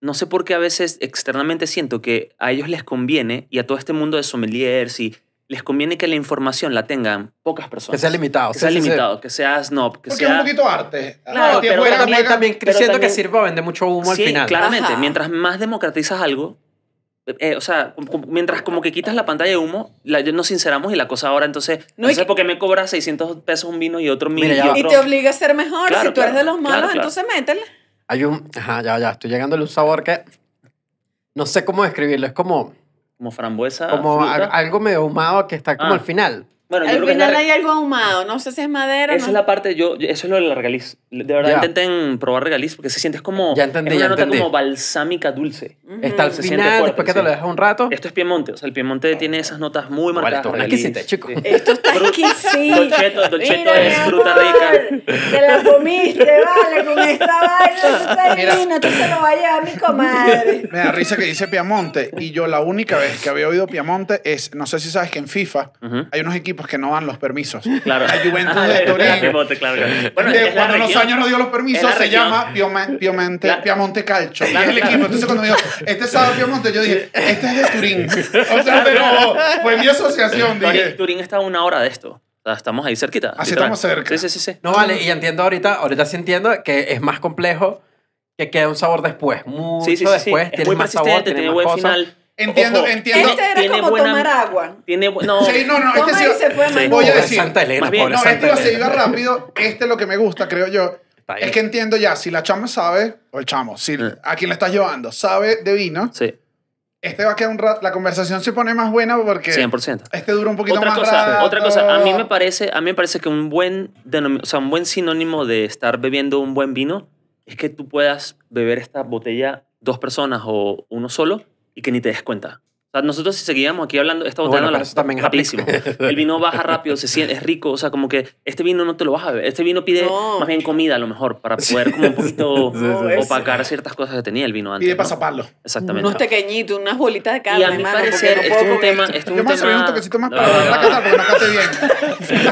Speaker 8: no sé por qué a veces externamente siento que a ellos les conviene y a todo este mundo de sommeliers y les conviene que la información la tengan pocas personas.
Speaker 7: Que sea limitado. sí,
Speaker 8: Que sea
Speaker 7: sí, sí.
Speaker 8: limitado, que sea snob, que
Speaker 1: Porque es
Speaker 8: sea...
Speaker 1: un poquito arte. Ah,
Speaker 8: Claro, pero
Speaker 1: juega-
Speaker 7: También,
Speaker 1: juega-
Speaker 7: también
Speaker 6: pero
Speaker 7: creciendo que
Speaker 6: también-
Speaker 7: sirva vende mucho humo
Speaker 8: sí,
Speaker 7: al final.
Speaker 8: claramente.
Speaker 6: Ajá.
Speaker 8: Mientras más democratizas algo, eh, eh, o sea, com- com- mientras como que quitas la pantalla de humo, la, nos sinceramos y la cosa ahora entonces...
Speaker 6: No,
Speaker 8: No,
Speaker 6: y
Speaker 8: sé
Speaker 6: que-
Speaker 8: por qué me cobras 600 pesos un vino y otro mil
Speaker 7: Mira, ya
Speaker 8: y
Speaker 7: va.
Speaker 8: otro...
Speaker 6: Y te obliga a ser mejor.
Speaker 8: Claro,
Speaker 6: si tú eres de
Speaker 8: claro,
Speaker 6: los malos,
Speaker 8: claro, claro.
Speaker 6: entonces métele.
Speaker 7: Hay un. Ajá, ya, ya. Estoy llegándole un sabor que. No sé cómo describirlo. Es como,
Speaker 8: como frambuesa,
Speaker 7: como
Speaker 8: Ah, fruta.
Speaker 7: a- algo medio ahumado que está como
Speaker 8: Ah.
Speaker 7: al final.
Speaker 8: Bueno, yo
Speaker 6: Al
Speaker 8: creo que es la
Speaker 6: final
Speaker 8: re-
Speaker 6: hay algo ahumado. No sé si es madera.
Speaker 8: Esa
Speaker 6: no.
Speaker 8: es la parte, yo, yo- eso es lo de la regaliz. De verdad,
Speaker 7: Ya.
Speaker 8: intenten probar regaliz porque se siente es como.
Speaker 7: Ya entendí,
Speaker 8: es una
Speaker 7: ya
Speaker 8: nota
Speaker 7: entendí.
Speaker 8: como balsámica dulce.
Speaker 6: Ujú.
Speaker 7: Está al
Speaker 8: Mm, Se siente
Speaker 7: final,
Speaker 8: fuerte,
Speaker 7: después que te
Speaker 8: sí.
Speaker 7: lo dejas un rato.
Speaker 8: Esto es Piemonte, o sea, el Piemonte tiene esas notas muy
Speaker 7: Vale,
Speaker 8: marcadas.
Speaker 7: esto es una
Speaker 8: regaliz.
Speaker 7: exquisita, chicos.
Speaker 8: Sí.
Speaker 6: Esto está exquisito.
Speaker 8: Dolcetto, Dolcetto
Speaker 6: Mira,
Speaker 8: es
Speaker 6: mi
Speaker 8: fruta
Speaker 6: amor,
Speaker 8: rica.
Speaker 6: Te la comiste, vale, con esta vaina. tú estás
Speaker 7: Mira.
Speaker 6: divina, tú se lo vas a llevar a mi comadre.
Speaker 1: Me da risa que dice Piamonte. Y yo la única vez que había oído Piamonte es, no sé si sabes que en FIFA
Speaker 8: Ujú.
Speaker 1: hay unos equipos que no dan los permisos.
Speaker 8: Claro.
Speaker 1: La Juventus
Speaker 8: Ah,
Speaker 1: de
Speaker 8: es verdad,
Speaker 1: Turín.
Speaker 8: Piemonte, claro, claro. Bueno,
Speaker 1: de
Speaker 8: es la
Speaker 1: cuando en los
Speaker 8: región.
Speaker 1: años no dio los permisos,
Speaker 8: Es la
Speaker 1: se
Speaker 8: región.
Speaker 1: llama Piome- Piemonte,
Speaker 8: Claro.
Speaker 1: Piamonte Calcio. y
Speaker 8: Claro,
Speaker 1: es el
Speaker 8: claro.
Speaker 1: equipo. Entonces, cuando me dijo, este es Sábado Piamonte, yo dije, este es de Turín. O sea, pero fue mi asociación.
Speaker 8: Turín,
Speaker 1: Dije,
Speaker 8: Turín está a una hora de esto. O sea, estamos ahí cerquita.
Speaker 1: Así
Speaker 8: literal.
Speaker 1: estamos cerca.
Speaker 8: Sí, sí, sí. sí.
Speaker 7: No vale, y entiendo ahorita, ahorita sí entiendo que es más complejo que queda un sabor después. Mucho
Speaker 8: Sí, sí, sí, sí.
Speaker 7: después,
Speaker 8: Es
Speaker 7: tiene
Speaker 8: muy
Speaker 7: más sabor,
Speaker 8: persistente,
Speaker 7: tiene, más
Speaker 8: tiene buen
Speaker 7: cosas.
Speaker 8: final.
Speaker 1: Entiendo,
Speaker 8: Ojo,
Speaker 1: entiendo.
Speaker 6: este era
Speaker 8: tiene
Speaker 6: como
Speaker 8: buena-
Speaker 6: tomar agua.
Speaker 8: Tiene bu- no,
Speaker 1: Sí, no, no, este
Speaker 6: Toma
Speaker 1: sí.
Speaker 6: y se fue,
Speaker 8: Sí.
Speaker 1: Voy a
Speaker 7: Pobre
Speaker 1: decir.
Speaker 7: Santa Elena,
Speaker 8: más bien,
Speaker 7: pobre
Speaker 1: No,
Speaker 7: Santa
Speaker 1: este iba a
Speaker 7: Elena.
Speaker 1: seguir rápido. Este es lo que me gusta, creo yo.
Speaker 7: ahí.
Speaker 1: Es que entiendo ya, si la chama sabe, o el chamo, si a quien le estás llevando sabe de vino,
Speaker 8: Sí,
Speaker 1: este va a quedar un rato. La conversación se pone más buena porque
Speaker 8: 100%.
Speaker 1: este dura un poquito
Speaker 8: otra
Speaker 1: más
Speaker 8: cosa,
Speaker 1: rato.
Speaker 8: otra cosa, a mí
Speaker 7: Ah.
Speaker 8: me parece, a mí me parece que un buen, denom- o sea, un buen sinónimo de estar bebiendo un buen vino es que tú puedas beber esta botella dos personas o uno solo y que ni te des cuenta. O sea, nosotros si seguíamos aquí hablando, esta botella
Speaker 7: Bueno, pero
Speaker 8: no la-
Speaker 7: eso también es
Speaker 8: rapidísimo. El vino baja rápido, se siente, es rico, o sea, como que este vino no te lo vas a beber. Este vino pide
Speaker 6: No.
Speaker 8: más bien comida a lo mejor para poder como un poquito
Speaker 7: Sí, sí, sí.
Speaker 8: opacar ciertas cosas que tenía el vino antes.
Speaker 1: Pide
Speaker 8: ¿no?
Speaker 1: pasaparlo.
Speaker 8: Exactamente.
Speaker 6: Unos pequeñitos, unas bolitas de carne,
Speaker 8: y a mi
Speaker 6: mano, porque
Speaker 8: parecer,
Speaker 6: no
Speaker 8: este
Speaker 6: puedo
Speaker 8: es un
Speaker 6: comer.
Speaker 8: tema... Este es
Speaker 1: Yo
Speaker 8: un
Speaker 1: me voy a servir un
Speaker 8: tema-
Speaker 1: toquecito más
Speaker 8: No,
Speaker 1: para
Speaker 8: no, no.
Speaker 1: la catar porque no cate bien.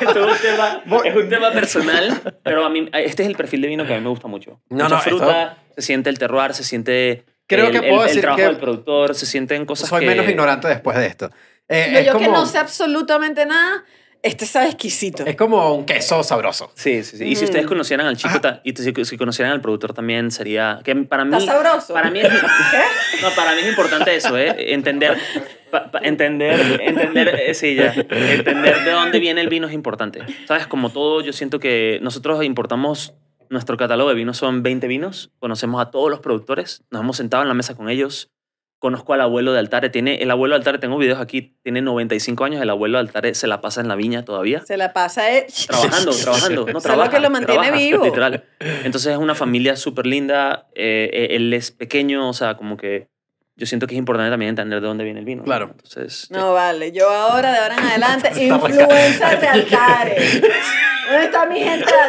Speaker 8: Esto es un tema,
Speaker 1: Voy-
Speaker 8: es un tema personal, pero a mí, este es el perfil de vino que a mí me gusta mucho.
Speaker 7: No,
Speaker 8: Mucha
Speaker 7: no,
Speaker 8: fruta, se siente el terroir, se siente
Speaker 7: Creo
Speaker 8: el,
Speaker 7: que
Speaker 8: el-
Speaker 7: puedo
Speaker 8: el
Speaker 7: decir
Speaker 8: trabajo
Speaker 7: que
Speaker 8: del productor, se sienten cosas
Speaker 7: Soy
Speaker 8: que...
Speaker 7: menos ignorante después de esto. Eh,
Speaker 6: Yo,
Speaker 7: es,
Speaker 6: yo
Speaker 7: como,
Speaker 6: que no sé absolutamente nada, este sabe exquisito.
Speaker 7: es como un queso sabroso.
Speaker 8: Sí, sí, sí.
Speaker 6: Mm.
Speaker 8: Y si ustedes conocieran al chico ta- y si, si conocieran al productor también sería... Que para mí,
Speaker 6: Está sabroso.
Speaker 8: Para mí es, no, para mí es importante eso, ¿eh? Entender... pa- pa- entender, entender, eh, sí, ya. Entender de dónde viene el vino es importante. ¿Sabes? Como todo, yo siento que nosotros importamos... Nuestro catálogo de vinos son 20 vinos. Conocemos a todos los productores. Nos hemos sentado en la mesa con ellos. Conozco al abuelo de Altare. Tiene, el abuelo de Altare, tengo videos aquí, tiene 95 años. El abuelo de Altare se la pasa en la viña todavía
Speaker 6: Se la pasa él.
Speaker 8: trabajando, trabajando. No,
Speaker 6: Eso es lo
Speaker 8: trabaja,
Speaker 6: que lo mantiene
Speaker 8: trabaja,
Speaker 6: vivo.
Speaker 8: Literal. Entonces es una familia súper linda. eh, eh, él es pequeño, o sea, como que yo siento que es importante también entender de dónde viene el vino. ¿no?
Speaker 7: Claro.
Speaker 8: Entonces, sí.
Speaker 6: No vale, yo ahora, de ahora en adelante,
Speaker 7: está
Speaker 6: influencer de altares. ¿Dónde está mi gente de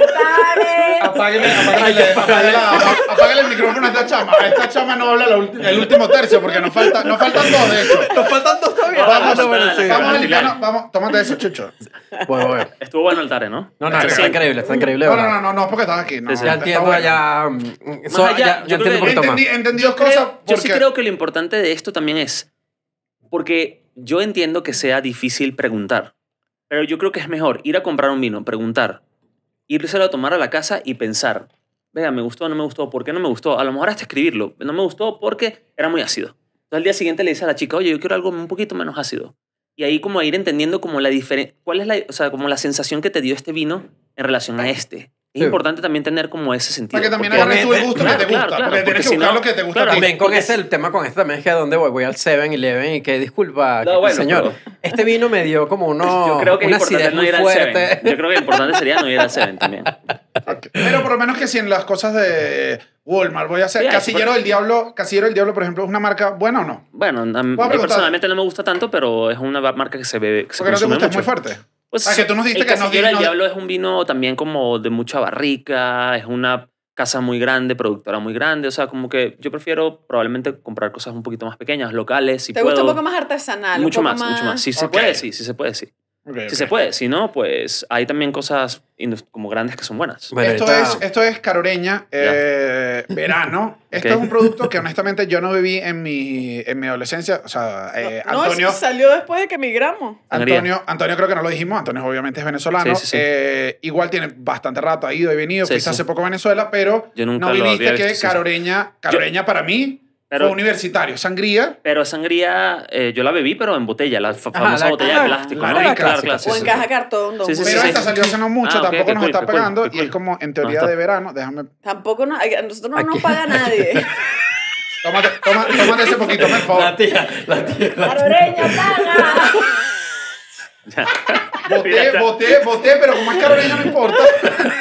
Speaker 6: altares?
Speaker 1: Apáguele, apáguele, apáguele la- apáguele el micrófono a esta chama. A esta chama no habla la ulti- el último tercio porque nos, falta, nos faltan dos de hecho.
Speaker 7: Nos faltan dos todavía.
Speaker 1: Vamos,
Speaker 8: no,
Speaker 1: vamos,
Speaker 8: sí,
Speaker 1: vamos,
Speaker 8: sí.
Speaker 1: Alicano, vamos, tómate eso, Chucho.
Speaker 7: Bueno, bueno.
Speaker 8: Estuvo bueno el tare, ¿no?
Speaker 7: No, no,
Speaker 8: Sí,
Speaker 7: está
Speaker 8: sí.
Speaker 7: increíble, está increíble.
Speaker 1: No,
Speaker 7: ¿verdad?
Speaker 1: no, no, no, no, porque estás aquí. no,
Speaker 8: Sí, sí.
Speaker 7: Ya
Speaker 1: está
Speaker 7: entiendo,
Speaker 1: bueno.
Speaker 7: ya. mm, so-
Speaker 8: allá,
Speaker 7: ya,
Speaker 8: yo
Speaker 7: ya
Speaker 8: creo que-
Speaker 7: entiendo un poquito más.
Speaker 1: Entendí, entendí dos
Speaker 8: Creo-
Speaker 1: cosas.
Speaker 8: yo sí
Speaker 1: porque-
Speaker 8: creo que lo importante de esto también es, porque yo entiendo que sea difícil preguntar, pero yo creo que es mejor ir a comprar un vino, preguntar, irse a tomar a la casa y pensar, venga, me gustó, no me gustó, ¿por qué no me gustó? A lo mejor hasta escribirlo, no me gustó porque era muy ácido. Entonces al día siguiente le dice a la chica, oye, yo quiero algo un poquito menos ácido. Y ahí como ir entendiendo como la diferencia, cuál es la, o sea, como la sensación que te dio este vino en relación a este. Es
Speaker 7: Sí.
Speaker 8: importante también tener como ese sentido.
Speaker 1: Para que también
Speaker 8: porque-
Speaker 1: agarres tú el
Speaker 7: Obviamente,
Speaker 1: gusto
Speaker 8: claro,
Speaker 1: que te gusta.
Speaker 8: claro, claro,
Speaker 1: porque
Speaker 8: porque
Speaker 1: tienes que
Speaker 8: si
Speaker 1: buscar
Speaker 8: no-
Speaker 1: lo que te gusta
Speaker 8: claro,
Speaker 1: a ti.
Speaker 7: También con ese, el tema con este también es que a dónde voy. Voy al 7-Eleven y que disculpa,
Speaker 8: No,
Speaker 7: que-
Speaker 8: bueno,
Speaker 7: señor. Este vino me dio como uno,
Speaker 8: Yo creo que es
Speaker 7: una
Speaker 8: importante
Speaker 7: acidez
Speaker 8: no
Speaker 7: muy
Speaker 8: ir al Seven. Yo
Speaker 7: fuerte.
Speaker 8: creo que importante sería no ir al Seven también.
Speaker 1: Pero por lo menos que si en las cosas de Walmart voy a hacer.
Speaker 8: Sí,
Speaker 1: Casillero
Speaker 8: pero-
Speaker 1: del Diablo, Casillero del Diablo, por ejemplo, es una marca buena o no.
Speaker 8: Bueno, a mí
Speaker 1: preguntar.
Speaker 8: personalmente no me gusta tanto, pero es una marca que se bebe, que se
Speaker 1: Porque no te
Speaker 8: consume
Speaker 1: gusta, es
Speaker 8: mucho.
Speaker 1: muy fuerte.
Speaker 8: Pues,
Speaker 1: Ah, que tú nos dijiste
Speaker 8: el
Speaker 1: que no
Speaker 8: Casillero
Speaker 1: di-
Speaker 8: del
Speaker 1: no-
Speaker 8: Diablo es un vino también como de mucha barrica, es una casa muy grande, productora muy grande, o sea, como que yo prefiero probablemente comprar cosas un poquito más pequeñas, locales, si
Speaker 6: ¿Te
Speaker 8: puedo.
Speaker 6: gusta un poco más artesanal? un
Speaker 8: mucho
Speaker 6: poco
Speaker 8: más, mucho más. Si se
Speaker 1: Ok.
Speaker 8: puede, sí, si se puede, sí.
Speaker 7: Ok,
Speaker 8: Si
Speaker 7: ok.
Speaker 8: se puede, si no, pues hay también cosas indus- como grandes que son buenas.
Speaker 7: Bueno,
Speaker 1: esto,
Speaker 7: ahorita-
Speaker 1: es, esto es caroreña, eh, verano. Esto
Speaker 8: Ok.
Speaker 1: es un producto que honestamente yo no viví en mi, en mi adolescencia. O sea, eh,
Speaker 6: no,
Speaker 1: Antonio,
Speaker 6: eso salió después de que migramos.
Speaker 8: Sangría.
Speaker 1: Antonio, Antonio creo que no lo dijimos. Antonio obviamente es venezolano.
Speaker 8: Sí, sí, sí.
Speaker 1: Eh, igual tiene bastante rato, ha ido y venido.
Speaker 8: Sí,
Speaker 1: fuiste
Speaker 8: sí.
Speaker 1: hace poco a Venezuela, pero
Speaker 8: Yo nunca
Speaker 1: no
Speaker 8: lo
Speaker 1: viviste
Speaker 8: había
Speaker 1: que
Speaker 8: visto, sí, sí.
Speaker 1: caroreña, caroreña para mí
Speaker 8: Pero-
Speaker 1: fue universitario. Sangría,
Speaker 8: Pero sangría, eh, yo la bebí, pero en botella, la fa-
Speaker 7: Ajá,
Speaker 8: famosa
Speaker 7: la-
Speaker 8: botella
Speaker 7: ajá,
Speaker 8: de plástico.
Speaker 7: la-
Speaker 8: ¿no?
Speaker 7: la
Speaker 8: Claro,
Speaker 7: clásica.
Speaker 8: claro, sí,
Speaker 6: o
Speaker 8: sí,
Speaker 6: en
Speaker 8: sí.
Speaker 6: caja cartón. don
Speaker 8: Sí, sí,
Speaker 6: Juan.
Speaker 1: pero
Speaker 8: sí,
Speaker 1: esta
Speaker 8: sí.
Speaker 1: salió hace no mucho,
Speaker 8: Ah, ok,
Speaker 1: tampoco
Speaker 8: qué
Speaker 1: nos
Speaker 8: cool,
Speaker 1: está
Speaker 8: qué cool,
Speaker 1: pagando
Speaker 8: qué
Speaker 1: y es
Speaker 8: cool.
Speaker 1: como en teoría
Speaker 8: está.
Speaker 1: de verano. Déjame.
Speaker 6: Tampoco no, a nosotros no
Speaker 7: Aquí.
Speaker 6: nos paga nadie.
Speaker 1: Tómate, toma- tómate ese poquito, por favor.
Speaker 7: La tía, la tía. la tía.
Speaker 6: ¡Caroreña, paga!
Speaker 1: Boté, boté, boté, pero como es caroreña no importa.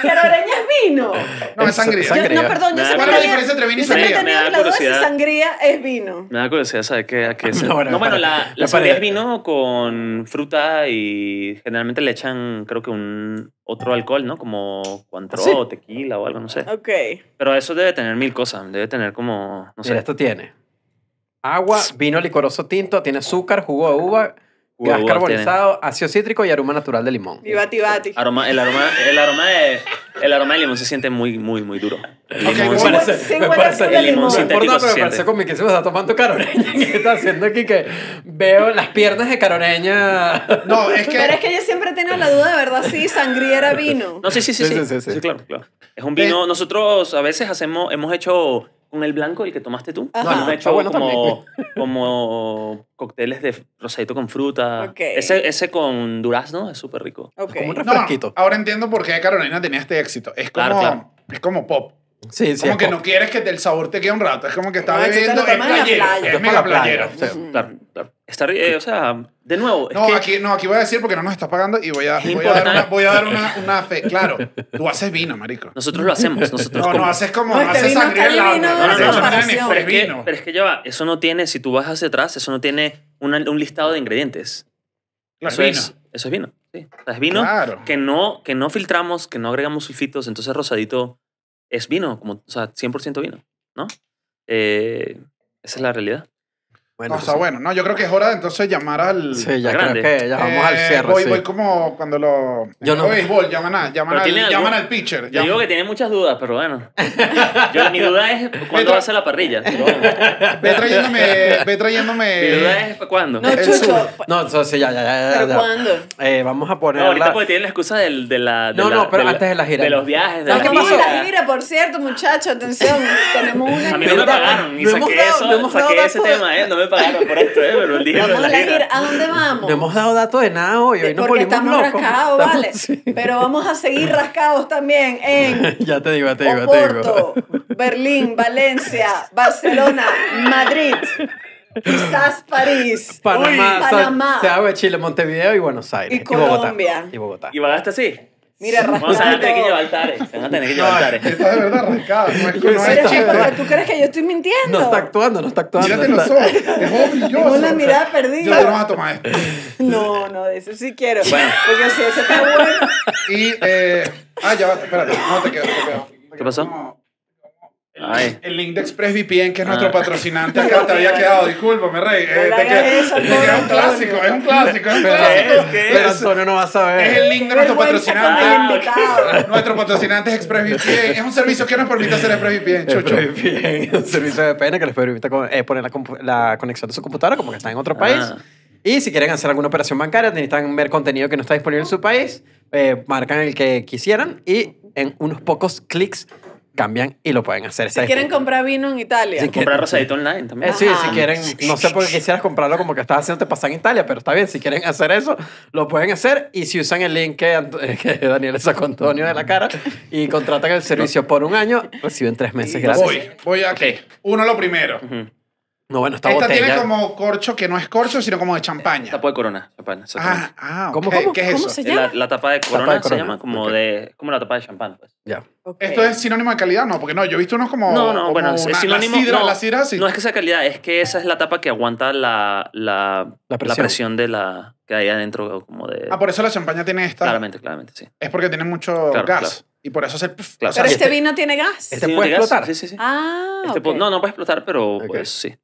Speaker 6: ¡Caroreña es vino!
Speaker 1: No, es
Speaker 7: Es-
Speaker 1: sangría.
Speaker 6: Yo-
Speaker 7: Sangría.
Speaker 6: no, perdón, yo
Speaker 8: Nada,
Speaker 6: siempre
Speaker 8: ¿cuál es la
Speaker 6: tenía-
Speaker 1: diferencia entre vino y
Speaker 6: yo siempre
Speaker 1: sangría?
Speaker 6: he
Speaker 8: Me
Speaker 6: tenido
Speaker 8: da
Speaker 6: la duda si
Speaker 8: curiosidad.
Speaker 6: sangría es vino.
Speaker 8: Me da curiosidad saber qué, a qué se-
Speaker 7: No,
Speaker 8: No,
Speaker 7: bueno,
Speaker 8: bueno,
Speaker 7: para-
Speaker 8: la,
Speaker 7: la
Speaker 8: la sangría
Speaker 7: pared.
Speaker 8: vino con fruta y generalmente le echan, creo que un otro alcohol, ¿no? Como cuantro
Speaker 7: ¿Ah, sí?
Speaker 8: o tequila o algo, no sé.
Speaker 6: Ok.
Speaker 8: Pero eso debe tener mil cosas, debe tener como, no
Speaker 7: Mira,
Speaker 8: sé.
Speaker 7: esto tiene agua, vino licoroso tinto, tiene azúcar, jugo de uva,
Speaker 8: Jugo de
Speaker 7: gas
Speaker 8: uva
Speaker 7: carbonizado, ácido cítrico y aroma natural de limón.
Speaker 6: Viva Tibati.
Speaker 8: Aroma, el aroma, el aroma de, el aroma de limón se siente muy, muy, muy duro. El
Speaker 1: Ok,
Speaker 8: limón
Speaker 1: me
Speaker 8: se-
Speaker 1: parece-
Speaker 6: me parece-
Speaker 8: el limón
Speaker 7: no
Speaker 8: sintético
Speaker 7: importa,
Speaker 8: se
Speaker 7: pero me
Speaker 8: siente.
Speaker 7: parece comiquísimo. Está tomando caroreña. ¿Qué está haciendo aquí? Que veo las piernas de caroreña.
Speaker 1: No, es que.
Speaker 6: Pero es que yo siempre he tenido la duda de verdad si sangría era vino.
Speaker 8: No, sí, sí, sí,
Speaker 7: Sí, sí,
Speaker 8: sí.
Speaker 7: sí, sí. Eh.
Speaker 8: Sí, claro, claro. Es un vino. Nosotros a veces hacemos, hemos hecho con el blanco, el que tomaste tú.
Speaker 6: Ajá.
Speaker 8: Hemos
Speaker 7: Ah, Está
Speaker 8: hecho
Speaker 7: bueno
Speaker 8: como, como cócteles de rosadito con fruta.
Speaker 6: Ok.
Speaker 8: Ese, ese con durazno es súper rico.
Speaker 6: Ok.
Speaker 7: como un
Speaker 1: no,
Speaker 7: refresquito.
Speaker 1: ahora entiendo por qué Carolina tenía este éxito. Es como,
Speaker 8: Claro, claro.
Speaker 1: Es como pop.
Speaker 7: Sí, sí.
Speaker 1: como
Speaker 7: es
Speaker 1: que
Speaker 7: como-
Speaker 1: no quieres que el sabor te quede un rato. Es como que está
Speaker 6: Ah, eso te
Speaker 1: bebiendo.
Speaker 6: lo
Speaker 1: Es
Speaker 6: tomas en la
Speaker 1: playero.
Speaker 6: playa.
Speaker 1: Es
Speaker 7: Estás
Speaker 1: mega
Speaker 7: para la playa,
Speaker 1: playero.
Speaker 7: sí.
Speaker 6: Mm.
Speaker 8: Claro, claro. Está, ri- eh, o sea, de nuevo, es
Speaker 1: No,
Speaker 8: que
Speaker 1: aquí, no, aquí voy a decir porque no nos estás pagando y voy a,
Speaker 8: Es
Speaker 1: voy a dar, una,
Speaker 8: importante.
Speaker 1: voy a dar una, una fe. Claro, tú haces vino, marico.
Speaker 8: nosotros lo hacemos. Nosotros
Speaker 1: No, no
Speaker 8: como-
Speaker 1: haces como.
Speaker 6: No,
Speaker 1: no
Speaker 6: este
Speaker 1: haces
Speaker 6: vino
Speaker 1: sangría en
Speaker 6: está
Speaker 1: la
Speaker 6: divino,
Speaker 1: otra,
Speaker 8: No, no,
Speaker 1: haces
Speaker 8: no,
Speaker 1: sangría
Speaker 8: no,
Speaker 1: en
Speaker 6: comparación.
Speaker 1: el
Speaker 8: pero, es que,
Speaker 1: vino.
Speaker 8: pero es que ya va, eso no tiene, si tú vas hacia atrás, eso no tiene una- un listado de ingredientes.
Speaker 1: Claro,
Speaker 8: eso,
Speaker 1: vino.
Speaker 8: Es, eso es vino. Sí. O sea, es vino
Speaker 1: Claro.
Speaker 8: que no, que no filtramos, que no agregamos sulfitos, entonces rosadito es vino, como, o sea, 100% vino, ¿no? Eh, esa es la realidad.
Speaker 7: Bueno,
Speaker 1: No, está bueno. No, yo creo que es hora de entonces llamar al.
Speaker 7: Sí, ya
Speaker 8: Está
Speaker 7: creo
Speaker 8: grande.
Speaker 7: que ya vamos al
Speaker 1: Eh,
Speaker 7: cierre.
Speaker 1: Voy,
Speaker 7: sí.
Speaker 1: voy como cuando lo.
Speaker 7: Yo
Speaker 1: Yo
Speaker 7: no.
Speaker 1: no. béisbol, llaman, a, llaman,
Speaker 8: Pero
Speaker 1: al,
Speaker 8: tiene algo-
Speaker 1: llaman al pitcher.
Speaker 8: Yo
Speaker 1: llaman-
Speaker 8: digo que tiene muchas dudas, pero bueno. Yo, mi duda es cuándo va a ser la parrilla. pero bueno.
Speaker 1: Ve trayéndome. ve
Speaker 8: Mi
Speaker 1: Eh,
Speaker 8: duda
Speaker 1: trayéndome.
Speaker 8: es cuándo.
Speaker 6: No,
Speaker 1: el
Speaker 6: Chucho.
Speaker 1: sur.
Speaker 6: pa-
Speaker 7: No, eso sí, ya, ya, ya. ya,
Speaker 6: ¿Pero
Speaker 7: ya.
Speaker 6: cuándo?
Speaker 7: Eh, vamos a poner.
Speaker 8: No, ahorita
Speaker 7: la-
Speaker 8: porque tienen la excusa del, de la. de
Speaker 7: No,
Speaker 8: la-
Speaker 7: no, pero
Speaker 8: la-
Speaker 7: antes de la gira.
Speaker 8: De los viajes, de
Speaker 7: ¿Sabes
Speaker 6: Porque
Speaker 8: la
Speaker 7: qué
Speaker 6: vamos
Speaker 7: pasó?
Speaker 6: a la gira, por cierto, muchachos, atención. Tenemos una.
Speaker 8: A mí no me
Speaker 7: Mira,
Speaker 8: pagaron, y
Speaker 7: no hemos
Speaker 8: saqué
Speaker 7: dado-
Speaker 8: eso,
Speaker 7: no hemos dado
Speaker 8: saqué ese
Speaker 7: datos.
Speaker 8: tema, ¿eh? No me pagaron por esto, ¿eh? Pero el día de
Speaker 6: Vamos
Speaker 8: la
Speaker 6: a la
Speaker 8: gira.
Speaker 6: gira. ¿A dónde vamos?
Speaker 7: No hemos dado dato de nada hoy. Hoy nos
Speaker 6: Porque
Speaker 7: volvimos
Speaker 6: estamos
Speaker 7: locos.
Speaker 6: rascados,
Speaker 7: Estamos-
Speaker 6: vale.
Speaker 7: sí.
Speaker 6: Pero vamos a seguir rascados también en
Speaker 7: Ya te digo, ya te digo, ya te digo.
Speaker 6: Oporto, Berlín, Valencia, Barcelona, Madrid, quizás París,
Speaker 7: Panamá,
Speaker 6: uy,
Speaker 7: San-
Speaker 6: Panamá.
Speaker 7: Santiago de Chile, Montevideo y Buenos Aires.
Speaker 6: Y Colombia.
Speaker 7: Bogotá. Y Bogotá.
Speaker 8: Y van hasta así.
Speaker 6: Mira,
Speaker 8: Vamos a
Speaker 6: rascado.
Speaker 8: tener que llevar tares. Van a tener que llevar tares.
Speaker 1: Está de verdad rascada. No es, no
Speaker 6: Pero,
Speaker 1: es
Speaker 6: pero
Speaker 1: chiste.
Speaker 6: ¿tú crees que yo estoy mintiendo?
Speaker 7: No está actuando, no está actuando.
Speaker 1: Mírate
Speaker 7: está-
Speaker 1: los ojos. Es
Speaker 6: Tengo
Speaker 1: brilloso.
Speaker 6: una mirada
Speaker 1: Yo te lo voy
Speaker 6: perdida.
Speaker 1: a tomar esto.
Speaker 6: No, no, de eso sí quiero. Porque si ese está bueno.
Speaker 1: Y. Eh, ah, ya va, espérate. No, te quedo. Te quedo.
Speaker 8: ¿Qué pasó?
Speaker 1: No,
Speaker 8: Ay.
Speaker 1: El link de ExpressVPN, que es nuestro
Speaker 8: Ah.
Speaker 1: patrocinante, acá te había quedado. Discúlpame, Rey. Eh,
Speaker 6: No le
Speaker 1: te
Speaker 6: hagas
Speaker 1: quedó-
Speaker 6: eso,
Speaker 1: te quedó un
Speaker 6: pobre
Speaker 1: clásico.
Speaker 6: Antonio.
Speaker 1: Es un clásico. Es un
Speaker 7: Pero,
Speaker 1: clásico.
Speaker 7: pero
Speaker 1: Es-
Speaker 7: Antonio no va a saber.
Speaker 1: Es el link de nuestro
Speaker 6: Vergüenza para
Speaker 1: patrocinante.
Speaker 6: el invitado.
Speaker 1: Nuestro patrocinante es ExpressVPN. Es un servicio que nos permite hacer ExpressVPN,
Speaker 7: El
Speaker 1: chucho.
Speaker 7: VPN, un servicio de VPN que les permite co- eh, poner la, compu- la conexión de su computadora como que está en otro país.
Speaker 8: Ah.
Speaker 7: Y si quieren hacer alguna operación bancaria, necesitan ver contenido que no está disponible en su país, eh, marcan el que quisieran y en unos pocos clics cambian y lo pueden hacer.
Speaker 6: Si quieren comprar vino en Italia.
Speaker 7: Sí, que-
Speaker 8: Comprar rosadito online también.
Speaker 7: Eh, sí,
Speaker 6: Ajá.
Speaker 7: si quieren, no sé por qué quisieras comprarlo como que estás haciéndote pasar en Italia, pero está bien, si quieren hacer eso, lo pueden hacer. Y si usan el link que, Anto- que Daniel le sacó a Antonio de la cara y contratan el servicio por un año, reciben tres meses gratis.
Speaker 1: Voy, voy aquí. Uno lo primero.
Speaker 8: Ujú.
Speaker 7: No, bueno, esta,
Speaker 1: Esta
Speaker 7: botella.
Speaker 1: tiene como corcho que no es corcho, sino como de champaña.
Speaker 8: Tapa de corona. champán, exactamente.
Speaker 1: Ah, ah,
Speaker 7: ¿Cómo,
Speaker 1: ok.
Speaker 7: cómo?
Speaker 1: ¿Qué es
Speaker 6: ¿Cómo
Speaker 1: eso?
Speaker 6: se
Speaker 8: Eh,
Speaker 6: llama?
Speaker 8: La, la tapa de corona,
Speaker 7: de
Speaker 8: se
Speaker 7: corona,
Speaker 8: llama como
Speaker 7: ok.
Speaker 8: de como la tapa de champán pues.
Speaker 7: Ya.
Speaker 6: Ok.
Speaker 1: ¿Esto es sinónimo de calidad? No, porque no, yo he visto unos como.
Speaker 8: no no
Speaker 1: como
Speaker 8: bueno es
Speaker 1: una-
Speaker 8: sinónimo
Speaker 1: La sidra,
Speaker 8: no,
Speaker 1: la sidra, sí.
Speaker 8: no es que sea calidad es que esa es la tapa que aguanta la la,
Speaker 7: La
Speaker 8: la
Speaker 7: presión.
Speaker 8: presión. de la que hay adentro como de
Speaker 1: Ah, por eso la champaña tiene esta.
Speaker 8: claramente claramente sí
Speaker 1: Es porque tiene mucho
Speaker 8: Claro,
Speaker 1: gas.
Speaker 8: claro.
Speaker 1: Y por eso es el. pf,
Speaker 8: Claro.
Speaker 1: o sea,
Speaker 6: Pero
Speaker 7: y
Speaker 6: este
Speaker 7: este-
Speaker 6: vino tiene gas.
Speaker 7: este-
Speaker 8: ¿Sí,
Speaker 7: puede
Speaker 8: no digas?
Speaker 7: explotar?
Speaker 8: sí sí sí
Speaker 6: Ah.
Speaker 8: Este
Speaker 6: ok.
Speaker 8: po- no no puede explotar pero
Speaker 7: Ok.
Speaker 8: pues sí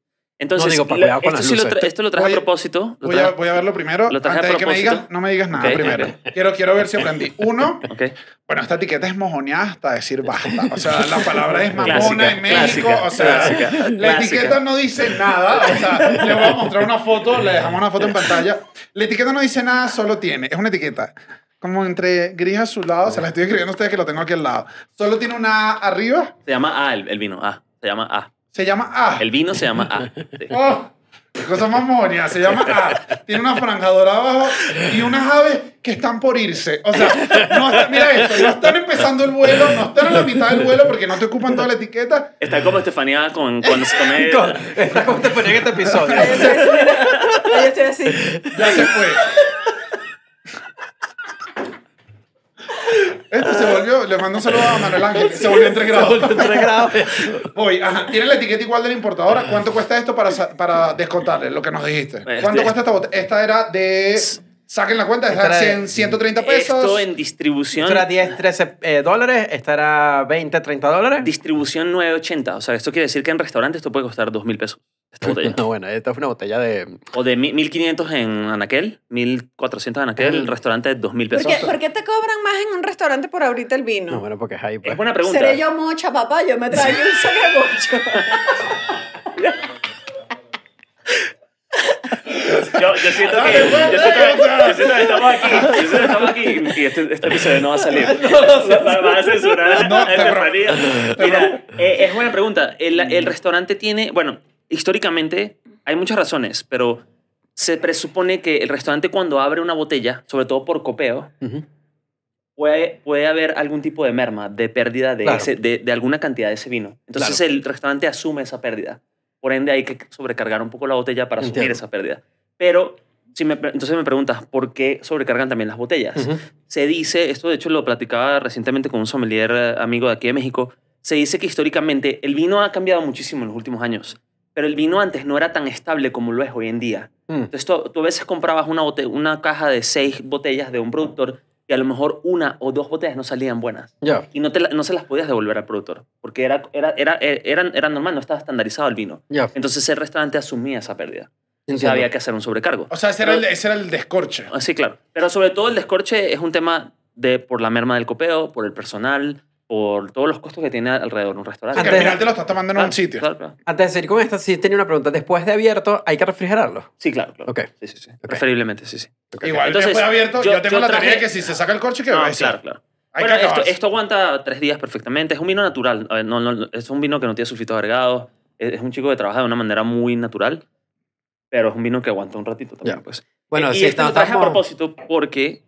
Speaker 8: Entonces,
Speaker 7: No, digo, para
Speaker 8: la-
Speaker 7: cuidado con
Speaker 8: esto,
Speaker 7: las
Speaker 8: sí lo
Speaker 7: luces.
Speaker 8: tra- esto lo traje
Speaker 1: Voy a-
Speaker 8: a propósito. lo
Speaker 1: Voy a,
Speaker 8: traje-
Speaker 1: voy a verlo primero.
Speaker 8: Lo traje
Speaker 1: Antes de
Speaker 8: a
Speaker 1: que me
Speaker 8: propósito.
Speaker 1: digas, no me digas nada
Speaker 8: Ok,
Speaker 1: primero.
Speaker 8: ok.
Speaker 1: Quiero, quiero ver si aprendí. Uno,
Speaker 8: ok.
Speaker 1: bueno, esta etiqueta es mojoneada hasta decir basta. O sea, la palabra es mamona
Speaker 8: Clásica,
Speaker 1: en México.
Speaker 8: clásica,
Speaker 1: o sea,
Speaker 8: clásica,
Speaker 1: la
Speaker 8: clásica.
Speaker 1: etiqueta no dice nada. O sea, le voy a mostrar una foto, le dejamos una foto en pantalla. La etiqueta no dice nada, solo tiene. Es una etiqueta. Como entre gris azulado, se la estoy escribiendo a ustedes que lo tengo aquí al lado. Solo tiene una A arriba,
Speaker 8: Se llama A el, el vino. A. Se llama ah. A.
Speaker 1: se llama A.
Speaker 8: El vino se llama A. Sí.
Speaker 1: ¡Oh! ¡Qué cosa más monia! Se llama A. Tiene una franja dorada abajo y unas aves que están por irse. O sea, no está- mira esto, no están empezando el vuelo, no están en la mitad del vuelo porque no te ocupan toda la etiqueta.
Speaker 8: Está como Estefanía con, cuando se come.
Speaker 7: Con- Está como te ponía en este episodio.
Speaker 6: Yo estoy así, mira. Yo estoy así.
Speaker 1: Ya se fue. Esto
Speaker 8: Ah.
Speaker 1: se volvió, le mando un saludo a Manuel Ángel, que se volvió en tres grados.
Speaker 7: Tres grados.
Speaker 1: Voy, ajá, tiene la etiqueta igual de la importadora. ¿Cuánto cuesta esto para, sa- para descontarle lo que nos dijiste?
Speaker 8: Este-
Speaker 1: ¿Cuánto cuesta esta botella? Esta era de. Saquen la cuenta, esta
Speaker 7: Esta
Speaker 1: era
Speaker 7: era
Speaker 1: 100,
Speaker 7: de-
Speaker 1: 130 pesos.
Speaker 8: Esto en
Speaker 7: Esto
Speaker 8: distribución.
Speaker 7: era 10, 13 eh, dólares. Esta era 20, 30 dólares.
Speaker 8: Distribución 980. O sea, esto quiere decir que en restaurantes esto puede costar 2.000 pesos. Esta botella.
Speaker 7: No, bueno, esta es una botella de.
Speaker 8: O de mi- 1.500 en Anaquel, 1.400 en Anaquel, el restaurante de 2.000
Speaker 6: ¿Por
Speaker 8: pesos.
Speaker 6: qué, por qué te cobran más en un restaurante por ahorita el vino?
Speaker 7: No, bueno, porque es ahí. Pues.
Speaker 8: Es buena pregunta.
Speaker 6: Seré yo mocha, papá. Yo me traigo un sacamocho.
Speaker 8: Yo, yo siento que, yo siento que, yo siento que estamos aquí. Yo siento que estamos aquí. Y este, este episodio no va a salir. Va- va a censurar a-
Speaker 1: No,
Speaker 8: a
Speaker 1: te
Speaker 8: Estefanía. Mira, eh, es buena pregunta. El, el restaurante tiene. Bueno, históricamente hay muchas razones, pero se presupone que el restaurante, cuando abre una botella, sobre todo por copeo,
Speaker 7: Ujú.
Speaker 8: puede, puede haber algún tipo de merma, de pérdida de,
Speaker 7: Claro.
Speaker 8: ese- de, de alguna cantidad de ese vino. Entonces el restaurante asume esa pérdida. Por ende hay que sobrecargar un poco la botella para asumir
Speaker 7: Entiendo.
Speaker 8: esa pérdida. Pero si me, pre- entonces me preguntas, ¿por qué sobrecargan también las botellas?
Speaker 7: Ujú.
Speaker 8: Se dice, esto de hecho lo platicaba recientemente con un sommelier eh, amigo de aquí de México, se dice que históricamente el vino ha cambiado muchísimo en los últimos años, pero el vino antes no era tan estable como lo es hoy en día.
Speaker 7: Mm.
Speaker 8: Entonces tú, tú a veces comprabas una, bote- una caja de seis botellas de un productor y a lo mejor una o dos botellas no salían buenas
Speaker 7: Ya.
Speaker 8: y no, te la- no se las podías devolver al productor porque era, era, era, eh, era, era normal, no estaba estandarizado el vino.
Speaker 7: Ya.
Speaker 8: Entonces el restaurante asumía esa pérdida. Entonces
Speaker 7: Entiendo.
Speaker 8: había que hacer un sobrecargo.
Speaker 1: O sea, ese era, el, ese era el descorche.
Speaker 8: Ah, Sí, claro. Pero sobre todo el descorche es un tema de por la merma del copeo, por el personal, por todos los costos que tiene alrededor un restaurante.
Speaker 1: Porque al
Speaker 7: Antes-
Speaker 1: final te lo estás tomando en
Speaker 8: Claro,
Speaker 1: un sitio.
Speaker 8: Ah, claro, claro.
Speaker 7: Antes de seguir con esta, sí tenía una pregunta. Después de abierto, ¿hay que refrigerarlo?
Speaker 8: Sí, claro, claro.
Speaker 7: Ok.
Speaker 8: Sí, sí, sí. Preferiblemente, sí, sí.
Speaker 1: Igual
Speaker 8: Entonces,
Speaker 1: después abierto, yo,
Speaker 8: yo-
Speaker 1: tengo
Speaker 8: yo
Speaker 1: la teoría de
Speaker 8: traje-
Speaker 1: que si se saca el corche, que
Speaker 8: No,
Speaker 1: va a decir.
Speaker 8: claro, claro.
Speaker 1: Hay
Speaker 8: Bueno,
Speaker 1: que
Speaker 8: esto,
Speaker 1: acabarse.
Speaker 8: esto aguanta tres días perfectamente. Es un vino natural. A ver, no, no, no, es un vino que no tiene sulfitos agregados. Es, es un chico que trabaja de una manera muy natural, pero es un vino que aguanta un ratito también.
Speaker 7: Ya.
Speaker 8: Pues.
Speaker 7: Bueno,
Speaker 8: y
Speaker 7: sí,
Speaker 8: esto lo
Speaker 7: estamos-
Speaker 8: traje a propósito porque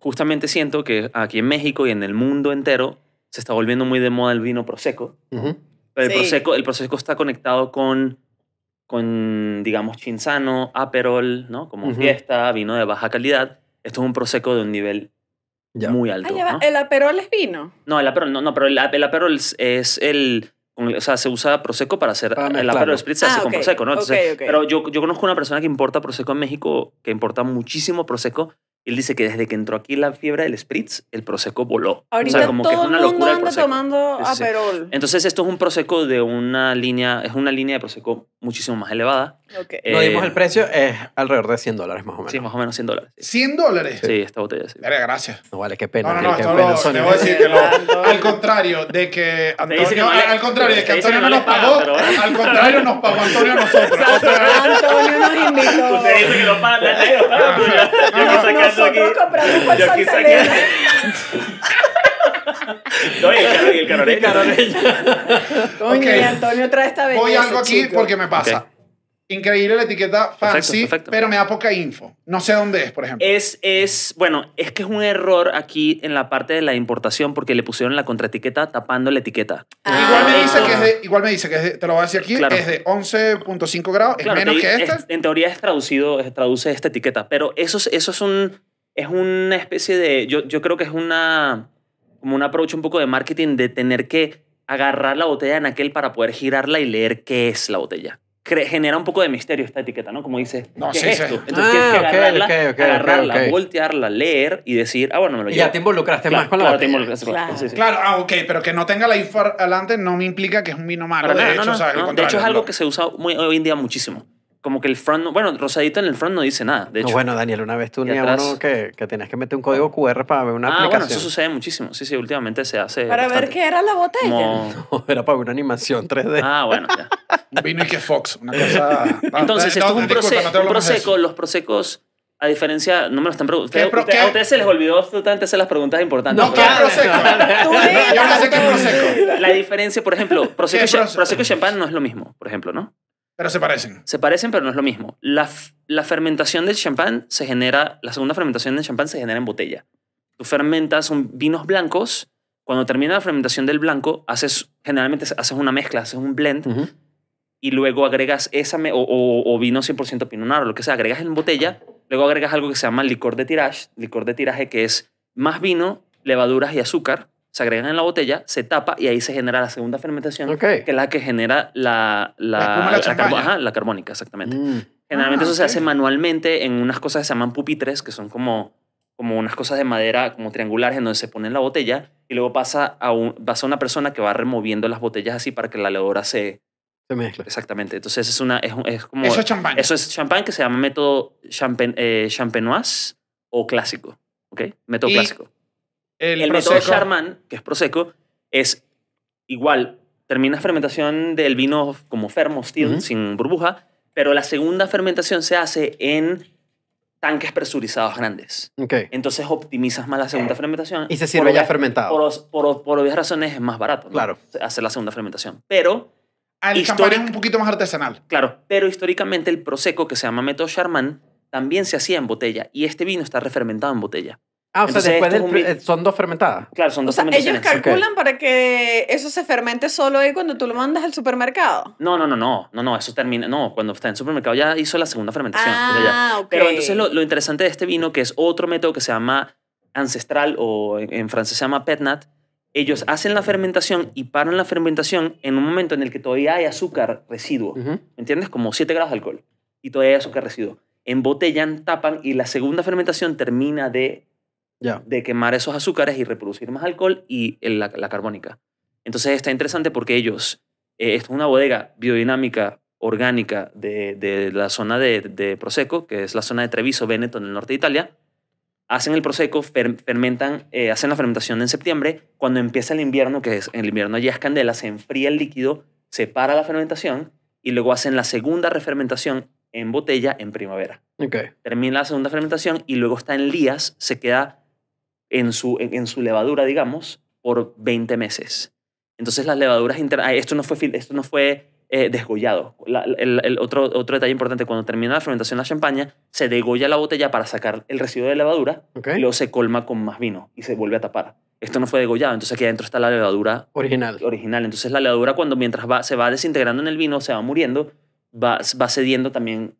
Speaker 8: justamente siento que aquí en México y en el mundo entero se está volviendo muy de moda el vino prosecco.
Speaker 7: Ujú.
Speaker 8: Pero
Speaker 6: Sí.
Speaker 8: el, prosecco, el prosecco está conectado con, con digamos, Chinsano, Aperol, ¿no? Como
Speaker 7: Ujú.
Speaker 8: fiesta, vino de baja calidad. Esto es un prosecco de un nivel
Speaker 7: Ya.
Speaker 8: muy
Speaker 6: Ah,
Speaker 8: alto.
Speaker 6: ya va,
Speaker 8: ¿no?
Speaker 6: El aperol es vino.
Speaker 8: No, el Aperol no, no, pero el, el Aperol es- es el... O sea, se usa Prosecco para hacer...
Speaker 7: Para
Speaker 8: el
Speaker 7: mezclarlo.
Speaker 8: Aperol Spritz se
Speaker 6: Ah,
Speaker 8: hace
Speaker 6: ok,
Speaker 8: con Prosecco, ¿no?
Speaker 6: ok, ok.
Speaker 8: Pero yo, yo conozco una persona que importa Prosecco en México, que importa muchísimo Prosecco, y él dice que desde que entró aquí la fiebre del Spritz, el Prosecco voló.
Speaker 6: Ahorita
Speaker 8: o sea, como
Speaker 6: todo
Speaker 8: que es una
Speaker 6: el mundo
Speaker 8: locura el
Speaker 6: anda
Speaker 8: Prosecco.
Speaker 6: tomando
Speaker 8: Sí, sí, sí.
Speaker 6: aperol.
Speaker 8: Entonces esto es un Prosecco de una línea... Es una línea de Prosecco muchísimo más elevada.
Speaker 6: Ok.
Speaker 7: Lo
Speaker 8: Eh,
Speaker 7: dimos el precio, es alrededor de 100 dólares más o menos.
Speaker 8: Sí, más o menos 100 dólares. Sí,
Speaker 1: 100 dólares.
Speaker 8: Sí, esta botella, sí.
Speaker 1: Verga, gracias.
Speaker 7: No vale, qué pena.
Speaker 1: No, no,
Speaker 7: qué-
Speaker 1: no,
Speaker 7: qué
Speaker 1: esto
Speaker 7: pena,
Speaker 1: lo,
Speaker 7: Sonia.
Speaker 1: debo decir que lo,
Speaker 6: Fernando.
Speaker 1: al contrario de que Antonio,
Speaker 8: dice que no le-
Speaker 1: al contrario de que
Speaker 8: te dice
Speaker 1: Antonio
Speaker 8: que
Speaker 1: no
Speaker 8: no
Speaker 1: nos
Speaker 8: le pagan,
Speaker 1: pagó,
Speaker 8: pero-
Speaker 1: al contrario nos pagó Antonio a nosotros. O sea,
Speaker 6: Antonio nos invitó.
Speaker 8: Usted dice que lo paga, nadie lo paga, pero yo- pues yo
Speaker 1: No, no,
Speaker 8: estoy sacando aquí.
Speaker 6: Nosotros compramos por
Speaker 8: Yo aquí
Speaker 6: Santa
Speaker 8: saqué-
Speaker 6: Elena.
Speaker 8: No, y el caro- y el
Speaker 7: El
Speaker 8: caroreño.
Speaker 7: caroreño.
Speaker 6: Coño,
Speaker 1: Ok.
Speaker 6: y Antonio trae esta belleza.
Speaker 1: Voy a algo aquí
Speaker 6: chico.
Speaker 1: porque me pasa.
Speaker 8: Ok.
Speaker 1: Increíble la etiqueta fancy,
Speaker 8: perfecto.
Speaker 1: pero me da poca info. No sé dónde es, por ejemplo.
Speaker 8: Es, es, bueno, es que es un error aquí en la parte de la importación porque le pusieron la contraetiqueta tapando la etiqueta.
Speaker 6: Ah.
Speaker 1: igual, me dice
Speaker 8: esto-
Speaker 1: que es de, igual me dice que es de, te lo voy a decir aquí,
Speaker 8: Claro.
Speaker 1: es de 11.5 grados,
Speaker 8: Claro,
Speaker 1: es menos
Speaker 8: te-
Speaker 1: que este. esta.
Speaker 8: es- en teoría es traducido, es- traduce esta etiqueta, pero eso es, eso es un, es una especie de, yo, yo creo que es una, como un approach un poco de marketing de tener que agarrar la botella en aquel para poder girarla y leer qué es la botella. cre- genera un poco de misterio esta etiqueta, ¿no? Como dice,
Speaker 1: No,
Speaker 8: ¿qué
Speaker 1: sí,
Speaker 8: es
Speaker 1: sí.
Speaker 8: esto? Entonces
Speaker 7: Ah,
Speaker 8: tienes que
Speaker 7: ok,
Speaker 8: agarrarla,
Speaker 7: ok, ok,
Speaker 8: agarrarla,
Speaker 7: ok, ok.
Speaker 8: voltearla, leer y decir, ah, bueno, me lo
Speaker 7: Y
Speaker 8: llevo.
Speaker 7: ya te involucraste
Speaker 8: Claro,
Speaker 7: más con la
Speaker 8: claro, te
Speaker 7: botella.
Speaker 8: involucraste con la-
Speaker 6: Claro.
Speaker 8: sí, sí.
Speaker 1: Claro, ah, ok, pero que no tenga la info adelante no me implica que es un vino malo.
Speaker 8: Para nada,
Speaker 1: de, hecho,
Speaker 8: no, no,
Speaker 1: ¿sabes? Al
Speaker 8: no. De
Speaker 1: contrario,
Speaker 8: hecho, es
Speaker 1: lo-
Speaker 8: algo que se usa muy- hoy en día muchísimo. Como que el front, no- bueno, Rosadito en el front no dice nada, de
Speaker 7: No,
Speaker 8: hecho.
Speaker 7: bueno, Daniel, una vez tú
Speaker 8: Y
Speaker 7: ni a
Speaker 8: atrás.
Speaker 7: uno que, que tenías que meter un código QR para ver una
Speaker 8: ah, bueno, eso
Speaker 7: aplicación.
Speaker 8: sucede muchísimo. Sí, sí, últimamente se hace.
Speaker 6: Ah, Para ver
Speaker 8: bastante.
Speaker 6: qué era la botella.
Speaker 8: Como-
Speaker 7: Era para ver una animación 3D.
Speaker 8: Ah, bueno, ya.
Speaker 1: Un vino y que Fox, una cosa... No,
Speaker 8: Entonces,
Speaker 1: no,
Speaker 8: esto es un,
Speaker 1: Ah, disculpa, no
Speaker 8: proce-
Speaker 1: te
Speaker 8: un
Speaker 1: hablo más de eso.
Speaker 8: proseco. Los prosecos, a diferencia, no me lo están preguntando.
Speaker 1: pro-
Speaker 8: Ustedes-
Speaker 1: qué?
Speaker 8: A ustedes se les olvidó absolutamente hacer las preguntas importantes.
Speaker 1: No, ¿qué es proseco?
Speaker 6: Tú
Speaker 1: Yo no sé qué es proseco,
Speaker 8: La diferencia, por ejemplo, Prosecco, y cha-
Speaker 1: proseco?
Speaker 8: Prosecco y champán no es lo mismo, por ejemplo, ¿no?
Speaker 1: pero se parecen.
Speaker 8: Se parecen, pero no es lo mismo. La, f- la fermentación del champán se genera, la segunda fermentación del champán se genera en botella. Tú fermentas un- vinos blancos, cuando termina la fermentación del blanco, haces, generalmente haces una mezcla, haces un blend,
Speaker 7: Ujú.
Speaker 8: y luego agregas esa, me- o, o- o vino 100% Pinot Noir, o lo que sea, agregas en botella, luego agregas algo que se llama licor de tirage, licor de tiraje que es más vino, levaduras y azúcar, se agregan en la botella, se tapa y ahí se genera la segunda fermentación,
Speaker 7: Ok.
Speaker 8: que es la que genera la, la,
Speaker 1: La espuma de la champaña.
Speaker 8: carbo- ajá, la carbónica, exactamente.
Speaker 7: Mm.
Speaker 8: Generalmente
Speaker 1: Ah,
Speaker 8: eso se
Speaker 1: ok.
Speaker 8: hace manualmente en unas cosas que se llaman pupitres, que son como, como unas cosas de madera como triangulares en donde se pone en la botella y luego pasa a, un, pasa a una persona que va removiendo las botellas así para que la levadura se...
Speaker 7: Se mezcla.
Speaker 8: Exactamente. Entonces es, una, es, un- es como...
Speaker 1: Eso es champán.
Speaker 8: Eso es champán que se llama método champen, eh, champenoise o clásico. ¿Ok? Método
Speaker 1: Y
Speaker 8: clásico.
Speaker 1: El,
Speaker 8: El,
Speaker 1: proseco,
Speaker 8: método Charman, que es proseco, es igual. Terminas fermentación del vino como fermo, still,
Speaker 7: Ujú.
Speaker 8: sin burbuja, pero la segunda fermentación se hace en tanques presurizados grandes.
Speaker 7: Ok.
Speaker 8: Entonces optimizas más la segunda fermentación.
Speaker 7: Eh, Y se
Speaker 8: Por
Speaker 7: sirve ya
Speaker 8: obvias-
Speaker 7: fermentado.
Speaker 8: Por, por, por obvias razones es más barato. ¿no?
Speaker 7: Claro.
Speaker 8: Hacer la segunda fermentación. Pero
Speaker 1: Ah, el
Speaker 8: histórico.
Speaker 1: champán es un poquito más artesanal.
Speaker 8: Claro, pero históricamente el prosecco que se llama método Charman también se hacía en botella y este vino está refermentado en botella.
Speaker 7: Ah, o sea,
Speaker 8: Entonces,
Speaker 7: después
Speaker 8: esto es
Speaker 7: del
Speaker 8: un
Speaker 7: pri-
Speaker 8: vi-
Speaker 7: eh, son dos fermentadas.
Speaker 8: Claro, son
Speaker 6: O
Speaker 8: dos
Speaker 6: sea, ellos
Speaker 8: fermentaciones.
Speaker 6: calculan para que eso se fermente solo ahí cuando tú lo mandas al supermercado.
Speaker 8: No, no, no, no, no, no, eso termina, no, cuando está en supermercado ya hizo la segunda fermentación. o sea, ya.
Speaker 6: Ah, ok.
Speaker 8: Pero entonces lo, lo interesante de este vino, que es otro método que se llama ancestral o en, en francés se llama petnat, ellos hacen la fermentación y paran la fermentación en un momento en el que todavía hay azúcar residuo.
Speaker 7: Ujú.
Speaker 8: ¿me entiendes? Como 7 grados de alcohol y todavía hay azúcar residuo. Embotellan, tapan y la segunda fermentación termina de,
Speaker 7: Ya.
Speaker 8: de quemar esos azúcares y reproducir más alcohol y el- la, la carbónica. Entonces está interesante porque ellos, eh, esto es una bodega biodinámica orgánica de, de la zona de, de Prosecco, que es la zona de Treviso, Veneto, en el norte de Italia. Hacen el Prosecco, fer- fermentan, eh, hacen la fermentación en septiembre. Cuando empieza el invierno, que es el invierno ya es candela, se enfría el líquido, se para la fermentación y luego hacen la segunda refermentación en botella en primavera.
Speaker 7: Ok.
Speaker 8: Termina la segunda fermentación y luego está en lías, se queda en su, en, en su levadura, digamos, por 20 meses. Entonces las levaduras internas, esto no fue, fil- esto no fue eh, desgollado. La- la- el, el otro, otro detalle importante, cuando termina la fermentación de la champaña, se degolla la botella para sacar el residuo de levadura
Speaker 7: Ok.
Speaker 8: y luego se colma con más vino y se vuelve a tapar. Esto no fue degollado, entonces aquí adentro está la levadura
Speaker 7: Original.
Speaker 8: original. Entonces la levadura cuando mientras va, se va desintegrando en el vino, se va muriendo, va, va cediendo también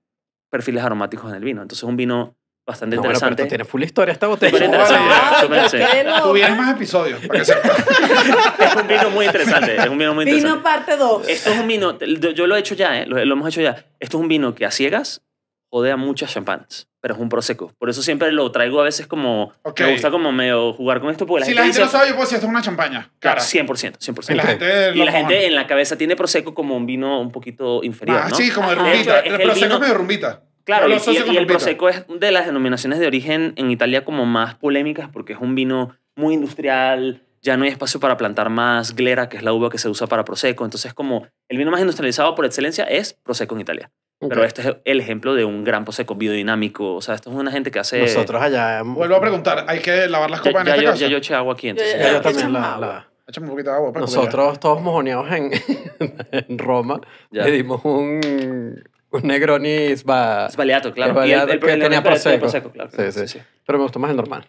Speaker 8: perfiles aromáticos en el vino. Entonces un vino bastante
Speaker 7: No, bueno, pero
Speaker 8: interesante.
Speaker 7: esto tiene full historia esta
Speaker 8: Súper
Speaker 7: botella.
Speaker 8: interesante,
Speaker 1: Ay,
Speaker 8: súper interesante.
Speaker 6: Ah, Qué loco.
Speaker 1: Tuvieras más episodios para que sepas.
Speaker 8: Es un vino muy interesante. Es un vino muy
Speaker 6: Vino
Speaker 8: interesante.
Speaker 6: parte 2.
Speaker 8: Esto es un vino, yo yo lo he hecho ya, ¿eh? lo, lo hemos hecho ya. Esto es un vino que a ciegas jodea muchas champans, pero es un prosecco. Por eso siempre lo traigo a veces como,
Speaker 1: Ok.
Speaker 8: me gusta como medio jugar con esto, porque la
Speaker 1: Si
Speaker 8: gente
Speaker 1: la gente
Speaker 8: dice,
Speaker 1: no sabe, yo puedo decir esto es una champaña.
Speaker 8: claro,
Speaker 1: Cara.
Speaker 8: 100%, 100%.
Speaker 1: Y la gente,
Speaker 8: Y
Speaker 1: lo
Speaker 8: la gente
Speaker 1: mojona.
Speaker 8: en la cabeza tiene prosecco como un vino un poquito inferior,
Speaker 1: Ah,
Speaker 8: ¿no?
Speaker 1: Sí, como de
Speaker 6: Ajá.
Speaker 1: rumbita.
Speaker 8: Es
Speaker 1: El
Speaker 8: el
Speaker 1: proseco
Speaker 8: vino-
Speaker 1: es medio rumbita.
Speaker 8: Claro,
Speaker 1: Yo
Speaker 8: y,
Speaker 1: lo asocio
Speaker 8: y-
Speaker 1: con
Speaker 8: y el
Speaker 1: rumbita.
Speaker 8: prosecco es de las denominaciones de origen en Italia como más polémicas porque es un vino muy industrial, ya no hay espacio para plantar más glera, que es la uva que se usa para prosecco, entonces como el vino más industrializado por excelencia es prosecco en Italia. Pero este es el ejemplo de un gran prosecco biodinámico, o sea, esto es una gente que hace
Speaker 7: Nosotros allá.
Speaker 1: Vuelvo a preguntar, ¿hay que lavar las
Speaker 8: ya,
Speaker 1: copas en
Speaker 8: ya
Speaker 1: esta
Speaker 8: yo,
Speaker 1: casa?
Speaker 8: ya yo eché agua aquí entonces.
Speaker 6: Ya,
Speaker 7: Ya
Speaker 8: ya.
Speaker 7: yo también
Speaker 6: Echamos
Speaker 7: la-
Speaker 6: agua.
Speaker 7: la,
Speaker 1: Échame un poquito de agua. pues, porque
Speaker 7: Nosotros, todos mojoneados en, en Roma,
Speaker 8: Ya.
Speaker 7: le dimos un, un Negroni Sba-
Speaker 8: Es baleato, claro.
Speaker 7: Es baleato que tenía
Speaker 8: el- el- el- el- el- el- el- el- el- el- el- el- el- el-
Speaker 7: prosecco.
Speaker 8: claro.
Speaker 7: Sí, sí.
Speaker 8: Sí, sí.
Speaker 7: Pero me gustó más el normal.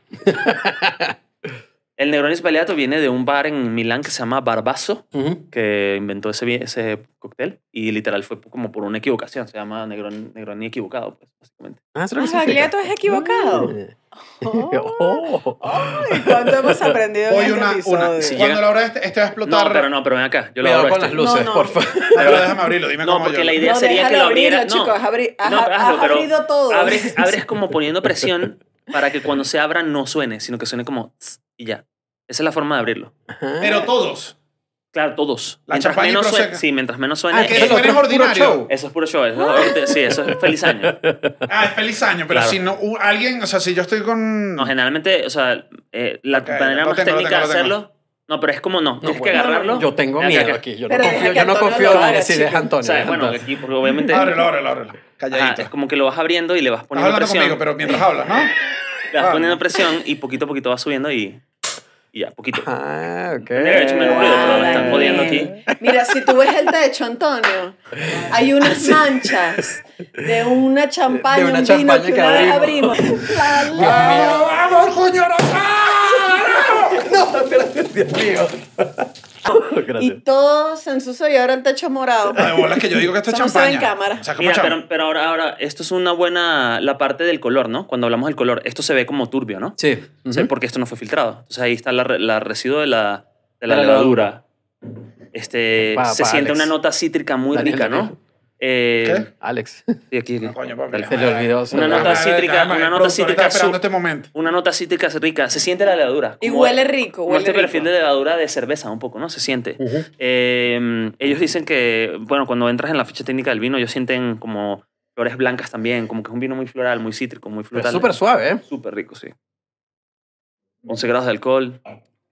Speaker 8: El Negroni Spagliato viene de un bar en Milán que se llama Barbasso,
Speaker 7: Ujú.
Speaker 8: que inventó ese, vi- ese cóctel y literal fue como por una equivocación. Se llama Negroni, Negroni equivocado, pues, básicamente.
Speaker 7: Ah, ¿eso es lo
Speaker 6: Ah,
Speaker 7: que significa?
Speaker 6: Bagliato es equivocado.
Speaker 7: Eh.
Speaker 6: Oh.
Speaker 7: Oh.
Speaker 6: Ay, ¿Cuánto hemos aprendido en
Speaker 1: Hoy
Speaker 6: este
Speaker 1: una, una.
Speaker 6: episodio?
Speaker 8: Sí,
Speaker 1: Cuando
Speaker 8: llega-
Speaker 1: la hora este, este va a explotar.
Speaker 8: No, pero no, pero ven acá. Yo lo
Speaker 7: Cuidado
Speaker 8: abro
Speaker 7: con
Speaker 8: este.
Speaker 7: las luces,
Speaker 6: No, no.
Speaker 7: por favor.
Speaker 1: Ah, pero déjame abrirlo, dime
Speaker 8: No,
Speaker 1: cómo
Speaker 8: porque
Speaker 1: yo.
Speaker 8: la idea
Speaker 6: No,
Speaker 8: sería que
Speaker 6: déjalo
Speaker 8: lo abriera.
Speaker 6: abrirlo,
Speaker 8: no,
Speaker 6: chicos, abri-
Speaker 8: no,
Speaker 6: ajá,
Speaker 8: pero
Speaker 6: has abrido todo.
Speaker 8: Abres, abres como poniendo presión para que cuando se abra no suene, sino que suene como tss y ya. Esa es la forma de abrirlo.
Speaker 1: Pero todos.
Speaker 8: Claro, todos.
Speaker 1: La
Speaker 8: mientras
Speaker 1: champaña y
Speaker 8: menos suene,
Speaker 1: Prosecco.
Speaker 8: sí, mientras menos suene.
Speaker 7: Ah,
Speaker 1: que
Speaker 8: eh,
Speaker 1: eso
Speaker 7: el
Speaker 1: tú
Speaker 7: otro
Speaker 1: eres
Speaker 7: es puro
Speaker 1: ordinario.
Speaker 7: show.
Speaker 8: eso es puro show. eso- sí, eso es feliz año.
Speaker 1: Ah, es feliz año, pero
Speaker 8: Claro.
Speaker 1: si no, u- alguien, o sea, si yo estoy con.
Speaker 8: No, generalmente, o sea, eh, la
Speaker 1: Ok,
Speaker 8: manera
Speaker 1: lo
Speaker 8: más
Speaker 1: tengo, lo tengo,
Speaker 8: técnica de
Speaker 1: lo tengo.
Speaker 8: hacerlo. No, pero es como no. Tienes que
Speaker 7: bueno.
Speaker 8: agarrarlo.
Speaker 7: Yo tengo
Speaker 8: Acá,
Speaker 7: miedo
Speaker 8: acá.
Speaker 7: aquí. Yo no
Speaker 6: Pero deja
Speaker 7: confío,
Speaker 6: que
Speaker 7: yo no
Speaker 6: Antonio
Speaker 7: confío
Speaker 6: lo
Speaker 7: en
Speaker 6: haga,
Speaker 7: las decisiones de
Speaker 6: chico.
Speaker 7: Antonio.
Speaker 8: O sea, bueno,
Speaker 7: Entonces,
Speaker 8: aquí, porque obviamente.
Speaker 1: Ábrelo, ábrelo, ábrelo.
Speaker 8: Ajá,
Speaker 1: Calladito.
Speaker 8: es como que lo vas abriendo y le vas
Speaker 1: Estás
Speaker 8: poniendo
Speaker 1: hablando
Speaker 8: presión.
Speaker 1: conmigo, pero mientras hablas, ¿no?
Speaker 8: Le vas
Speaker 1: Ah.
Speaker 8: poniendo presión y poquito a poquito vas subiendo y, y ya, poquito.
Speaker 7: Ah, ok.
Speaker 8: Mira, échame el ruido, pero me están
Speaker 6: Daniel.
Speaker 8: jodiendo aquí.
Speaker 6: Mira, si tú ves el techo, Antonio, hay unas manchas de una champaña,
Speaker 7: De una
Speaker 6: un
Speaker 7: champaña
Speaker 6: vino que,
Speaker 7: que
Speaker 6: una vez abrimos. La, la.
Speaker 1: ¡Ah, ¡Vamos, coño! no!
Speaker 7: Dios mío.
Speaker 6: Y todo se ensució y ahora el techo morado.
Speaker 1: Ah, de bolas que yo digo que esto es
Speaker 6: Eso no se ve en
Speaker 1: champaña.
Speaker 6: cámara.
Speaker 1: O sea, como
Speaker 8: Mira,
Speaker 1: champaña.
Speaker 8: pero, pero ahora, ahora, esto es una buena. La parte del color, ¿no? Cuando hablamos del color, esto se ve como turbio, ¿no?
Speaker 7: Sí.
Speaker 8: O sea,
Speaker 7: Ujú.
Speaker 8: porque esto no fue filtrado. Entonces ahí está la, re- la residuo de la, de la
Speaker 7: De la
Speaker 8: levadura. Este,
Speaker 7: Pa-
Speaker 8: se
Speaker 7: pa,
Speaker 8: siente
Speaker 7: Alex.
Speaker 8: una nota cítrica muy
Speaker 7: Daniel,
Speaker 8: rica,
Speaker 7: Daniel.
Speaker 8: ¿no? Eh,
Speaker 7: Alex,
Speaker 8: sí, aquí, aquí.
Speaker 1: No, coño, papi.
Speaker 8: Dale.
Speaker 7: se le olvidó. se
Speaker 8: Una
Speaker 7: le-
Speaker 8: nota
Speaker 1: Dame,
Speaker 8: cítrica,
Speaker 1: dame,
Speaker 8: una
Speaker 1: el
Speaker 8: nota
Speaker 1: productor
Speaker 8: cítrica
Speaker 1: está esperando
Speaker 8: su-
Speaker 1: este momento.
Speaker 8: Una nota cítrica rica. Se siente la levadura.
Speaker 6: Y
Speaker 8: Como-
Speaker 6: huele rico,
Speaker 8: como
Speaker 6: huele
Speaker 8: este
Speaker 6: rico.
Speaker 8: perfil de levadura de cerveza un poco, ¿no? Se siente. Eh, ellos dicen que, bueno, cuando entras en la ficha técnica del vino, ellos sienten como flores blancas también, como que es un vino muy floral, muy cítrico, muy
Speaker 7: Pero
Speaker 8: frutal.
Speaker 7: Súper suave, ¿eh?
Speaker 8: Súper rico, sí. 11 grados de alcohol.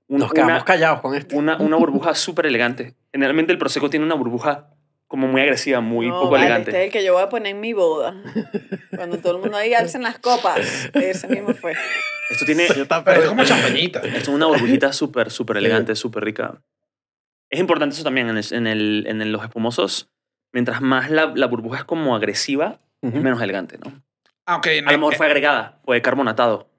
Speaker 8: Un-
Speaker 7: Nos quedamos
Speaker 8: una-
Speaker 7: callados con esto.
Speaker 8: una, una burbuja súper elegante. Generalmente el Prosecco tiene una burbuja como muy agresiva, muy
Speaker 6: No,
Speaker 8: poco
Speaker 6: vale, Este es
Speaker 8: elegante.
Speaker 6: el que yo voy a poner en mi boda. Cuando todo el mundo ahí alcen las copas. Ese mismo fue.
Speaker 8: Esto tiene esto
Speaker 1: Pero es como champañita.
Speaker 8: es una burbujita súper, súper elegante, súper rica. Es importante eso también en, el- en el- en el- los espumosos. Mientras más la, la burbuja es como agresiva, es menos elegante, ¿no?
Speaker 1: Ah, ok. no,
Speaker 8: A lo mejor
Speaker 1: eh,
Speaker 8: fue agregada, fue carbonatado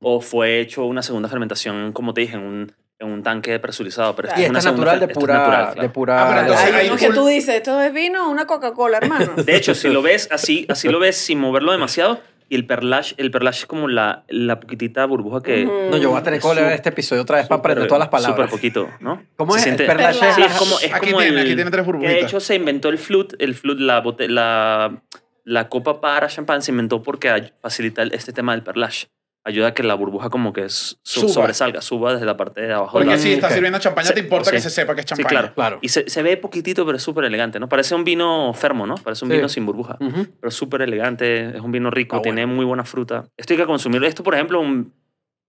Speaker 8: o fue hecho una segunda fermentación, como te dije, en un, en un tanque presurizado. Pero esto
Speaker 7: Y
Speaker 8: es
Speaker 7: esta
Speaker 8: una
Speaker 7: es
Speaker 8: segunda
Speaker 7: natural de
Speaker 8: fer- esto es
Speaker 7: pura.
Speaker 8: natural, claro.
Speaker 7: de pura
Speaker 1: Ah, pero entonces
Speaker 6: Hay
Speaker 1: ahí
Speaker 6: uno que
Speaker 1: full-
Speaker 6: tú dices, ¿esto es vino o una Coca-Cola, hermano?
Speaker 8: De hecho, si lo ves así, así lo ves sin moverlo demasiado, y el perlash, el perlash es como la, la poquitita burbuja que...
Speaker 6: Ujú.
Speaker 7: No, yo voy a tener que volver a ver este episodio otra vez para aprender todas las
Speaker 8: Súper
Speaker 7: palabras.
Speaker 8: poquito, ¿no?
Speaker 7: ¿Cómo
Speaker 8: Se
Speaker 7: es?
Speaker 8: siente-
Speaker 7: Perlash
Speaker 8: Sí,
Speaker 6: Perlash.
Speaker 8: es como, es
Speaker 1: Aquí
Speaker 8: como
Speaker 1: tiene,
Speaker 8: el-
Speaker 1: aquí tiene tres burbujitas.
Speaker 8: que de hecho se inventó el flute, el flute, la, bote- la, la copa para champán se inventó porque ay- facilita el- este tema del perlash. Ayuda a que la burbuja como que s- su-
Speaker 1: Suba.
Speaker 8: sobresalga, suba desde la parte de abajo. de
Speaker 1: Porque
Speaker 8: la-
Speaker 1: si estás
Speaker 7: Ok.
Speaker 1: sirviendo champaña, te
Speaker 8: Sí,
Speaker 1: importa que
Speaker 8: sí.
Speaker 1: se sepa que es
Speaker 8: Sí,
Speaker 1: champaña.
Speaker 8: claro.
Speaker 7: Claro.
Speaker 8: Y se, se ve poquitito, pero es súper elegante, ¿no? Parece un vino fermo, ¿no? Parece un
Speaker 7: Sí.
Speaker 8: vino sin burbuja
Speaker 7: Ujú.
Speaker 8: pero es súper elegante, es un vino rico,
Speaker 7: Ah,
Speaker 8: tiene muy buena fruta. Esto hay que consumirlo. Esto, por ejemplo, un-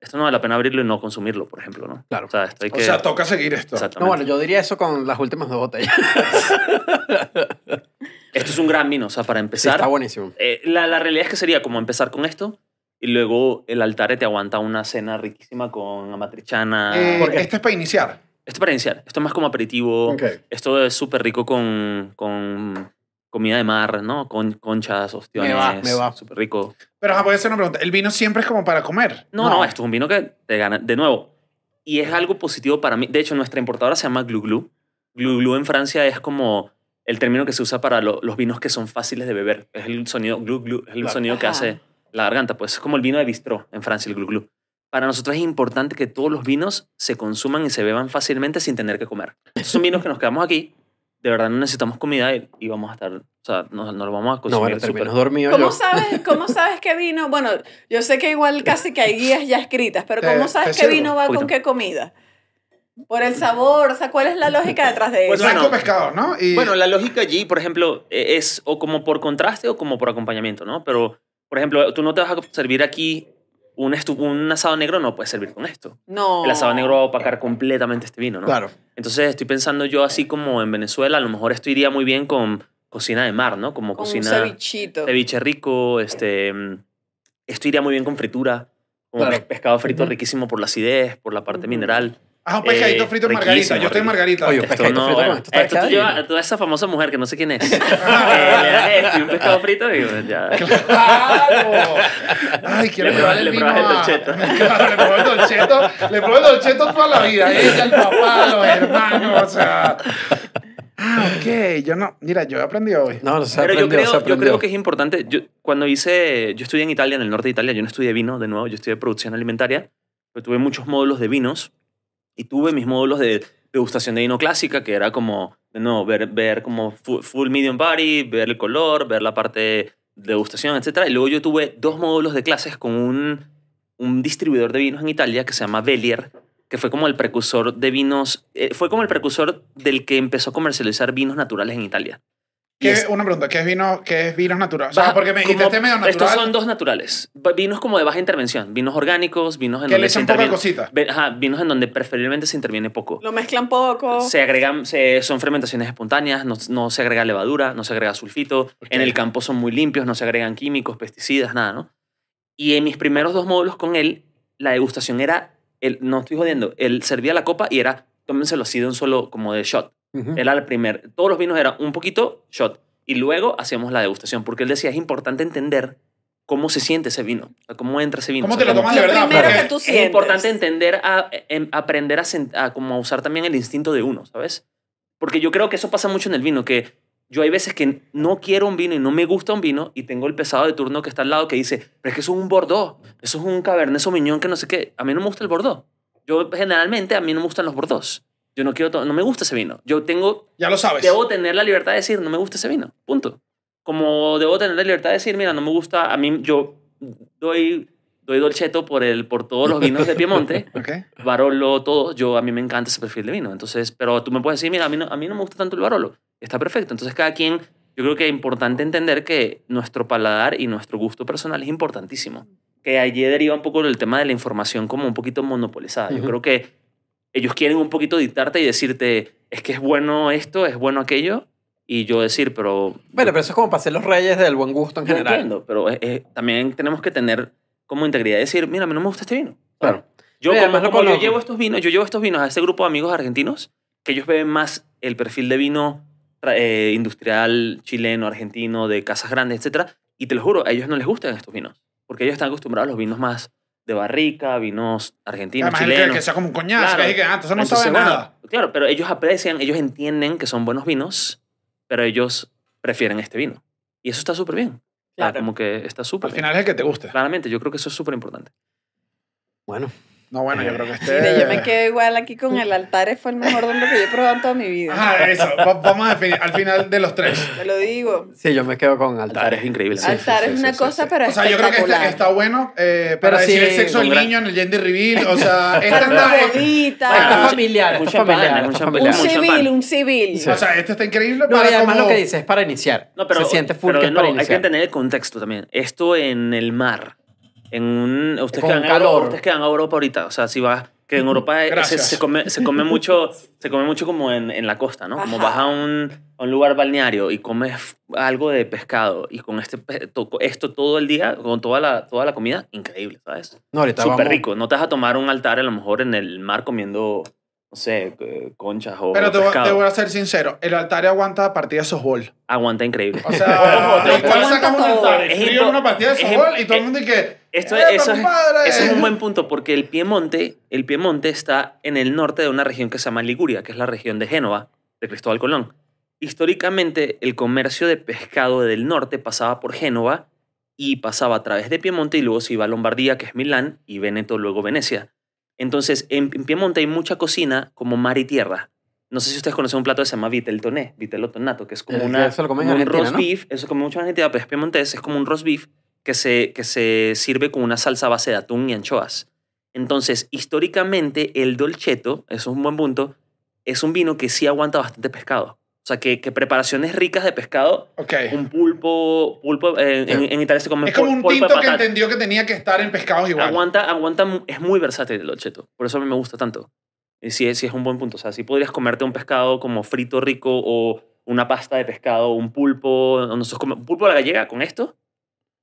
Speaker 8: esto no vale la pena abrirlo y no consumirlo, por ejemplo, ¿no?
Speaker 7: Claro.
Speaker 8: O sea, esto hay que...
Speaker 1: O sea, toca seguir esto.
Speaker 7: No,
Speaker 8: Exactamente.
Speaker 7: bueno, yo diría eso con las últimas dos botellas.
Speaker 8: Esto es un gran vino, o sea, para
Speaker 7: Sí,
Speaker 8: empezar...
Speaker 7: está buenísimo.
Speaker 8: eh, la, la realidad es que sería como empezar con esto y luego el altare te aguanta una cena riquísima con amatrichana.
Speaker 1: Eh,
Speaker 7: ¿Por qué?
Speaker 1: este es para iniciar.
Speaker 8: Esto para iniciar. Esto es más como aperitivo.
Speaker 7: Ok.
Speaker 8: Esto es súper rico con... con comida de mar, ¿no? Con conchas, ostiones.
Speaker 7: Me va, me va.
Speaker 8: Súper rico.
Speaker 1: Pero ajá, voy a hacer una pregunta. El vino siempre es como para comer.
Speaker 8: No, no, esto es un vino que te gana. De nuevo, y es algo positivo para mí. De hecho, nuestra importadora se llama Glu Glu. Glu Glu en Francia es como el término que se usa para lo- los vinos que son fáciles de beber. Es el sonido Glu Glu, es el
Speaker 7: Claro.
Speaker 8: sonido que
Speaker 6: Ajá.
Speaker 8: hace la garganta. Pues es como el vino de bistró en Francia, el Glu Glu. Para nosotros es importante que todos los vinos se consuman y se beban fácilmente sin tener que comer. Estos son vinos que nos quedamos aquí. De verdad no necesitamos comida y, y vamos a estar, o sea, no, no lo vamos a
Speaker 7: No,
Speaker 8: consumir.
Speaker 7: bueno,
Speaker 8: Pues súper-
Speaker 7: terminas dormido
Speaker 6: ¿Cómo
Speaker 7: yo.
Speaker 6: sabes, ¿Cómo sabes qué vino? Bueno, yo sé que igual casi que hay guías ya escritas, pero
Speaker 1: Te-
Speaker 6: ¿cómo
Speaker 1: te
Speaker 6: sabes qué
Speaker 1: sirvo,
Speaker 6: vino va con
Speaker 8: poquito.
Speaker 6: qué comida? Por el sabor, o sea, ¿cuál es la lógica detrás de
Speaker 8: Pues
Speaker 6: eso?
Speaker 1: Blanco
Speaker 8: bueno.
Speaker 1: pescado, ¿no? Y
Speaker 8: Bueno, la lógica allí, por ejemplo, eh, es o como por contraste o como por acompañamiento, ¿no? Pero, por ejemplo, tú no te vas a servir aquí un, estu- un asado negro, no puedes servir con esto.
Speaker 6: No.
Speaker 8: El asado negro va a opacar completamente este vino, ¿no?
Speaker 7: Claro.
Speaker 8: Entonces estoy pensando yo así como en Venezuela, a lo mejor esto iría muy bien con cocina de mar, ¿no? Como
Speaker 6: Con un
Speaker 8: cocina
Speaker 6: cevichito.
Speaker 8: ceviche rico, este, mm, esto iría muy bien con fritura, como
Speaker 7: Claro.
Speaker 8: pes- pescado frito
Speaker 7: Ujú.
Speaker 8: riquísimo por la acidez, por la parte
Speaker 6: Ujú.
Speaker 8: mineral.
Speaker 1: Ah, un pescadito
Speaker 8: Eh,
Speaker 1: frito en
Speaker 8: riquísimo,
Speaker 1: margarita. Yo estoy en
Speaker 8: riquísimo.
Speaker 1: margarita.
Speaker 7: Oye,
Speaker 8: Esto
Speaker 7: pescadito
Speaker 8: no,
Speaker 7: frito,
Speaker 8: bueno,
Speaker 7: esto está
Speaker 8: esto tú
Speaker 7: divino.
Speaker 8: llevas a toda esa famosa mujer que no sé quién es. eh, le das esto y un pescado frito y bueno, ya.
Speaker 1: ¡Claro! Ay, quiero
Speaker 8: Le
Speaker 1: probar
Speaker 8: probas-
Speaker 1: el
Speaker 8: le
Speaker 1: vino.
Speaker 8: probas el
Speaker 1: a-
Speaker 8: dolcetto.
Speaker 1: Claro, le probé el dolcetto. Le probé el dolcetto toda la vida. Ella, el papá, los hermanos, o sea... Ah, ok. Yo no... Mira, yo he aprendido hoy.
Speaker 7: No, no se
Speaker 8: Pero
Speaker 7: aprendió,
Speaker 8: yo, creo,
Speaker 7: se
Speaker 8: yo
Speaker 7: aprendió.
Speaker 8: creo que es importante. Yo, cuando hice. Yo estudié en Italia, en el norte de Italia. Yo no estudié vino, de nuevo. Yo estudié producción alimentaria. Pero tuve muchos módulos de vinos. Y tuve mis módulos de degustación de vino clásica, que era como. De nuevo, ver, ver como fu- full, medium body, ver el color, ver la parte de degustación, etc. Y luego yo tuve dos módulos de clases con un, un distribuidor de vinos en Italia que se llama Bellier que fue como el precursor de vinos, eh, fue como el precursor del que empezó a comercializar vinos naturales en Italia. Y
Speaker 1: ¿Qué-
Speaker 8: es-
Speaker 1: Una pregunta. ¿Qué es vino, qué es vino natural? O sea,
Speaker 8: Baja-
Speaker 1: porque me dijiste
Speaker 8: como-
Speaker 1: este medio natural.
Speaker 8: Estos son dos naturales. Va- Vinos como de baja intervención. Vinos orgánicos, vinos en
Speaker 1: Que le
Speaker 8: donde se
Speaker 1: echan poca
Speaker 8: interviene.
Speaker 1: cosita.
Speaker 8: ve- ajá, vinos en donde preferiblemente se interviene poco.
Speaker 6: Lo mezclan poco.
Speaker 8: Se agregan, se- son fermentaciones espontáneas, no, no se agrega levadura, no se agrega sulfito. En el campo son muy limpios, no se agregan químicos, pesticidas, nada, ¿no? Y en mis primeros dos módulos con él, la degustación era, el, no estoy jodiendo, él servía la copa y era, tómenselo así de un solo, como de shot.
Speaker 7: Ujú.
Speaker 8: Era el primer. Todos los vinos eran un poquito shot. Y luego hacíamos la degustación. Porque él decía, es importante entender cómo se siente ese vino. o sea, Cómo entra ese vino.
Speaker 1: ¿Cómo
Speaker 8: o sea,
Speaker 1: te lo tomas de
Speaker 6: Lo
Speaker 1: verdad?
Speaker 6: primero
Speaker 1: Porque-
Speaker 6: que tú
Speaker 8: Es
Speaker 6: sientes.
Speaker 8: importante entender, a, em- aprender a, sen- a como a usar también el instinto de uno, ¿sabes? Porque yo creo que eso pasa mucho en el vino, que yo hay veces que no quiero un vino y no me gusta un vino y tengo el pesado de turno que está al lado que dice, pero es que eso es un Bordeaux, eso es un Cabernet Sauvignon que no sé qué. A mí no me gusta el Bordeaux. Yo generalmente a mí no me gustan los Bordeaux. Yo no quiero, to- no me gusta ese vino. Yo tengo
Speaker 1: Ya lo sabes.
Speaker 8: debo tener la libertad de decir, no me gusta ese vino. Punto. Como debo tener la libertad de decir, mira, no me gusta, a mí yo doy, doy dolcetto por, el, por todos los vinos de Piemonte,
Speaker 1: Ok.
Speaker 8: Barolo, todo, yo a mí me encanta ese perfil de vino. Entonces, pero tú me puedes decir, mira, a mí no, a mí no me gusta tanto el Barolo. Está perfecto. Entonces, cada quien, yo creo que es importante entender que nuestro paladar y nuestro gusto personal es importantísimo. Que allí deriva un poco el tema de la información como un poquito monopolizada. Yo
Speaker 7: Ujú.
Speaker 8: creo que ellos quieren un poquito dictarte y decirte, es que es bueno esto, es bueno aquello, y yo decir, pero...
Speaker 7: Bueno, pero eso es como para ser los reyes del buen gusto en
Speaker 8: yo
Speaker 7: general.
Speaker 8: entiendo, pero es- es- también tenemos que tener como integridad y decir, mira, a mí no me gusta este vino.
Speaker 7: Claro.
Speaker 8: Yo,
Speaker 7: Oye,
Speaker 8: como,
Speaker 7: además lo
Speaker 8: como yo
Speaker 7: conozco.
Speaker 8: llevo estos vinos, yo llevo estos vinos a este grupo de amigos argentinos que ellos beben más el perfil de vino tra- eh, industrial chileno, argentino, de casas grandes, etcétera, y te lo juro, a ellos no les gustan estos vinos, porque ellos están acostumbrados a los vinos más de barrica, vinos argentinos,
Speaker 1: Además, él cree
Speaker 8: chilenos.
Speaker 1: que sea como un coñazo.
Speaker 8: Claro.
Speaker 1: Que dice que, ah, entonces no
Speaker 8: Entonces,
Speaker 1: sabe
Speaker 8: bueno,
Speaker 1: nada.
Speaker 8: Claro, pero ellos aprecian, ellos entienden que son buenos vinos, pero ellos prefieren este vino. Y eso está súper bien. O sea,
Speaker 7: Claro.
Speaker 8: Como que está súper
Speaker 1: Al
Speaker 8: bien.
Speaker 1: final es el que te guste.
Speaker 8: Claramente, yo creo que eso es súper importante.
Speaker 7: Bueno,
Speaker 1: No, bueno, yo
Speaker 7: Eh,
Speaker 1: creo que este...
Speaker 6: Mira, yo me quedo igual aquí con el altar, fue el mejor donde que yo he probado en toda mi vida.
Speaker 1: Ajá, eso. Va- Vamos a definir al final de los tres.
Speaker 6: Te lo digo.
Speaker 7: sí, yo me quedo con
Speaker 8: Altar
Speaker 7: altares.
Speaker 8: es increíble.
Speaker 7: Sí,
Speaker 6: altar
Speaker 7: sí,
Speaker 6: es
Speaker 7: sí,
Speaker 6: una
Speaker 7: sí,
Speaker 6: cosa,
Speaker 7: sí.
Speaker 6: pero
Speaker 1: O sea, yo creo que este está,
Speaker 6: espectacular.
Speaker 1: está bueno eh, para
Speaker 7: Pero sí,
Speaker 1: decir el sexo del
Speaker 7: con gran-
Speaker 1: niño en el gender reveal. O sea, esta
Speaker 6: Una
Speaker 1: está...
Speaker 6: bodita,
Speaker 7: Bueno, está
Speaker 8: Ah,
Speaker 7: familiar,
Speaker 8: un
Speaker 7: está
Speaker 8: champán,
Speaker 7: familiar,
Speaker 8: un
Speaker 7: está
Speaker 8: champán.
Speaker 6: un
Speaker 7: familiar.
Speaker 8: mucho
Speaker 6: civil,
Speaker 8: champán.
Speaker 6: un civil.
Speaker 7: Sí.
Speaker 1: O sea, este está increíble
Speaker 7: No,
Speaker 1: para
Speaker 7: y además
Speaker 1: como-
Speaker 7: lo que dice es para iniciar.
Speaker 8: No, pero,
Speaker 7: se siente full
Speaker 8: pero
Speaker 7: que es
Speaker 8: no,
Speaker 7: para
Speaker 8: hay que
Speaker 7: iniciar.
Speaker 8: entender el contexto también. Esto en el mar, en un... Ustedes
Speaker 7: Con
Speaker 8: quedan
Speaker 7: calor.
Speaker 8: ustedes que van a Europa ahorita. O sea, si vas... Que en Europa eh, se,
Speaker 1: Gracias.
Speaker 8: se come, se come mucho se come mucho como en, en la costa, ¿no? Como
Speaker 6: Ajá.
Speaker 8: vas a un, a un lugar balneario y comes algo de pescado y con este, pe- to- esto todo el día, con toda la, toda la comida, increíble, ¿sabes?
Speaker 7: No, ahorita
Speaker 8: Súper
Speaker 7: vamos-
Speaker 8: rico. No te vas a tomar un altar a lo mejor en el mar comiendo, no sé, eh, conchas o
Speaker 1: Pero te, voy-
Speaker 8: pescado.
Speaker 1: te voy a ser sincero. El altar aguanta partida de softball.
Speaker 8: Aguanta increíble.
Speaker 1: O sea,
Speaker 8: Ojo,
Speaker 1: igual
Speaker 6: ojo.
Speaker 1: sacamos un altar.
Speaker 8: Es
Speaker 1: frío en
Speaker 8: impo-
Speaker 1: una partida de
Speaker 8: es
Speaker 1: softball
Speaker 8: im-
Speaker 1: y todo el mundo y que...
Speaker 8: eh,
Speaker 1: "Eh,
Speaker 8: Esto,
Speaker 1: "Epa,
Speaker 8: eso, es,
Speaker 1: compadre".
Speaker 8: eso es un buen punto porque el Piemonte, el Piemonte está en el norte de una región que se llama Liguria, que es la región de Génova, de Cristóbal Colón. Históricamente, el comercio de pescado del norte pasaba por Génova y pasaba a través de Piemonte y luego se iba a Lombardía, que es Milán, y Veneto, luego Venecia. Entonces, en, en Piemonte hay mucha cocina como mar y tierra. No sé si ustedes conocen un plato que se llama viteltoné, vitelotonato, que es como
Speaker 7: Eh,
Speaker 8: una,
Speaker 7: eso lo comen en
Speaker 8: como un
Speaker 7: Argentina,
Speaker 8: roast
Speaker 7: ¿no?
Speaker 8: beef, eso como mucho en Argentina, pero es piemontés, es como un roast beef que se, que se sirve con una salsa a base de atún y anchoas. Entonces, históricamente, el dolcetto, eso es un buen punto, es un vino que sí aguanta bastante pescado. O sea, que, que preparaciones ricas de pescado,
Speaker 1: Ok.
Speaker 8: un pulpo, pulpo eh, en, en Italia se come
Speaker 1: Es como
Speaker 8: pul-
Speaker 1: un
Speaker 8: pulpo de
Speaker 1: tinto que
Speaker 8: patata.
Speaker 1: entendió que tenía que estar en pescados igual.
Speaker 8: Aguanta, aguanta, mu- es muy versátil el dolcetto. Por eso a mí me gusta tanto. Y sí, es- sí es un buen punto. O sea, sí podrías comerte un pescado como frito rico o una pasta de pescado, un pulpo. Nosotros comemos pulpo a la gallega con esto.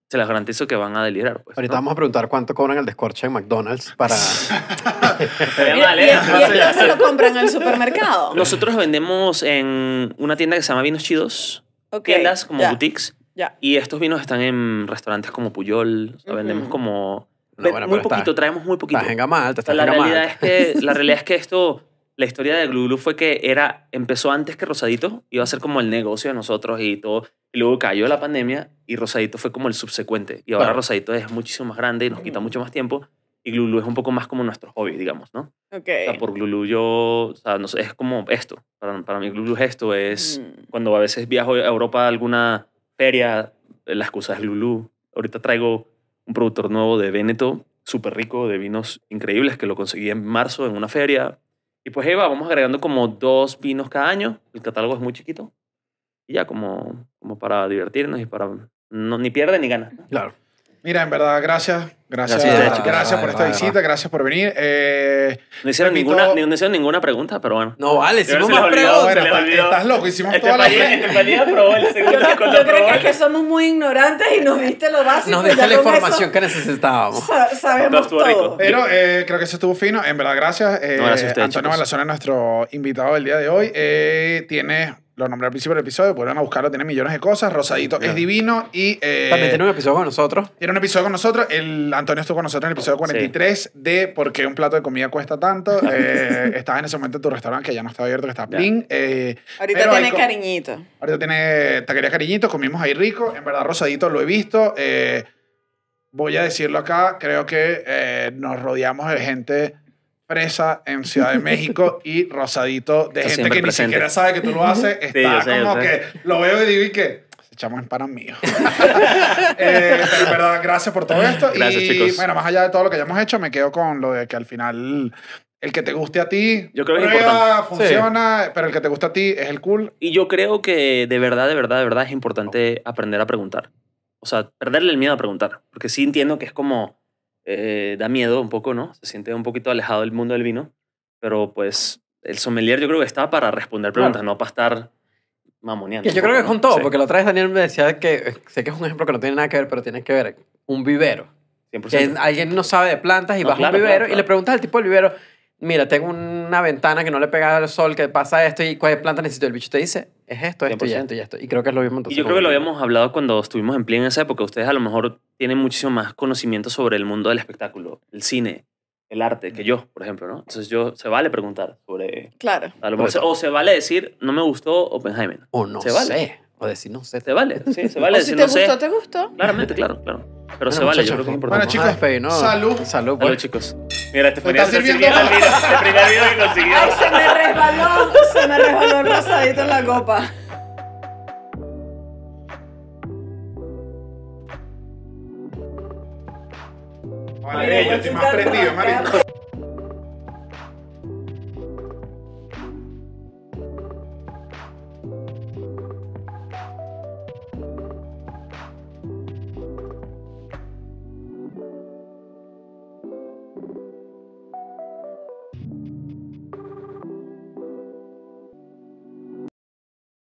Speaker 8: se las garantizo que van a delirar. Pues,
Speaker 7: Ahorita
Speaker 8: ¿no?
Speaker 7: vamos a preguntar cuánto cobran el descorche en McDonald's para...
Speaker 8: Estaría mal,
Speaker 6: Y-
Speaker 8: ¿eh?
Speaker 6: y- y esto se lo compran en el supermercado.
Speaker 8: Nosotros vendemos en una tienda que se llama Vinos Chidos,
Speaker 6: Ok,
Speaker 8: tiendas como
Speaker 6: ya,
Speaker 8: boutiques,
Speaker 6: Ya.
Speaker 8: y estos vinos están en restaurantes como Puyol, o sea,
Speaker 6: Ujú.
Speaker 8: vendemos como...
Speaker 7: No,
Speaker 8: ve-
Speaker 7: bueno,
Speaker 8: muy
Speaker 7: pero está-
Speaker 8: poquito, traemos muy poquito.
Speaker 7: Estás en gama alta, estás
Speaker 8: la,
Speaker 7: en gama
Speaker 8: realidad
Speaker 7: alta.
Speaker 8: es que, la realidad es que esto, la historia de Glu Glu fue que era, empezó antes que Rosadito, iba a ser como el negocio de nosotros y todo, y luego cayó la pandemia y Rosadito fue como el subsecuente, y ahora
Speaker 7: Claro.
Speaker 8: Rosadito es muchísimo más grande y nos quita mucho más tiempo, y Glu Glu es un poco más como nuestro hobby, digamos, ¿no?
Speaker 6: Ok.
Speaker 8: O sea, por Glulu yo, o sea, no sé, es como esto. Para, para mí Glulu es esto, es
Speaker 6: Mm.
Speaker 8: cuando a veces viajo a Europa a alguna feria, eh, la excusa es Glulu. Ahorita traigo un productor nuevo de Véneto, súper rico, de vinos increíbles, que lo conseguí en marzo en una feria. Y pues ahí va, vamos agregando como dos vinos cada año. El catálogo es muy chiquito. Y ya como, como para divertirnos y para... No, ni pierde ni gana.
Speaker 7: Claro.
Speaker 1: Mira, en verdad, gracias. Gracias,
Speaker 8: Gracias a ustedes,
Speaker 1: gracias,
Speaker 8: chicos.
Speaker 1: por
Speaker 7: Ay,
Speaker 1: esta
Speaker 7: ay,
Speaker 1: visita, gracias por venir. Eh,
Speaker 8: No hicieron,
Speaker 1: Repito-
Speaker 8: ninguna, no hicieron ninguna pregunta, pero bueno.
Speaker 7: No vale, hicimos
Speaker 8: se les
Speaker 7: más
Speaker 8: olvidó,
Speaker 7: preguntas.
Speaker 8: se
Speaker 1: bueno,
Speaker 8: les olvidó.
Speaker 1: estás loco, hicimos
Speaker 8: Este
Speaker 1: toda la
Speaker 8: país- este país aprobó el segundo cuando
Speaker 6: Yo creo
Speaker 8: aprobó
Speaker 6: que
Speaker 8: el-
Speaker 6: es que somos muy ignorantes y nos diste lo básico.
Speaker 7: Nos
Speaker 6: y ya
Speaker 7: deja la
Speaker 6: con
Speaker 7: información
Speaker 6: eso
Speaker 7: que necesitábamos.
Speaker 6: sa- sabemos
Speaker 8: Estuvo rico.
Speaker 6: todo.
Speaker 1: Pero eh, creo que eso estuvo fino. En verdad, gracias. Eh,
Speaker 8: No, gracias a ustedes,
Speaker 1: Antonio
Speaker 8: chicos.
Speaker 1: Balazón es nuestro invitado del día de hoy. Eh, tiene, lo nombré al principio del episodio, pueden buscarlo, tiene millones de cosas. Rosadito es divino y... eh,
Speaker 7: También tiene un episodio con nosotros.
Speaker 1: tiene un episodio con nosotros, el Antonio estuvo con nosotros en el episodio 43 de por qué un plato de comida cuesta tanto. Eh, estabas en ese momento en tu restaurante que ya no está abierto, que está
Speaker 8: Ya.
Speaker 1: plin. Eh,
Speaker 6: Ahorita
Speaker 1: pero hay
Speaker 6: tiene
Speaker 1: co-
Speaker 6: cariñito.
Speaker 1: Ahorita tiene taquería cariñito, comimos ahí rico. En verdad, rosadito lo he visto. Eh, voy a decirlo acá, creo que eh, nos rodeamos de gente presa en Ciudad de México y rosadito de
Speaker 8: Está
Speaker 1: gente
Speaker 8: siempre
Speaker 1: que ni
Speaker 8: presente.
Speaker 1: siquiera sabe que tú lo haces.
Speaker 8: yo
Speaker 1: Está
Speaker 8: sé, yo
Speaker 1: como
Speaker 8: sé.
Speaker 1: que lo veo y digo y que se echamos en para mío. Eh, pero en verdad, gracias por todo esto.
Speaker 8: Gracias,
Speaker 1: y
Speaker 8: chicos.
Speaker 1: bueno, más allá de todo lo que hayamos hecho, me quedo con lo de que al final el que te guste a ti
Speaker 8: Yo creo que es
Speaker 7: importante.
Speaker 1: funciona, pero el que te guste a ti es el cool
Speaker 8: Y yo creo que de verdad, de verdad, de verdad es importante aprender a preguntar. O sea, perderle el miedo a preguntar. Porque sí entiendo que es como. eh, da miedo un poco, ¿no? Se siente un poquito alejado del mundo del vino. Pero pues el sommelier yo creo que está para responder preguntas, no para estar mamoneando.
Speaker 7: Que yo
Speaker 8: un
Speaker 7: creo que
Speaker 8: poco,
Speaker 7: con
Speaker 8: ¿no?
Speaker 7: todo,
Speaker 8: Sí,
Speaker 7: porque la otra vez Daniel me decía que, eh, sé que es un ejemplo que no tiene nada que ver, pero tiene que ver, un vivero. Que
Speaker 8: 100%.
Speaker 7: alguien no sabe de plantas y
Speaker 8: No,
Speaker 7: vas a
Speaker 8: claro,
Speaker 7: un vivero
Speaker 8: claro,
Speaker 7: y le
Speaker 8: claro.
Speaker 7: preguntas al tipo del vivero, mira, tengo una ventana que no le pega el sol, que pasa esto y cuál planta necesito. El bicho te dice, es esto, esto y
Speaker 8: 100%.
Speaker 7: esto y esto. Y creo que es lo mismo entonces.
Speaker 8: Y yo creo
Speaker 7: con
Speaker 8: que lo
Speaker 7: el vino.
Speaker 8: habíamos hablado cuando estuvimos en Pli en esa época. Ustedes a lo mejor tienen muchísimo más conocimiento sobre el mundo del espectáculo, el cine, el arte, que yo, por ejemplo, ¿no? Entonces yo, se vale preguntar sobre
Speaker 6: Claro.
Speaker 8: A lo mejor se-
Speaker 7: Sobre todo.
Speaker 8: o se vale decir, no me gustó Oppenheimer.
Speaker 7: O no
Speaker 8: Se vale.
Speaker 7: sé. O decir, no sé.
Speaker 8: Se vale, sí, se vale
Speaker 6: o si
Speaker 8: decir,
Speaker 6: te
Speaker 8: no
Speaker 6: gustó,
Speaker 8: sé.
Speaker 6: te gustó.
Speaker 8: Claramente, claro, claro. Pero
Speaker 7: Bueno,
Speaker 8: se vale, yo
Speaker 7: muchachos,
Speaker 8: creo que es
Speaker 1: Bueno,
Speaker 8: importante.
Speaker 1: chicos,
Speaker 7: Vamos a despedirnos.
Speaker 1: salud.
Speaker 7: Salud,
Speaker 8: Salud,
Speaker 7: pues.
Speaker 8: chicos. Mira, este fue
Speaker 1: Me está
Speaker 8: nuestro
Speaker 1: sirviendo
Speaker 8: siguiente
Speaker 1: mal.
Speaker 8: video, el primer video que consiguió.
Speaker 6: Ay, se me resbaló, se me resbaló el rosadito en la copa.
Speaker 1: Vale, yo estoy más prendido, marico.